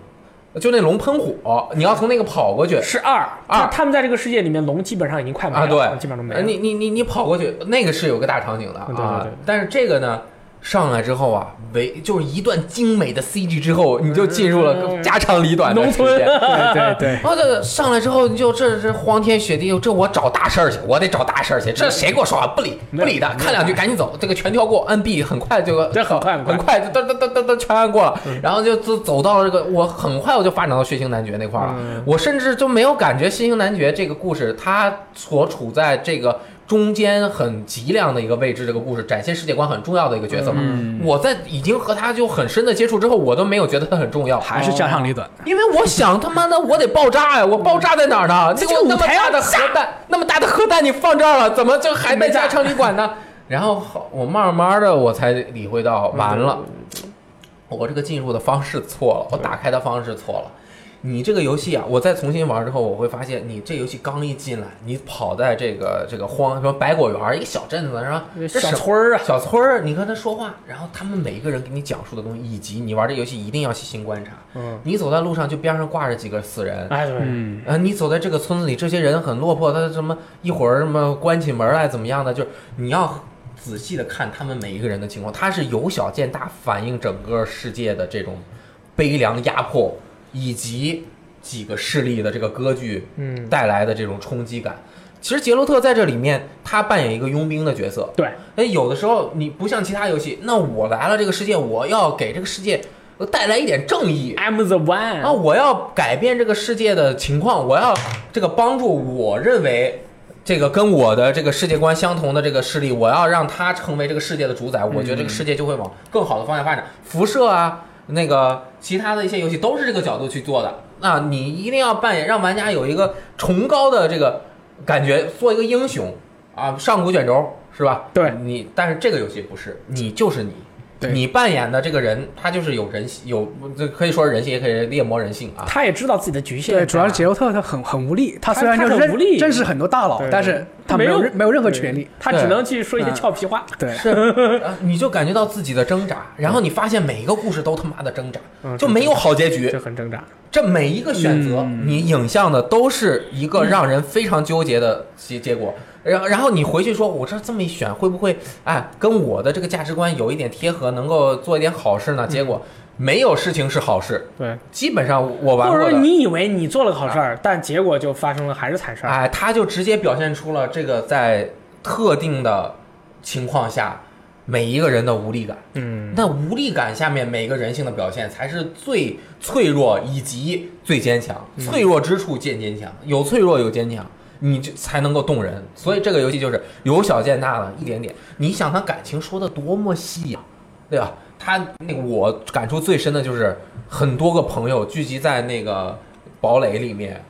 S2: 就那龙喷火，你要从那个跑过去
S1: 是二
S2: 二
S1: 他他们在这个世界里面，龙基本上已经快没
S2: 啊，
S1: 了，
S2: 对，
S1: 基本上都没
S2: 呃
S1: 了。
S2: 你你你你跑过去，那个是有个大场景的
S1: 嗯对对
S2: 啊
S1: 对，
S2: 但是这个呢，上来之后啊，围就是一段精美的 CG 之后，你就进入了家长里短
S1: 嗯
S2: 的
S1: 农
S2: 世界
S1: 村。
S3: 对对 对，
S2: 然后这个上来之后，你就这这荒天雪地，这我找大事儿去，我得找大事儿去。这谁跟我说话不理
S1: 没有
S2: 不理的
S1: 没，有
S2: 看两句赶紧走，这个全跳过摁 B，很快就
S1: 这很快很快嗯
S2: 很快就噔噔噔噔噔全按过了，然后就走走到了这个，我很快我就发展到血腥男爵那块儿了
S1: 嗯，
S2: 我甚至就没有感觉血腥男爵这个故事它所处在这个。中间很极量的一个位置，这个故事展现世界观很重要的一个角色嘛。
S1: 嗯
S2: 我在已经和他就很深的接触之后，我都没有觉得他很重要，
S3: 还是家长里短。
S2: 因为我想他妈的，我得爆炸呀！我爆炸在哪儿呢？这
S1: 这个嗯
S2: 那
S1: 舞
S2: 么
S1: 台
S2: 大的核弹，那么大的核弹你放这儿了，怎么就还在
S1: 没炸
S2: 家长里短呢？然后好我慢慢的我才理会到，完了，我这个进入的方式错了，我打开的方式错了。你这个游戏啊，我再重新玩之后，我会发现，你这游戏刚一进来，你跑在这个这个荒什么百果园儿一个小镇子是吧？这
S1: 小
S2: 什么
S1: 村儿啊，
S2: 小村儿，你跟他说话，然后他们每一个人给你讲述的东西，以及你玩这游戏一定要细心观察。
S1: 嗯，
S2: 你走在路上就边上挂着几个死人，
S1: 哎对，
S3: 嗯，
S2: 呃，你走在这个村子里，这些人很落魄，他什么一会儿什么关起门来怎么样的，就是你要仔细的看他们每一个人的情况，他是由小见大，反映整个世界的这种悲凉、压迫以及几个势力的这个割据
S1: 嗯，
S2: 带来的这种冲击感。其实杰洛特在这里面，他扮演一个佣兵的角色，
S1: 对，
S2: 哎，有的时候你不像其他游戏，那我来了这个世界，我要给这个世界呃带来一点正义，
S1: I'm the one
S2: 啊，我要改变这个世界的情况，我要这个帮助我认为这个跟我的这个世界观相同的这个势力，我要让它成为这个世界的主宰，我觉得这个世界就会往更好的方向发展。辐射啊，那个其他的一些游戏都是这个角度去做的。那你一定要扮演，让玩家有一个崇高的这个感觉，做一个英雄啊，上古卷轴是吧？
S1: 对
S2: 你，但是这个游戏不是，你就是你。
S3: 对
S2: 你扮演的这个人，他就是有人性，有这可以说是人性，也可以猎魔人性啊。
S1: 他也知道自己的局限。
S3: 对，主要是杰洛特他很很无力，他
S1: 他
S3: 虽然
S1: 他
S3: 就
S1: 很
S3: 认
S1: 无力
S3: 认识很多大佬
S1: 对，
S3: 但是他没有
S1: 没有
S3: 任没有任何权利。
S1: 他只能去
S2: 嗯
S1: 说一些俏皮话。
S3: 对，
S2: 是，啊你就感觉到自己的挣扎，然后你发现每一个故事都他妈的挣扎，
S1: 嗯
S2: 就没有好结局
S1: 这。很挣扎，
S2: 这每一个选择，
S1: 嗯
S2: 你影像的都是一个让人非常纠结的结结果。然后，然后你回去说，我这这么一
S1: 嗯
S2: 选，会不会哎跟我的这个价值观有一点贴合，能够做一点好事呢？结果没有事情是好事，
S1: 对，
S2: 基本上我玩
S1: 或
S2: 过
S1: 者说
S2: 的。啊
S1: 你以为你做了个好事儿，但结果就发生了还是惨事儿。
S2: 哎，他就直接表现出了这个在特定的情况下每一个人的无力感。
S1: 嗯，
S2: 那无力感下面每个人性的表现才是最脆弱以及最坚强，
S1: 嗯
S2: 脆弱之处见坚强，有脆弱有坚强，你这才能够动人。所以这个游戏就是由小见大了一点点。你想他感情说的多么细啊呀、对吧？他那个我感触最深的就是很多个朋友聚集在那个堡垒里面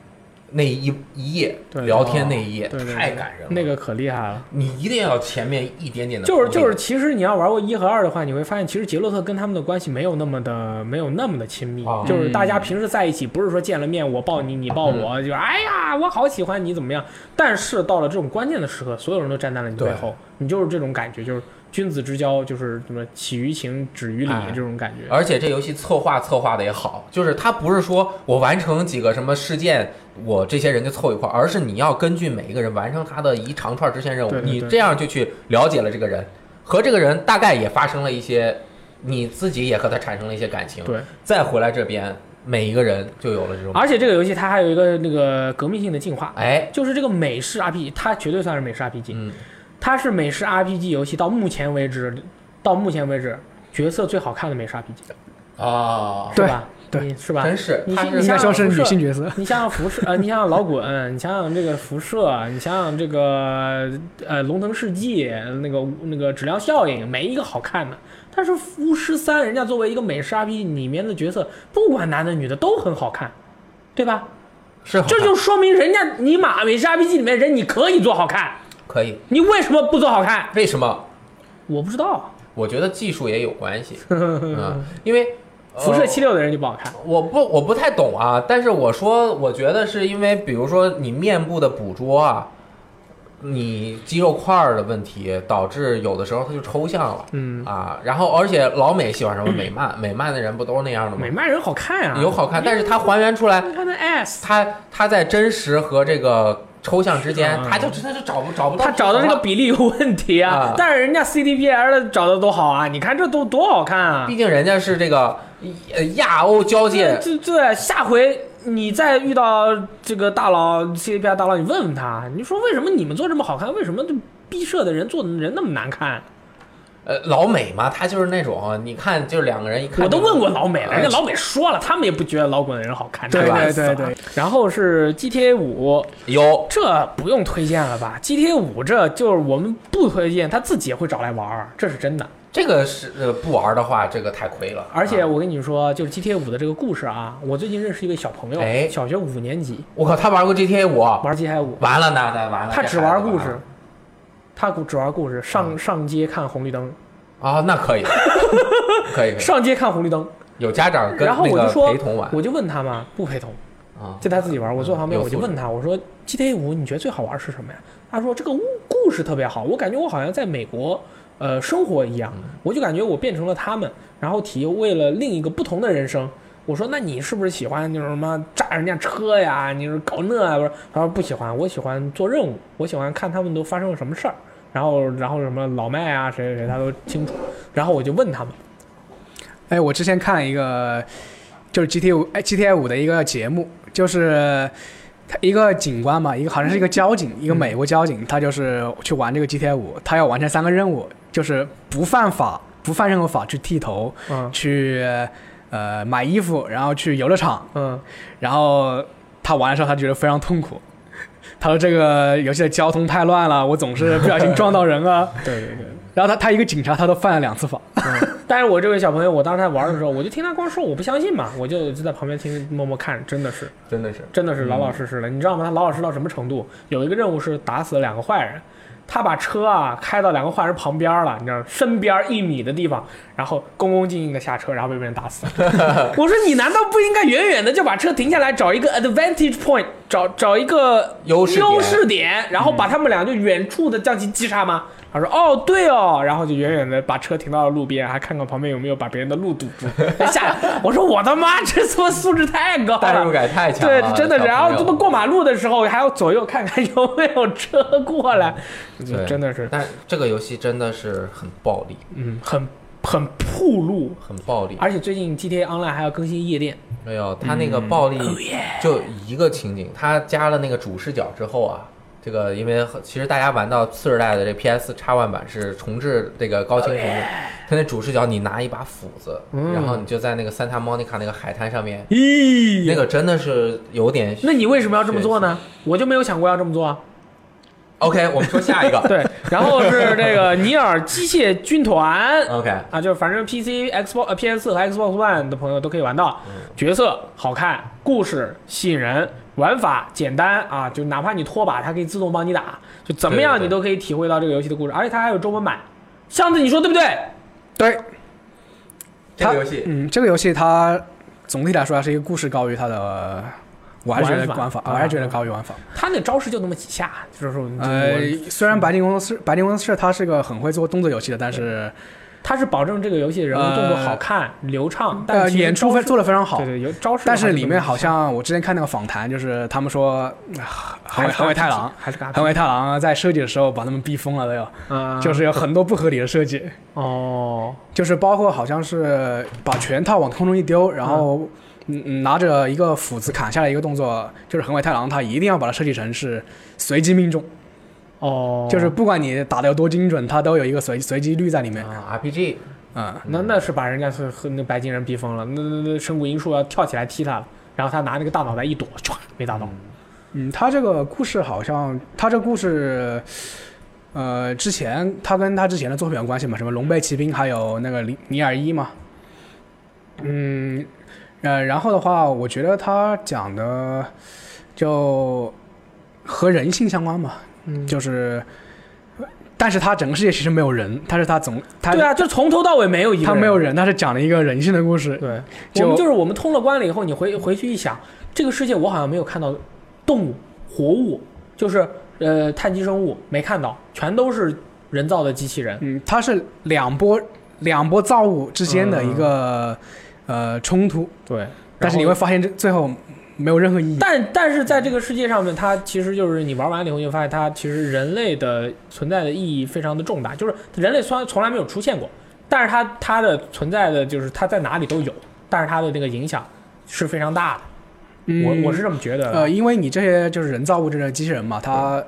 S2: 那一一夜
S1: 对哦
S2: 聊天那一夜，
S1: 对对对
S2: 太感人了。
S1: 那个可厉害了。
S2: 你一定要前面一点点的，
S1: 就是就是，其实你要玩过一和二的话，你会发现，其实杰洛特跟他们的关系没有那么的没有那么的亲密，
S2: 啊
S1: 就是大家平时在一起，不是说见了面我抱你，你抱
S2: 嗯
S1: 我，就哎呀我好喜欢你怎么样？但是到了这种关键的时刻，所有人都站在了你背
S2: 对
S1: 后，你就是这种感觉，就是君子之交，就是什么起于情，止于礼
S2: 哎
S1: 这种感觉。
S2: 而且这游戏策划策划的也好，就是它不是说我完成几个什么事件，我这些人就凑一块儿，而是你要根据每一个人完成他的一长串支线任务，
S1: 对对
S2: 你
S1: 对
S2: 这样就去了解了这个人，和这个人大概也发生了一些，你自己也和他产生了一些感情，
S1: 对，
S2: 再回来这边，每一个人就有了这种，
S1: 而且这个游戏它还有一个那个革命性的进化，
S2: 哎，
S1: 就是这个美式 RPG，它绝对算是美式 RPG，
S2: 嗯，
S1: 它是美式 RPG 游戏到目前为止，到目前为止角色最好看的美式 RPG，
S2: 啊，
S1: 是
S3: 对
S1: 吧？
S3: 对
S1: 你是吧？
S2: 真是，
S1: 你
S2: 他
S1: 信你
S2: 是
S3: 应
S1: 信
S3: 该说是
S1: 啊不是
S3: 女性角色。
S1: 你想想辐射，呃，你想想老滚，你 想想这个辐射，你想想这个呃龙腾世纪那个那个质量效应，没一个好看的。但是巫师三，人家作为一个美式 RPG 里面的角色，不管男的女的都很好看，对吧？
S2: 是好看
S1: 这就说明人家尼玛美式 RPG 里面人你可以做好看，
S2: 可以，
S1: 你为什么不做好看？
S2: 为什么？
S1: 我不知道，
S2: 我觉得技术也有关系，嗯，因为呃
S1: 辐射七六的人就不好看。
S2: 我不我不太懂啊，但是我说，我觉得是因为，比如说你面部的捕捉啊，你肌肉块儿的问题，导致有的时候它就抽象了，
S1: 嗯
S2: 啊，然后而且老美喜欢 什么美漫，美漫的人不都是那样的吗
S1: 美？漫人好看啊，
S2: 有好看，但是它还原出来，
S1: 你看那 S，
S2: 它它在真实和这个抽象之间
S1: 啊，
S2: 它就它就找不找不到，
S1: 他找的这个，比例有问题啊，
S2: 啊
S1: 但是人家 CDPL 的找的多好啊，你看这都多好看啊！
S2: 毕竟人家是这个呃亚欧交界
S1: 这这下回你再遇到这个大佬 CDPL 大佬，你问问他，你说为什么你们做这么好看，为什么这毕设的人做的人那么难看？
S2: 呃老美嘛，他就是那种你看就是两个人一看，
S1: 我都问过老美了，
S2: 哎
S1: 人家老美说了，他们也不觉得老滚的人好看，
S3: 对
S1: 吧？
S3: 对对对，
S1: 然后是 GTA 五，
S2: 有
S1: 这不用推荐了吧？GTA 五这就是我们不推荐，他自己也会找来玩儿，这是真的。
S2: 这个是呃不玩的话，这个太亏了。
S1: 而且
S2: 啊
S1: 我跟你说，就是 GTA 五的这个故事啊，我最近认识一个小朋友，
S2: 哎
S1: 小学五年级
S2: 我靠，他玩过 GTA 五，
S1: 玩 GTA 五，
S2: 完了那那完了，
S1: 他
S2: 这
S1: 只
S2: 孩子嗯
S1: 玩故
S2: 完
S1: 事
S2: 了，
S1: 他只玩故事，上、上街看红绿灯，
S2: 啊，那 可以，可以，可以
S1: 上街看红绿灯，
S2: 有家长跟
S1: 然后
S2: 那
S1: 我
S2: 个
S1: 就说
S2: 陪同玩
S1: 我就问他嘛，不陪同，
S2: 啊，
S1: 就他自己玩。我坐旁边
S2: 有
S1: 我就
S2: 素质
S1: 问他，我说 GTA 五你觉得最好玩是什么呀？他说这个故故事特别好，我感觉我好像在美国。呃，生活一
S2: 嗯
S1: 样，我就感觉我变成了他们，然后体为了另一个不同的人生。我说，那你是不是喜欢就是什么炸人家车呀？你是搞那啊？不是，他说不喜欢，我喜欢做任务，我喜欢看他们都发生了什么事儿，然后然后什么老麦啊，谁谁谁他都清楚。然后我就问他们，
S3: 哎，我之前看一个就是 GTA 五哎 GTA 五的一个节目，就是他一个警官嘛，一个好像是一个
S1: 嗯
S3: 交警，一个美国交警，他就是去玩这个 GTA 五，他要完成三个任务，就是不犯法，不犯任何法去剃头，
S1: 嗯
S3: 去呃买衣服，然后去游乐场，
S1: 嗯，
S3: 然后他玩的时候，他觉得非常痛苦。 他说：“这个游戏的交通太乱了，我总是不小心撞到人啊。
S1: 对对对。”
S3: 然后他他一个警察，他都犯了两次法。
S1: 但是我这位小朋友，我当时在玩的时候，我就听他光说，我不相信嘛，我就就在旁边听，默默看，真的是，
S2: 真的是嗯
S1: 真的是老老实实的。你知道吗？他老老实到什么程度？有一个任务是打死了两个坏人，他把车啊开到两个坏人旁边了，你知道，身边一米的地方，然后恭恭敬敬的下车，然后被别人打死。 我说你难道不应该远远的就把车停下来，找一个 advantage point，找找一个
S2: 优势点
S1: 优势点，然后把他们俩就远处的将其击杀吗？他说哦对哦，然后就远远的把车停到了路边，还看看旁边有没有把别人的路堵住，再下来。我说我的妈，这他妈素质太高
S2: 代入
S1: 了。
S2: 感太强
S1: 对
S2: 了，，
S1: 真的是。
S2: 啊小
S1: 然后
S2: 朋
S1: 这
S2: 友
S1: 么过马路的时候，还要左右看看有没有车过来，就
S2: 对
S1: 真的是，
S2: 但这个游戏真的是很暴力，
S1: 嗯，很很铺路，
S2: 很暴力。
S1: 而且最近 GTA Online 还要更新夜店，
S2: 没有，他那
S1: 嗯
S2: 个暴力就一个情景，他加了那个主视角之后啊，这个因为其实大家玩到次世代的这 PS 叉 One 版是重置这个高清屏幕，他那主视角你拿一把斧子，然后你就在那个 Santa Monica 那个海滩上面，
S1: 嗯咦
S2: 那个真的是有点。
S1: 那你为什么要这么做呢？我就没有想过要这么做啊。
S2: ？OK，我们说下一个。
S1: 对，然后是这个尼尔机械军团
S2: OK，
S1: 啊，就是反正 PC、Xbox、呃 PS 4和 Xbox One 的朋友都可以玩到。
S3: 嗯
S1: 角色好看，故事吸引人，玩法简单啊，就哪怕你拖把，它可以自动帮你打，就怎么
S2: 对对
S1: 样
S2: 对
S1: 你都可以体会到这个游戏的故事，而且它还有中文版。上次你说对不对？
S3: 对，
S2: 这个游戏
S3: 嗯，这个游戏它总体来说还是一个故事高于它的，我还是觉得
S1: 玩法
S3: 玩法，
S1: 啊
S3: 我还是觉得高于玩法。
S1: 它那招式就那么几下，就是说，
S3: 呃
S1: 就是，
S3: 虽然白金公司白金公司它是个很会做动作游戏的，但是
S1: 它是保证这个游戏人物动作好看、流畅，但
S3: 呃
S1: 其实
S3: 演出
S1: 招
S3: 分
S1: 式
S3: 做的非常好
S1: 对。对有招式，
S3: 但是里面好像我之前看那个访谈，就是他们说， 啊横
S1: 还
S3: 尾
S1: 是
S3: 横尾太郎，
S1: 还是个 RPG
S3: 横尾太郎在设计的时候把他们逼疯了都有，
S1: 啊，
S3: 就是有很多不合理的设计。
S1: 哦，
S3: 就是包括好像是把拳套往空中一丢，然后
S1: 啊
S3: 嗯嗯拿着一个斧子砍下来一个动作，就是横尾太郎他一定要把它设计成是随机命中，
S1: 哦，
S3: 就是不管你打的有多精准，它都有一个随随机率在里面。
S2: 啊，RPG
S3: 嗯，
S1: 那那是把人家和和那白金人逼疯了，那那那神谷英树要跳起来踢他了，然后他拿那个大脑袋一躲，唰没打到。
S3: 嗯，他这个故事好像，他这故事，呃，之前他跟他之前的作品有关系嘛？什么《龙背骑兵》，还有那个《尼尼尔一》嘛。嗯，呃，然后的话，我觉得他讲的就和人性相关嘛，
S1: 嗯
S3: 就是，但是他整个世界其实没有人，但是他总他
S1: 对啊，就从头到尾没有一个
S3: 他
S1: 人
S3: 没有人，他是讲了一个人性的故事。
S1: 对，
S3: 就
S1: 我们就是我们通了关了以后，你回回去一想，这个世界我好像没有看到动物、活物，就是呃碳基生物没看到，全都是人造的机器人。
S3: 嗯，它是两波两波造物之间的一个、呃冲突。
S1: 对，
S3: 但是你会发现这最后没有任何意义。
S1: 但但是在这个世界上面，它其实就是你玩完了以后，你会发现它其实人类的存在的意义非常的重大，就是人类虽然从来没有出现过，但是它它的存在的就是它在哪里都有，但是它的那个影响是非常大的。我我是这么觉得的。
S3: 呃，因为你这些就是人造物质的机器人嘛，
S1: 嗯
S3: 它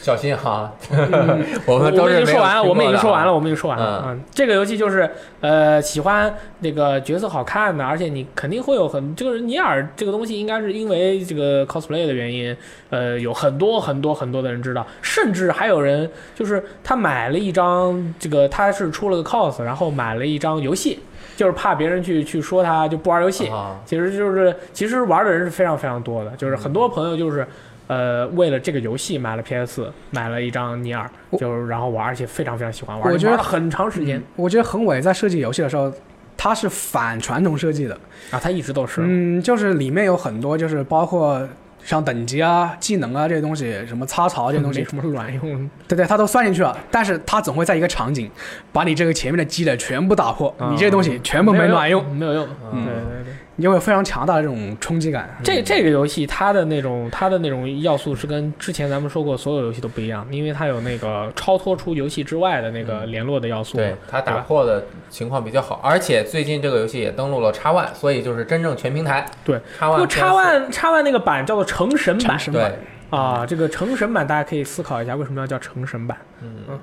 S2: 小心哈，
S1: 我
S2: 我们都
S1: 已
S2: 是
S1: 经
S2: 没有
S1: 说完了，
S2: 听
S1: 我们已
S2: 过
S1: 经
S2: 的
S1: 说完
S2: 啊
S1: 了，我们已经说完了。
S2: 嗯
S1: 嗯，这个游戏就是呃，喜欢那个角色好看的，而且你肯定会有很就是尼尔这个东西，应该是因为这个 cosplay 的原因，呃，有很多很多很多的人知道，甚至还有人就是他买了一张这个，他是出了个 cos，然后买了一张游戏，就是怕别人去去说他就不玩游戏。
S2: 啊，
S1: 其实就是，其实玩的人是非常非常多的，就是很多朋友就是，呃，为了这个游戏买了 PS，买了一张尼尔，
S3: 我
S1: 就是然后玩，而且非常非常喜欢玩，
S3: 我觉得嗯
S1: 玩了很长时间
S3: 我觉得横尾在设计游戏的时候，它是反传统设计的。
S1: 啊，他一直都是，
S3: 嗯，就是里面有很多就是包括像等级啊、技能啊这些东西，什么插槽这些东
S1: 没
S3: 西，
S1: 什么卵用
S3: 对对，它都算进去了。但是它总会在一个场景把你这个前面的积累全部打破，你这些东西全部没卵用，，
S1: 啊没有用，
S2: 嗯
S1: 对对对。
S3: 你会有非常强大的这种冲击感。
S1: 这这个游戏它的那种它的那种要素是跟之前咱们说过所有游戏都不一样，因为它有那个超脱出游戏之外的那个
S3: 嗯
S1: 联络的要素嘛。
S2: 对它
S1: 对
S2: 打
S1: 吧
S2: 破的情况比较好，而且最近这个游戏也登陆了 x One，所以就是真正全平台。
S1: 对，
S2: x
S1: 不
S2: One
S1: 过叉 One 叉 One 那个版叫做成神版，
S3: 成
S2: 对，
S1: 啊，这个成神版大家可以思考一下，为什么要叫成神版？
S2: 嗯，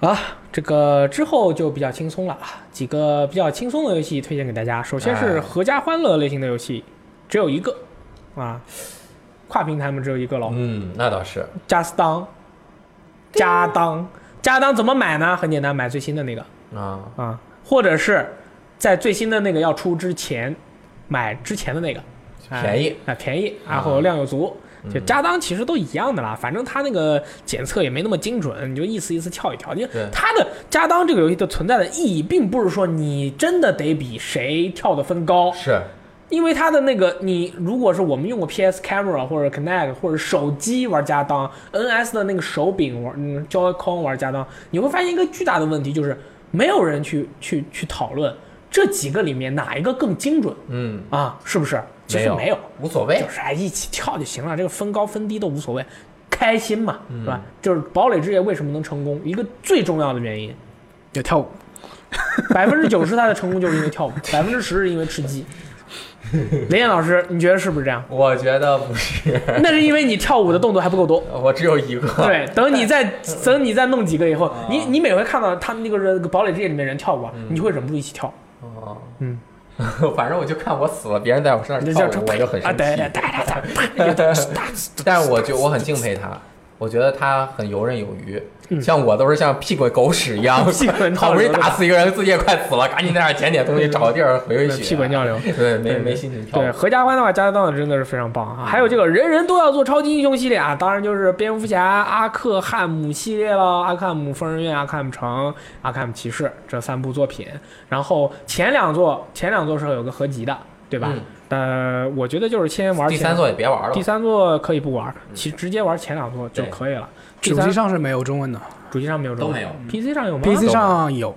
S1: 啊，这个之后就比较轻松了啊，几个比较轻松的游戏推荐给大家。首先是
S2: 哎
S1: 合家欢乐类型的游戏，只有一个啊，跨平台嘛只有一个喽。
S2: 嗯，那倒是，
S1: 加斯当，加当，加当怎么买呢？很简单，买最新的那个
S2: 啊，
S1: 啊，或者是在最新的那个要出之前买之前的那个，哎
S2: 便宜，
S1: 啊，便宜，
S2: 啊
S1: 然后量又足。就扎当其实都一样的啦，反正它那个检测也没那么精准，你就意思意思跳一跳。因为
S2: 对
S1: 它的扎当这个游戏的存在的意义，并不是说你真的得比谁跳的分高，
S2: 是
S1: 因为它的那个你如果是我们用过 PS Camera 或者 Connect 或者手机玩家当 NS 的那个手柄玩嗯 Joy-Con 玩家当，你会发现一个巨大的问题就是没有人去去去讨论这几个里面哪一个更精准
S2: 嗯，
S1: 啊，是不是？其实没有，
S2: 无所谓
S1: 就，是哎一起跳就行了，这个分高分低都无所谓，开心嘛，是吧？就是堡垒之夜为什么能成功，一个最重要的原因
S3: 也跳舞，
S1: 百分之九十他的成功就是因为跳舞，百分之十是因为吃鸡。雷燕老师，你觉得是不是这样？
S2: 我觉得不是，
S1: 那是因为你跳舞的动作还不够多。
S2: 我只有一个。
S1: 对，等你再等你再弄几个以后，你你每回看到他那个人堡垒之夜里面人跳舞啊，你就会忍不住一起跳。
S2: 哦，
S1: 嗯，
S2: 反正我就看我死了，别人在我身
S1: 你就
S2: 上
S1: 叫
S2: 跳
S1: 成
S2: 舞，我就很
S1: 啊，
S2: 生
S1: 对对
S2: 气。
S1: 对对对，
S2: 但是我就我很敬佩他，我觉得他很游刃有余。
S1: 嗯
S2: 像我都是像屁滚狗屎一样，
S1: 屁滚
S2: 好不容易
S1: 尿流
S2: 打死一个人，自己也快死了，赶紧在那儿捡点东西，找个地儿回回血。
S1: 屁滚尿流。
S2: 对，没
S1: 对
S2: 没心情跳
S1: 对，
S2: 舞。
S1: 合家欢的话，加德当的真的是非常棒啊！还有这个人人都要做超级英雄系列啊，当然就是蝙蝠侠、阿克汉姆系列了，阿克汉姆疯人院、阿克汉姆城、阿克汉姆骑士这三部作品。然后前两座前两座是有个合集的，对吧？呃，我觉得就是先玩
S2: 嗯第三
S1: 前
S2: 座也别玩了嗯
S1: 第，三座可以不玩，其直接玩前两座就可以了。第
S3: 主
S1: 三
S3: 机上是没有中文的
S1: 主机上没有
S2: 都没有。
S1: ，PC 上有吗
S3: ，PC 上有。
S1: 有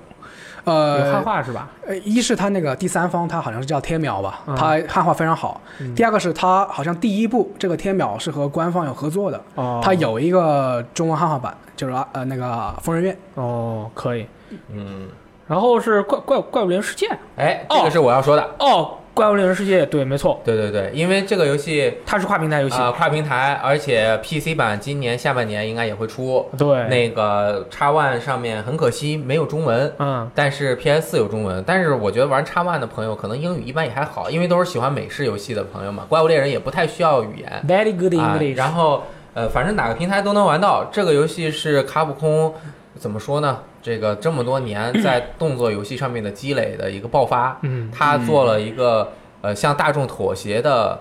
S1: 汉
S3: 呃，
S1: 化是吧？
S3: 呃一是它那个第三方，它好像是叫天秒吧，
S1: 嗯
S3: 它汉化非常好。第二个是它好像第一部这个天秒是和官方有合作的，
S2: 呃
S1: 哦，
S3: 它有一个中文汉化版，就是啊呃那个疯人院。
S1: 哦，可以。
S2: 嗯，
S1: 然后是怪怪怪物猎人世界
S2: 哎，这个是我要说的。
S1: 哦，怪物猎人世界对，没错，
S2: 对对对，因为这个游戏
S1: 它是跨平台游戏。
S2: 啊跨平台，而且 PC 版今年下半年应该也会出。
S1: 对，
S2: 那个 X One 上面很可惜没有中文，
S1: 嗯，
S2: 但是 PS 4有中文，但是我觉得玩 X One 的朋友可能英语一般也还好，因为都是喜欢美式游戏的朋友嘛。怪物猎人也不太需要语言
S1: Very good
S2: 啊
S1: English，、
S2: 然后呃，反正哪个平台都能玩到。这个游戏是卡普空怎么说呢？这个这么多年在动作游戏上面的积累的一个爆发，
S1: 嗯，
S2: 他做了一个呃向大众妥协的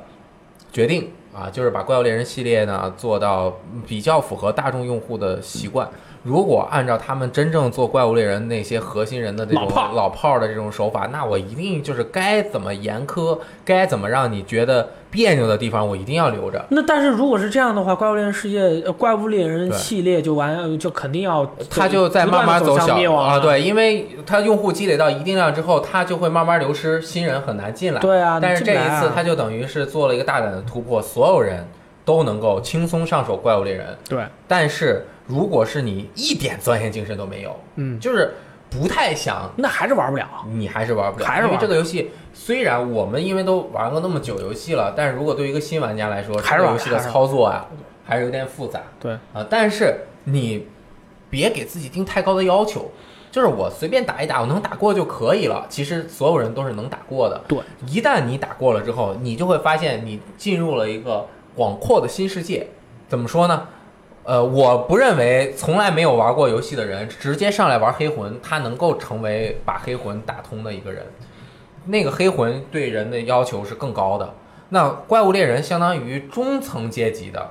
S2: 决定啊，就是把怪物猎人系列呢做到比较符合大众用户的习惯。如果按照他们真正做怪物猎人那些核心人的这种
S1: 老炮儿
S2: 老炮儿的这种手法，那我一定就是该怎么严苛，该怎么让你觉得别扭的地方，我一定要留着。
S1: 那但是如果是这样的话，怪物猎人世界、呃、怪物猎人
S2: 对
S1: 系列就完，呃就肯定要
S2: 它就在
S1: 不
S2: 慢
S1: 断地
S2: 慢走
S1: 向
S2: 小
S1: 灭亡
S2: 啊，。对，因为它用户积累到一定量之后，它就会慢慢流失，新人很难进来。
S1: 对啊，
S2: 但是
S1: 你
S2: 这
S1: 进不来
S2: 一
S1: 啊
S2: 次，他就等于是做了一个大胆的突破，所有人都能够轻松上手怪物猎人。
S1: 对，
S2: 但是如果是你一点钻研精神都没有，
S1: 嗯，
S2: 就是不太想，
S1: 那还是玩不了。
S2: 你还是玩不了。
S1: 还是玩
S2: 因为这个游戏，虽然我们因为都玩过那么久游戏了，但是如果对于一个新玩家来说，
S1: 还是
S2: 这个
S1: 玩
S2: 游戏的
S1: 还是玩
S2: 操作啊，还是有点复杂。
S1: 对，
S2: 啊，但是你别给自己定太高的要求，就是我随便打一打，我能打过就可以了。其实所有人都是能打过的。
S1: 对，
S2: 一旦你打过了之后，你就会发现你进入了一个广阔的新世界。怎么说呢？呃，我不认为从来没有玩过游戏的人直接上来玩黑魂，他能够成为把黑魂打通的一个人。那个黑魂对人的要求是更高的。那怪物猎人相当于中层阶级的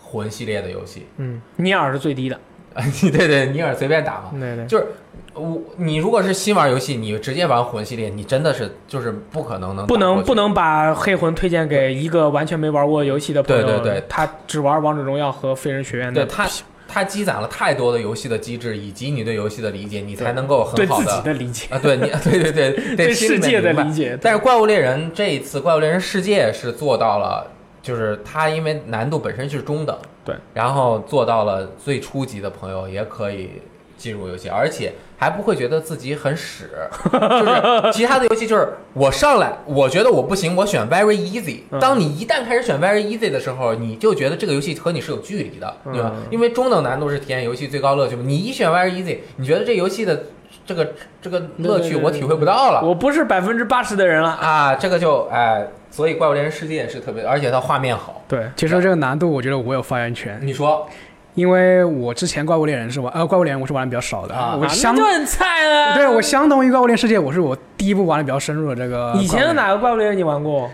S2: 魂系列的游戏，
S1: 嗯，尼尔是最低的。
S2: 啊，你对对，嗯尼尔随便打嘛。
S1: 对对，
S2: 就是我，你如果是新玩游戏，你直接玩魂系列，你真的是就是不可能能
S1: 不
S2: 打
S1: 能
S2: 过去
S1: 不能把黑魂推荐给一个完全没玩过游戏的朋友，
S2: 对对对
S1: 他只玩王者荣耀和飞人学院
S2: 对
S1: 的，
S2: 它它积攒了太多的游戏的机制以及你对游戏的理解，你才能够
S1: 对
S2: 很好
S1: 自己
S2: 的
S1: 的理解，
S2: 啊，对你 对对对
S1: 对
S2: 心里
S1: 世
S2: 面
S1: 界的
S2: 明白
S1: 理解。
S2: 但是怪物猎人这一次，怪物猎人世界是做到了，就是它因为难度本身是中等，
S1: 对，
S2: 然后做到了最初级的朋友也可以进入游戏，而且还不会觉得自己 很屎。就是其他的游戏，就是我上来我觉得我不行，我选 very easy
S1: 嗯。
S2: 当你一旦开始选 very easy 的时候，你就觉得这个游戏和你是有距离的，对吧
S1: 嗯？
S2: 因为中等难度是体验游戏最高乐趣嘛。你一选 very easy，你觉得这游戏的这个这个乐趣
S1: 对对对
S2: 我体会不到了。
S1: 我不是百分之八十的人了。
S2: 啊，这个就哎、所以《怪物猎人世界》是特别，而且它画面好。
S1: 对，
S3: 其实这个难度，我觉得我有发言权，
S2: 你说
S3: 因为我之前怪物猎人是玩，呃，怪物猎人我是玩的比较少的，
S2: 啊
S3: 我相
S1: 就很菜啊。
S3: 对我相同于怪物猎人世界，我是我第一部玩的比较深入的这
S2: 呃
S3: 个。
S1: 以前的？哪个怪物猎人你玩过？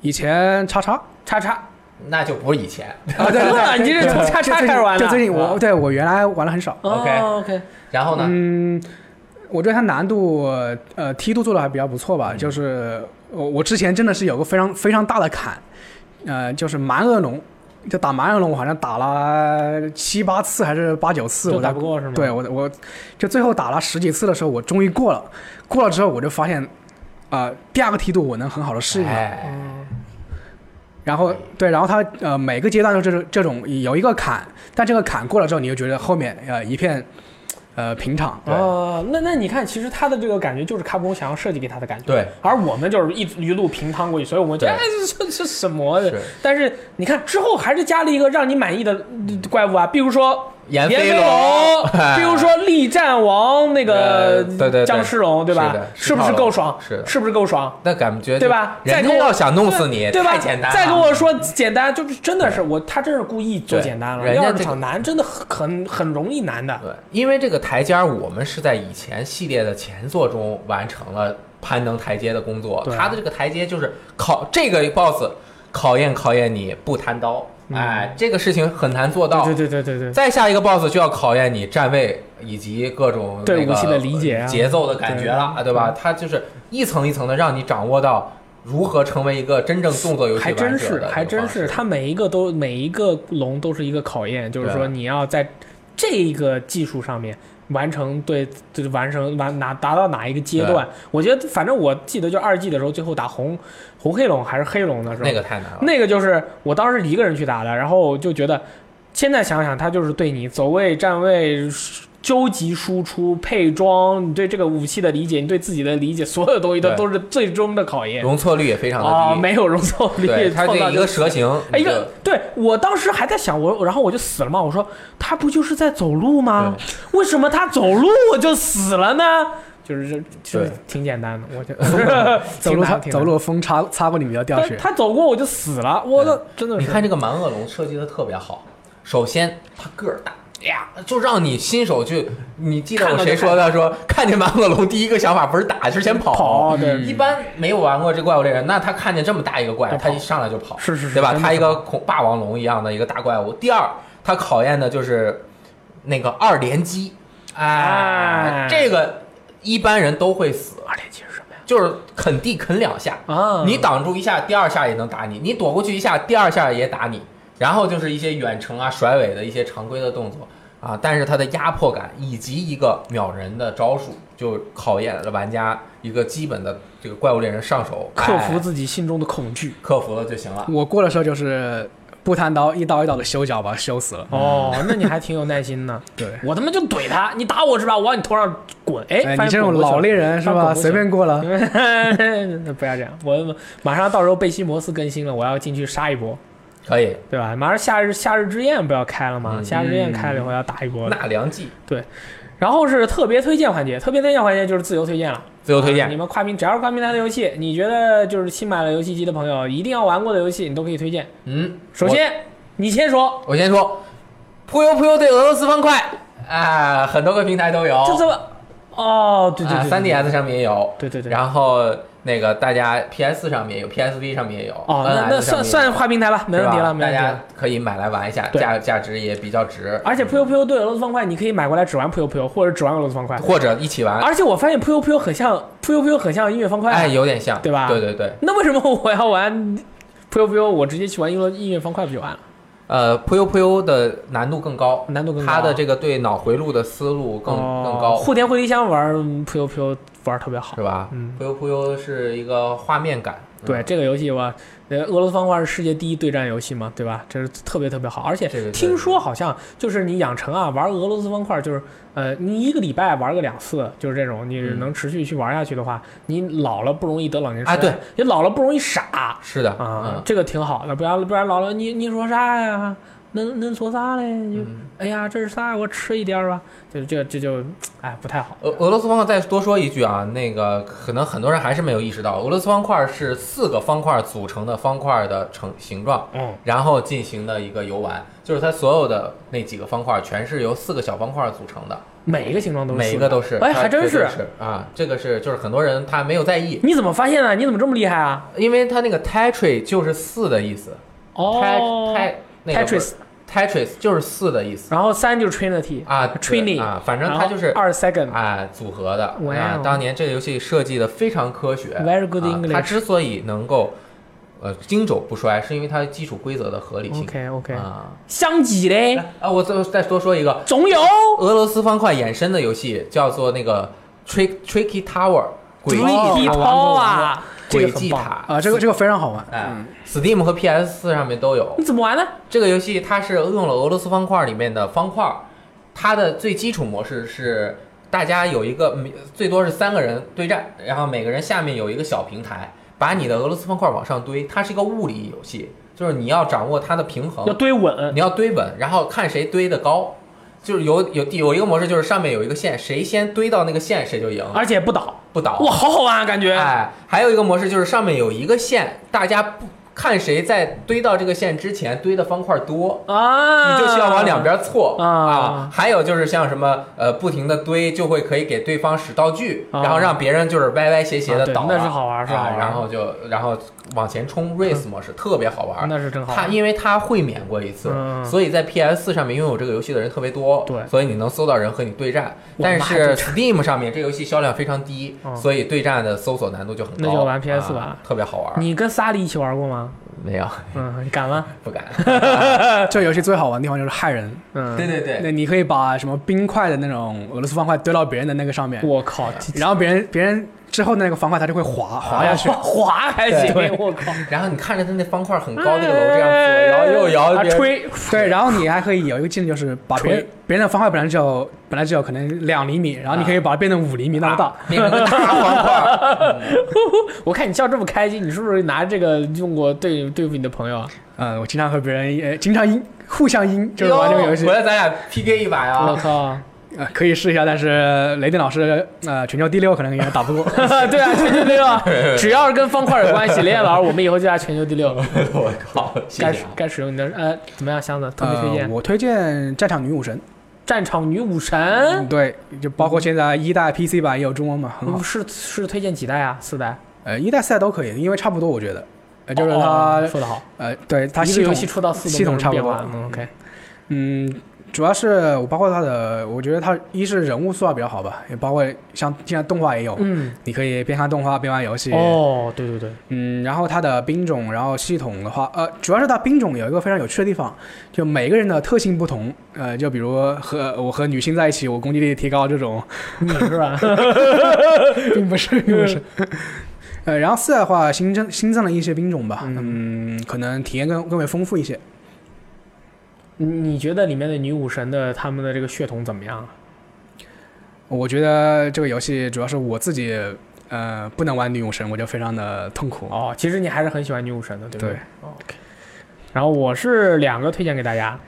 S3: 以前 叉叉
S1: 叉叉，
S2: 那就不是以前。
S3: 啊，对对
S1: 哇
S3: 对，
S1: 你这是从叉叉开始玩的啊
S3: 就最近
S2: 是吧
S3: 我对我原来玩的很少，
S2: OK
S1: 哦 OK，
S2: 然后呢？
S3: 嗯，我对它难度呃梯度做的还比较不错吧，
S1: 嗯
S3: 就是我我之前真的是有个非常非常大的坎，呃，就是蛮恶龙，就打蛮恶龙，我好像打了七八次还是八九次，
S1: 就
S3: 我
S1: 打
S3: 才
S1: 不过是吗？
S3: 对我我就最后打了十几次的时候，我终于过了，过了之后我就发现，啊，第二个梯度我能很好的适应了。
S2: 哎，
S1: 嗯，
S3: 然后对，然后它呃每个阶段都是这种这种有一个坎，但这个坎过了之后，你就觉得后面呃一片呃平躺。
S2: 对
S1: 呃，那那你看，其实他的这个感觉就是卡普空想要设计给他的感觉，
S2: 对。
S1: 而我们就是一一路平趟过去，所以我们觉得哎
S2: 对
S1: 这这这什么
S2: 是？
S1: 但是你看之后还是加了一个让你满意的呃怪物啊，比如说
S2: 炎
S1: 飞
S2: 飞龙
S1: 比如说力战王那
S2: 呃
S1: 个
S2: 对对对
S1: 僵尸龙，对吧
S2: 是的？
S1: 是不是够爽？
S2: 是的
S1: 是不是够爽？
S2: 那感觉就
S1: 对吧？再
S2: 人
S1: 跟
S2: 家
S1: 我
S2: 要想弄死你，
S1: 对对吧？
S2: 太简单了。
S1: 再跟我说简单，就是真的是我，他真是故意做
S2: 对
S1: 简单了。
S2: 人家
S1: 要是
S2: 这个
S1: 想难，真的很很很容易难的。
S2: 对，因为这个台阶儿，我们是在以前系列的前作中完成了攀登台阶的工作。
S1: 对
S2: 它的这个台阶就是考这个 BOSS，考验考验你不弹刀，哎，这个事情很难做到。
S1: 嗯对对对对对对
S2: 再下一个 BOSS 就要考验你站位以及各种
S1: 对
S2: 那个
S1: 武器的理解啊嗯
S2: 节奏的感觉了，啊对吧？它就是一层一层的让你掌握到如何成为一个真正动作游戏
S1: 还真
S2: 玩者
S1: 是
S2: 的
S1: 还
S2: 这个
S1: 真
S2: 方式
S1: 是，它每一个都每一个龙都是一个考验，就是说
S2: 对
S1: 你要在这个技术上面。完成对，就是完成完哪达到哪一个阶段？我觉得反正我记得就二季的时候，最后打红红黑龙还是黑龙的时候，
S2: 那个太难了。
S1: 那个就是我当时一个人去打的，然后我就觉得，现在想想，他就是对你走位、站位、究极输出、配装，你对这个武器的理解，你对自己的理解，所有东西都
S2: 对
S1: 都是最终的考验。
S2: 容错率也非常的低，
S1: 啊、没有容错率，
S2: 对它
S1: 创造
S2: 这一
S1: 就
S2: 个蛇形，
S1: 哎，一
S2: 你就
S1: 个对我当时还在想，我然后我就死了嘛。我说他不就是在走路吗？为什么他走路我就死了呢？就是这，就是
S2: 对
S1: 挺简单的，我觉得
S3: 走
S1: 挺
S3: 路
S1: 难
S3: 擦
S1: 挺
S3: 走
S1: 难
S3: 路的风擦擦过你比较掉
S1: 他
S3: 血。
S1: 他走过我就死了，我的真的是
S2: 你看这个蛮恶龙设计的特别好，首先它个儿大。哎呀，就让你新手去，你记得
S1: 看
S2: 我
S1: 到
S2: 谁
S1: 就
S2: 说的？说看见蛮恶龙，第一个想法不是打，是先跑。嗯
S1: 跑对
S2: 一般没有玩过这怪物猎人，那他看见这么大一个怪，
S1: 就
S2: 他
S1: 跑
S2: 一上来就跑，
S1: 是是是
S2: 对吧？
S1: 真的
S2: 他一
S1: 是
S2: 个恐霸王龙一样的一个大怪物。第二，他考验的就是那个二连击，哎
S1: 哎，
S2: 这个一般人都会死，
S1: 二连击是什么呀？
S2: 就是啃地啃两下，
S1: 啊，
S2: 你挡住一下，第二下也能打你；你躲过去一下，第二下也打你。然后就是一些远程啊、甩尾的一些常规的动作啊，但是它的压迫感以及一个秒人的招数，就考验了玩家一个基本的这个怪物猎人上手
S1: 克服
S2: 哎
S1: 自己心中的恐惧。
S2: 克服了就行了。
S3: 我过的时候就是不贪刀，一刀一刀的修脚，把它修死了。
S1: 哦，那你还挺有耐心呢。
S3: 对，
S1: 我他妈就怼他，你打我是吧？我往你头上滚。哎，
S3: 哎，
S1: 发现
S3: 你这种
S1: 滚过去
S3: 老猎人是吧？
S1: 翻滚过去
S3: 随便过了。
S1: 嗯 了不要这样，我马上到时候贝西摩斯更新了，我要进去杀一波，
S2: 可以，
S1: 对吧？马上夏日夏日之焰不要开了吗？
S2: 嗯
S1: 夏日之焰开了以后要打一波的。
S2: 纳凉季
S1: 然后是特别推荐环节，特别推荐环节就是自由推荐了。
S2: 自由推
S1: 啊你
S2: 荐，
S1: 们跨平，只要是跨平台的游戏，你觉得就是新买了游戏机的朋友一定要玩过的游戏，你都可以推荐。
S2: 嗯，
S1: 首先，你先说，
S2: 我我先说，扑悠扑悠对俄罗斯方块，啊，很多个平台都有，啊
S1: 这怎么？哦，对对对，
S2: 三
S1: 对
S2: DS 上面也有，
S1: 对对对。
S2: 然后那个大家 PS 上面也有，PSV 上面也有，
S1: 哦，那
S2: NS
S1: 那
S2: 嗯上面
S1: 算
S2: 也
S1: 算
S2: 有
S1: 跨平台了，没问题
S2: 是吧
S1: 了，没
S2: 大
S1: 问题
S2: 家
S1: 了。
S2: 可以买来玩一下，
S1: 对
S2: 价价值也比较值，
S1: 而且《p u y o p u y o 对俄罗斯方块，你可以买过来只玩《p u y o p u y o 或者只玩俄罗斯方块。
S2: 或者一起玩，
S1: 而且我发现《p u y o p u y o 很像《p u y o p u y o 很像音乐方块。
S2: 哎，，有点像，
S1: 对吧
S2: 对对对，
S1: 那为什么我要玩《p u y o p u y o 我直接去玩音乐音乐方块不就完了？
S2: 呃，扑悠扑悠的难度更高，
S1: 难度更高。
S2: 它的这个对脑回路的思路更
S1: 哦
S2: 更高，
S1: 互联互离箱玩《p u y o p u y o 玩得特别好
S2: 是。吧？
S1: 嗯
S2: 扑悠扑悠是一个画面感，
S1: 对
S2: 嗯，
S1: 这个游戏吧，呃，俄罗斯方块是世界第一对战游戏嘛，对吧？这是特别特别好，而且
S2: 这个
S1: 听说好像就是你养成啊，玩俄罗斯方块就是，呃，你一个礼拜玩个两次，就是这种，你
S2: 嗯
S1: 能持续去玩下去的话，你老了不容易得老年痴
S2: 啊对
S1: 呆，你老了不容易傻
S2: 是的，
S1: 啊，
S2: 嗯
S1: 这个挺好的，不然不然老了你你说啥呀？能能说啥嘞？就、
S2: 嗯
S1: 哎呀，这是啥？我吃一点儿吧，就这这就哎不太好。
S2: 俄俄罗斯方块再多说一句啊，那个可能很多人还是没有意识到，俄罗斯方块是四个方块组成的方块的成形状，
S1: 嗯，
S2: 然后进行的一个游玩，就是它所有的那几个方块全是由四个小方块组成的，
S1: 每一个形状都是
S2: 每
S1: 四
S2: 一个都是。
S1: 哎，
S2: 它
S1: 还真
S2: 绝
S1: 是
S2: 对。啊，这个是就是很多人他没有在意，
S1: 你怎么发现的？你怎么这么厉害啊？
S2: 因为它那个 Tetris 就是四的意思
S1: 哦
S2: ，Tet Tetris
S1: Tetris，
S2: Tetris 就是四的意思
S1: 然后三就是 Trinity，
S2: 啊对
S1: Trini
S2: 啊，反正它就是
S1: 二 second，
S2: 啊组合的
S1: 哇
S2: 啊
S1: 哦。
S2: 当年这个游戏设计的非常科学
S1: Very good
S2: 啊
S1: English
S2: 它之所以能够呃经久不衰，是因为它基础规则的合理性
S1: OK OK，
S2: 啊。
S1: 相几嘞？
S2: 啊，我再再多说一个，
S1: 总有
S2: 俄罗斯方块衍生的游戏叫做那个 Trick Tricky Tower 诡计
S1: Tricky
S2: 塔
S1: Tower 啊，这
S2: 诡
S1: 个很
S2: 计
S1: 棒。
S2: 塔
S3: 啊，这个这个非常好玩。
S2: 哎，Steam 和 PS 上面都有
S1: 你怎么玩呢？
S2: 这个游戏，它是用了俄罗斯方块里面的方块，它的最基础模式是大家有一个嗯最多是三个人对战，然后每个人下面有一个小平台，把你的俄罗斯方块往上堆，它是一个物理游戏，就是你要掌握它的平衡
S1: 要，堆稳，
S2: 你要堆稳，然后看谁堆得高。就是有有有一个模式，就是上面有一个线，谁先堆到那个线谁就赢，
S1: 而且不倒。
S2: 不倒。
S1: 哎哇，好好玩啊，感觉。
S2: 哦哎，还有一个模式就是上面有一个线，大家不看谁在堆到这个线之前堆的方块多，
S1: 啊，
S2: 你就需要往两。边错
S1: 啊
S2: 还有就是像什么呃，不停的堆就会可以给对方使道具，
S1: 啊
S2: 然后让别人就是歪歪斜斜
S1: 啊
S2: 的
S1: 对
S2: 倒了、
S1: 那是好玩是好玩嗯
S2: 啊然后就然后往前冲 race 模式、特别好玩。
S1: 那是真好
S2: 它
S1: 玩。
S2: 因为它会免过一次，
S1: 嗯
S2: 所以在 PS 上面拥有这个游戏的人特别多，
S1: 对
S2: 所以你能搜到人和你对战。
S1: 我
S2: 但
S1: 妈
S2: 是
S1: 这
S2: Steam 上面这游戏销量非常低，
S1: 嗯
S2: 所以对战的搜索难度就很高。
S1: 那就玩 PS 吧
S2: 啊特别好玩。
S1: 你跟萨利一起玩过吗？
S2: 没有，
S1: 嗯，你敢吗？
S2: 不敢。
S3: 这游戏最好玩的地方就是害人，
S1: 嗯，
S2: 对对对，
S3: 那你可以把什么冰块的那种俄罗斯方块堆到别人的那个上面，
S1: 我靠，
S3: 然后别人别人之后那个方块它就会滑滑下去。
S1: 滑还行，我靠，
S2: 然后你看着他那方块很高那个楼这样做，然后又摇
S1: 啊
S2: 别人
S1: 吹，
S3: 对，然后你还可以有一个技能，就是把别人
S1: 锤
S3: 别人的方块本来只有本来只有可能两厘米，然后你
S1: 嗯
S3: 可以把它变成五厘米那么
S1: 啊
S3: 大。
S2: 变成个大方块。 嗯
S1: 我看你笑这么开心，你是不是拿这个用过对对付你的朋友啊？
S3: 嗯，我经常和别人呃经常阴互相阴，就是玩这个游戏
S2: 回。来咱俩 PK 一把
S1: 我
S2: 呀！
S1: 靠，
S3: 呃，可以试一下，但是雷电老师呃全球第六可能也打不过。
S1: 对啊，全球第六， 只要是跟方块有关系，雷燕老师，我们以后就叫全球第六。
S2: 我靠，谢
S1: 该
S2: 谢啊！
S1: 该使用你的呃，怎么样，箱子？特别推
S3: 呃
S1: 荐《
S3: 我推荐战场女武神。
S1: 战场女武神
S3: 嗯，对，就包括现在一代 PC 版也有中文嘛，》很好
S1: 嗯。是是推荐几代啊？四代？
S3: 呃，一代、四代都可以，因为差不多，我觉得。呃，就是
S1: 哦
S3: 它
S1: 哦说的好，
S3: 呃，对它
S1: 一
S3: 系
S1: 个游
S3: 统
S1: 戏出到四
S3: 系统差不
S1: 不
S3: 多
S1: 嗯 OK，
S3: 嗯，主要是我包括它的，我觉得它一是人物塑造比较好吧，也包括像现在动画也有，
S1: 嗯，
S3: 你可以边看动画边玩游戏。
S1: 哦，对对对，
S3: 嗯，然后它的兵种，然后系统的话，呃，主要是它兵种有一个非常有趣的地方，就每个人的特性不同。呃，就比如和我和女性在一起，我攻击力提高这种，
S1: 你是 吧？
S3: 并不是，并不是。 呃，然后四代的话，新增新增了一些兵种吧，嗯，可能体验更更为丰富一些。
S1: 你你觉得里面的女武神的他们的这个血统怎么样啊？
S3: 我觉得这个游戏主要是我自己，呃，不能玩女武神，我就非常的痛苦。
S1: 哦，其实你还是很喜欢女武神的，对不
S3: 对
S1: 哦？OK。然后我是两个推荐给大家，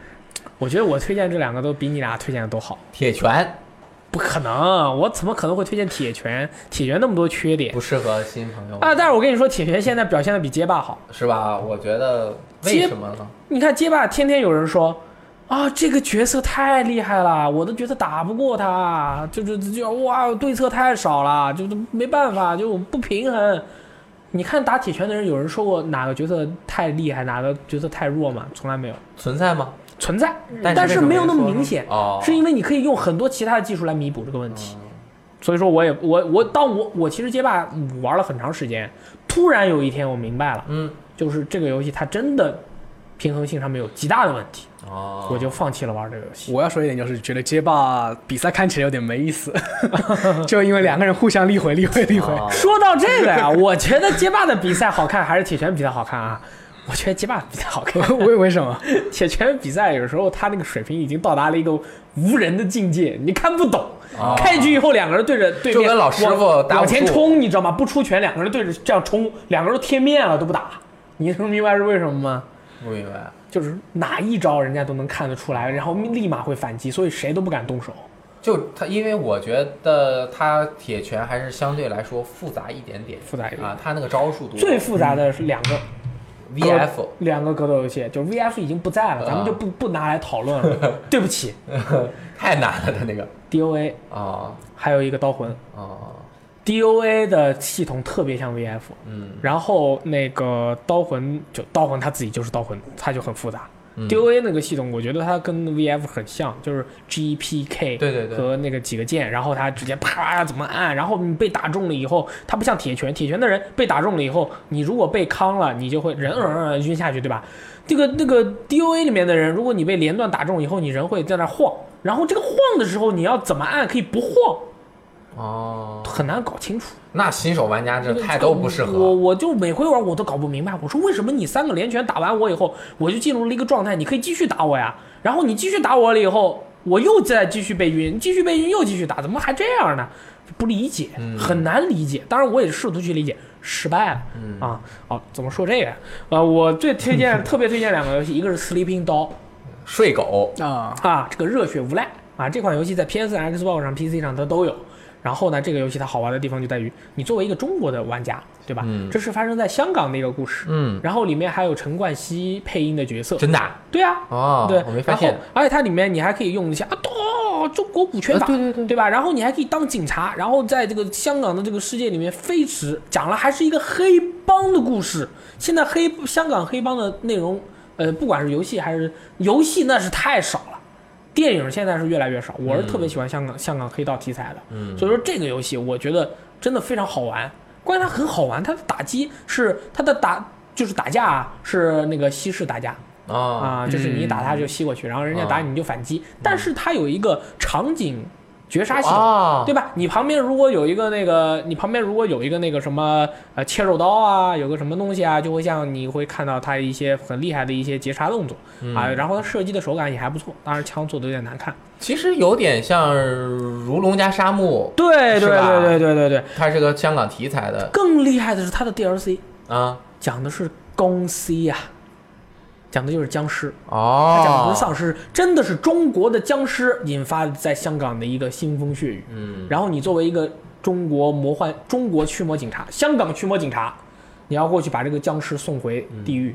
S1: 我觉得我推荐这两个都比你俩推荐的都好。
S2: 铁拳
S1: 不可能，我怎么可能会推荐铁拳？铁拳那么多缺点
S2: 不适合新朋友
S1: 啊！但是我跟你说，铁拳现在表现的比街霸好。
S2: 是吧？我觉得为什么呢？
S1: 你看街霸天天有人说。啊，这个角色太厉害了，我的角色打不过他，就就就哇，对策太少了，就就没办法，就不平衡。你看打铁拳的人，有人说过哪个角色太厉害，哪个角色太弱吗？从来没有
S2: 存在吗？
S1: 存在，
S2: 但
S1: 但
S2: 是
S1: 是没有那么明显，
S2: 哦，
S1: 是因为你可以用很多其他的技术来弥补这个问题。所以说我也我我当我我其实街霸玩了很长时间，突然有一天我明白了，
S2: 嗯
S1: 就是这个游戏它真的平衡性上面有极大的问题。
S2: 哦，
S1: 我就放弃了玩这个游戏。
S3: 我要说一点，就是觉得街霸比赛看起来有点没意思， 就因为两个人互相力回力回力回。
S2: 哦
S1: 说到这个呀，我觉得街霸的比赛好看还是铁拳比赛好看啊？我觉得街霸比赛好看，
S3: 为为什么？
S1: 铁拳比赛有时候他那个水平已经到达了一个无人的境界，你看不懂。
S2: 哦
S1: 开局以后两个人对着对面
S2: 就跟老师傅
S1: 往
S2: 打武术
S1: 往前冲，你知道吗？不出拳，两个人对着这样冲，两个人都贴面了都不打，你能明白是为什么吗？
S2: 不明白。
S1: 就是哪一招人家都能看得出来，然后立马会反击，所以谁都不敢动手。
S2: 就他，因为我觉得他铁拳还是相对来说复杂一点点，
S1: 复杂一点
S2: 啊，他那个招数多。
S1: 最复杂的是两个
S2: VF
S1: 两个格斗游戏，就是 VF 已经不
S2: 啊
S1: 在了，咱们就不不拿来讨论 了。对不起
S2: 太难了，他那个
S1: ，DOA
S2: 啊
S1: 还有一个刀魂
S2: 啊
S1: ，DOA 的系统特别像 VF，
S2: 嗯
S1: 然后那个刀魂就刀魂它自己就是刀魂，它就很复杂。
S2: 嗯
S1: DOA 那个系统，我觉得它跟 VF 很像，就是 G P K
S2: 对对对
S1: 和那个几个键，然后它直接啪怎么按，然后你被打中了以后，它不像铁拳，铁拳的人被打中了以后，你如果被康了，你就会人呃晕下去，对吧？这个那个 DOA 里面的人，如果你被连段打中以后，你人会在那晃，然后这个晃的时候你要怎么按可以不晃，
S2: 哦，
S1: 很难搞清楚。
S2: 那新手玩家这太都不适
S1: 我
S2: 合。
S1: 我就每回玩我都搞不明白，我说为什么你三个连拳打完我以后，我就进入了一个状态，你可以继续打我呀，然后你继续打我了以后，我又再继续被晕，继续被晕又继续打，怎么还这样呢？不理解，
S2: 嗯
S1: 很难理解。当然，我也试图去理解，失败了、
S2: 嗯
S1: 啊！哦，怎么说这个？呃，我最推 荐、特别推荐两个游戏，一个是《Sleeping d o l
S2: 睡狗，
S3: 啊，
S1: 啊，这个热血无赖啊，这款游戏在 PS、Xbox 上、PC 上它都有。然后呢，这个游戏它好玩的地方就在于，你作为一个中国的玩家，对吧？
S2: 嗯
S1: 这是发生在香港的一个故事，
S2: 嗯，
S1: 然后里面还有陈冠希配音的角色，
S2: 真的啊
S1: 对啊，
S2: 哦，
S1: 对，
S2: 我没发现
S1: 然后，而且它里面你还可以用一下啊，哦，中国股权法，
S2: 呃对对对
S1: 对吧？然后你还可以当警察，然后在这个香港的这个世界里面飞驰，讲了还是一个黑帮的故事。现在黑香港黑帮的内容，呃，不管是游戏还是游戏，那是太少了。电影现在是越来越少，我是特别喜欢香港、香港黑道题材的，
S2: 嗯
S1: 所以说这个游戏我觉得真的非常好玩。关键它很好玩，它的打击是它的打就是打架啊，是那个西式打架，
S2: 啊，
S1: 啊，嗯就是你打他就吸过去，然后人家打你你就反击，但是它有一个场景绝杀系统。
S2: 啊，
S1: 对吧？你旁边如果有一个那个，你旁边如果有一个那个什么呃切肉刀啊，有个什么东西啊，就会像你会看到他一些很厉害的一些截杀动作、啊，然后他射击的手感也还不错，当然枪做的有点难看。
S2: 其实有点像《如龙加沙漠
S1: 对
S2: 是
S1: 对
S2: 吧
S1: 对对对对对》，，
S2: 它是个香港题材的
S1: 更厉害的是他的 DLC
S2: 啊，
S1: 讲的是公 C 呀、讲的就是僵尸。
S2: 哦，
S1: 他讲的不是丧尸，真的是中国的僵尸引发在香港的一个腥风血雨。
S2: 嗯，
S1: 然后你作为一个中国魔幻、中国驱魔警察、香港驱魔警察，你要过去把这个僵尸送回地狱，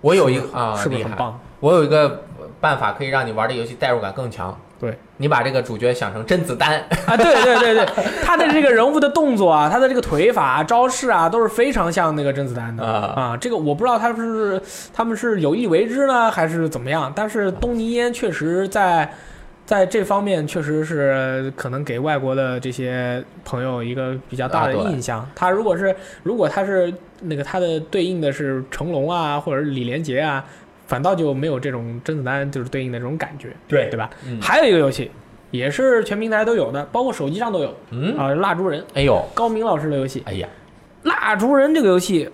S2: 我有一
S1: 是
S2: 个
S1: 不是
S2: 嗯啊，
S1: 是不是
S2: 厉害
S1: 很棒？
S2: 我有一个办法可以让你玩的游戏代入感更强，
S1: 对
S2: 你把这个主角想成甄子丹，
S1: 啊，对对对对，他的这个人物的动作啊，他的这个腿法、啊、招式啊，都是非常像那个甄子丹的
S2: 啊
S1: 这个我不知道他是他们是有意为之呢，还是怎么样？但是东尼烟确实在在这方面确实是可能给外国的这些朋友一个比较大的
S2: 啊对
S1: 印象。他如果是如果他是那个他的对应的是成龙啊，或者是李连杰啊。反倒就没有这种甄子丹就是对应的这种感觉，
S2: 对
S1: 对吧？
S2: 嗯
S1: 还有一个游戏，也是全平台都有的，包括手机上都有
S2: 嗯，
S1: 啊、蜡烛人，
S2: 哎呦，
S1: 高明老师的游戏。
S2: 哎呀，
S1: 蜡烛人这个游戏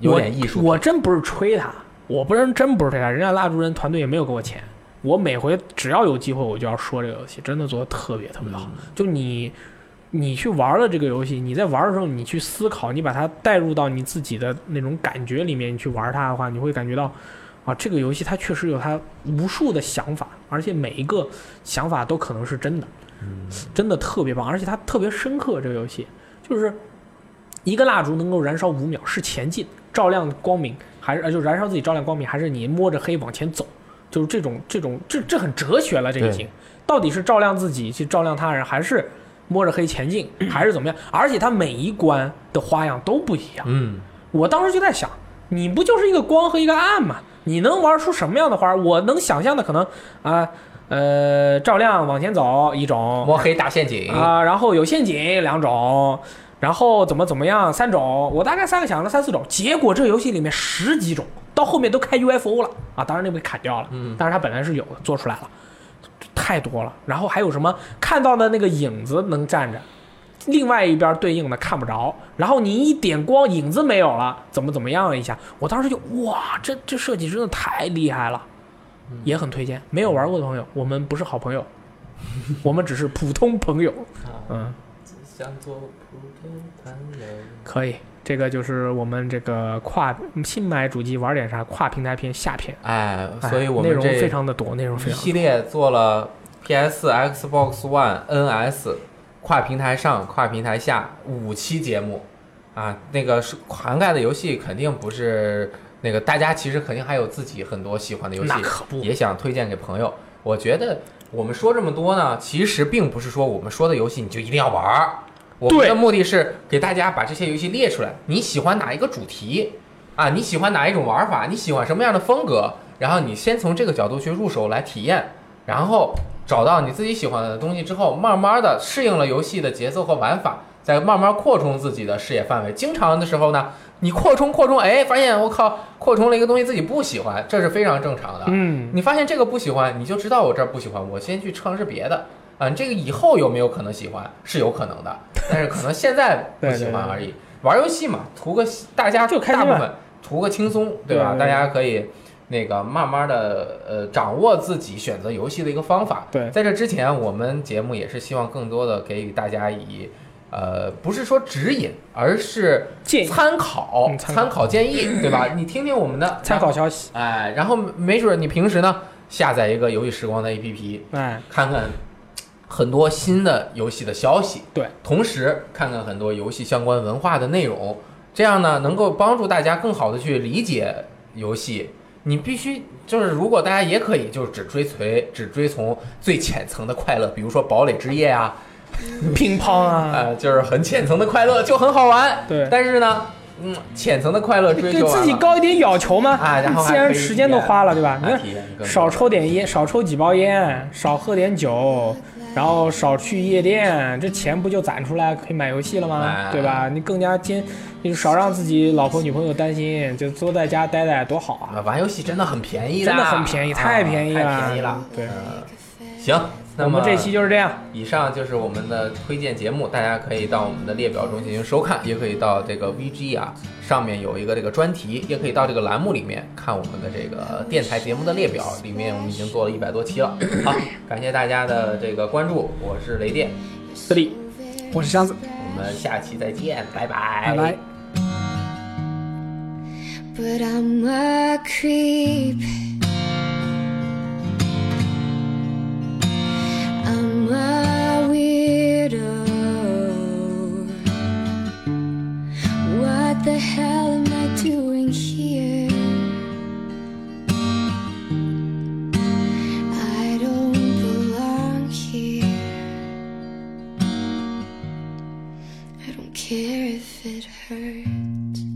S2: 有点艺术
S1: 我，我真不是吹他，我不是真不是吹他，人家蜡烛人团队也没有给我钱。我每回只要有机会，我就要说这个游戏，真的做的特别特别
S2: 嗯
S1: 好。就你，你去玩了这个游戏，你在玩的时候，你去思考，你把它带入到你自己的那种感觉里面，你去玩它的话，你会感觉到，啊，这个游戏它确实有它无数的想法，而且每一个想法都可能是真的，真的特别棒，而且它特别深刻。这个游戏就是一个蜡烛能够燃烧五秒，是前进、照亮光明，还是呃就燃烧自己照亮光明，还是你摸着黑往前走？就是这种这种这这很哲学了，这已经到底是照亮自己去照亮他人，还是摸着黑前进，还是怎么样？而且它每一关的花样都不一样。
S2: 嗯，
S1: 我当时就在想，你不就是一个光和一个暗嘛？你能玩出什么样的花儿？我能想象的可能啊，呃，照亮往前走一种
S2: 摸黑大陷阱，
S1: 哦啊、然后有陷阱两种，然后怎么怎么样三种，我大概三个想了三四种，结果这游戏里面十几种，到后面都开 UFO 了啊！当然那被砍掉了，
S2: 嗯
S1: 但是它本来是有的，做出来了，太多了。然后还有什么看到的那个影子能站着，另外一边对应的看不着，然后你一点光，影子没有了，怎么怎么样一下？我当时就哇，这这设计真的太厉害了，也很推荐。没有玩过的朋友，我们不是好朋友，我们只是普通朋友。嗯，
S2: 想做普通朋友，
S1: 可以，这个就是我们这个跨新买主机玩点啥跨平台片下片，
S2: 哎，
S1: 哎
S2: 所以我们
S1: 内容
S2: 这
S1: 非常的多，内容非
S2: 一
S1: 常多
S2: 系列做了 PS、Xbox One、NS 跨平台上、跨平台下五期节目啊，那个是涵盖的游戏肯定不是那个，大家其实肯定还有自己很多喜欢的游戏
S1: 那，可不
S2: 也想推荐给朋友。我觉得我们说这么多呢，其实并不是说我们说的游戏你就一定要玩儿。我们
S1: 对
S2: 的目的是给大家把这些游戏列出来，你喜欢哪一个主题啊？你喜欢哪一种玩法？你喜欢什么样的风格？然后你先从这个角度去入手来体验，然后找到你自己喜欢的东西之后，慢慢的适应了游戏的节奏和玩法，再慢慢扩充自己的视野范围。经常的时候呢，你扩充扩充，哎，发现我靠，扩充了一个东西自己不喜欢，这是非常正常的。
S1: 嗯，
S2: 你发现这个不喜欢，你就知道我这儿不喜欢，我先去尝试别的。啊，这个以后有没有可能喜欢是有可能的，但是可能现在不
S1: 对对
S2: 喜欢
S1: 对
S2: 而已。玩游戏嘛，图个大家
S1: 就开心
S2: 大部
S1: 嘛
S2: 分图个轻松，
S1: 对
S2: 对吧？
S1: 对
S2: 大家可以那个慢慢的呃掌握自己选择游戏的一个方法。
S1: 对
S2: 在这之前，我们节目也是希望更多的给予大家以呃不是说指引，而是
S1: 建议
S2: 参考
S1: 嗯参考
S2: 参考建议，对吧？你听听我们的
S1: 参考，消息，
S2: 哎，然后没准你平时呢下载一个游戏时光的 APP，
S1: 哎，
S2: 看看很多新的游戏的消息，
S1: 对，
S2: 同时看看很多游戏相关文化的内容，这样呢能够帮助大家更好的去理解游戏。你必须就是，如果大家也可以，就是只追随，只追从最浅层的快乐，比如说《堡垒之夜》啊，
S1: 乒乓 啊，
S2: 呃，就是很浅层的快乐就很好玩。
S1: 对
S2: 但是呢，嗯，浅层的快乐追
S1: 对
S2: 求完
S1: 自
S2: 了
S1: 己高一点要求嘛。
S2: 啊，然后
S1: 你既然时间都花了，对吧？你看
S2: 看
S1: 少抽点烟，少抽几包烟，少喝点酒，然后少去夜店，这钱不就攒出来可以买游戏了吗
S2: 哎？
S1: 对吧？你更加坚，你少让自己老婆女朋友担心，就多在家待待多好啊！
S2: 啊，玩游戏真的很便宜的，
S1: 真的很便宜，
S2: 啊
S1: 太便宜了，
S2: 太便宜了。呃
S1: 对，
S2: 行，那
S1: 我
S2: 么
S1: 们这期就是这样，
S2: 以上就是我们的推荐节目，大家可以到我们的列表中进行收看，也可以到这个 VG 啊上面有一个这个专题，也可以到这个栏目里面看我们的这个电台节目的列表，里面我们已经做了一百多期了。好，感谢大家的这个关注，我是雷电，
S1: 这里。
S3: 我是箱子，
S2: 我们下期再见，
S3: 拜拜。
S4: But I'm a creep. I'm a weirdo. What the hell am I doing here? I don't belong here. I don't care if it hurts.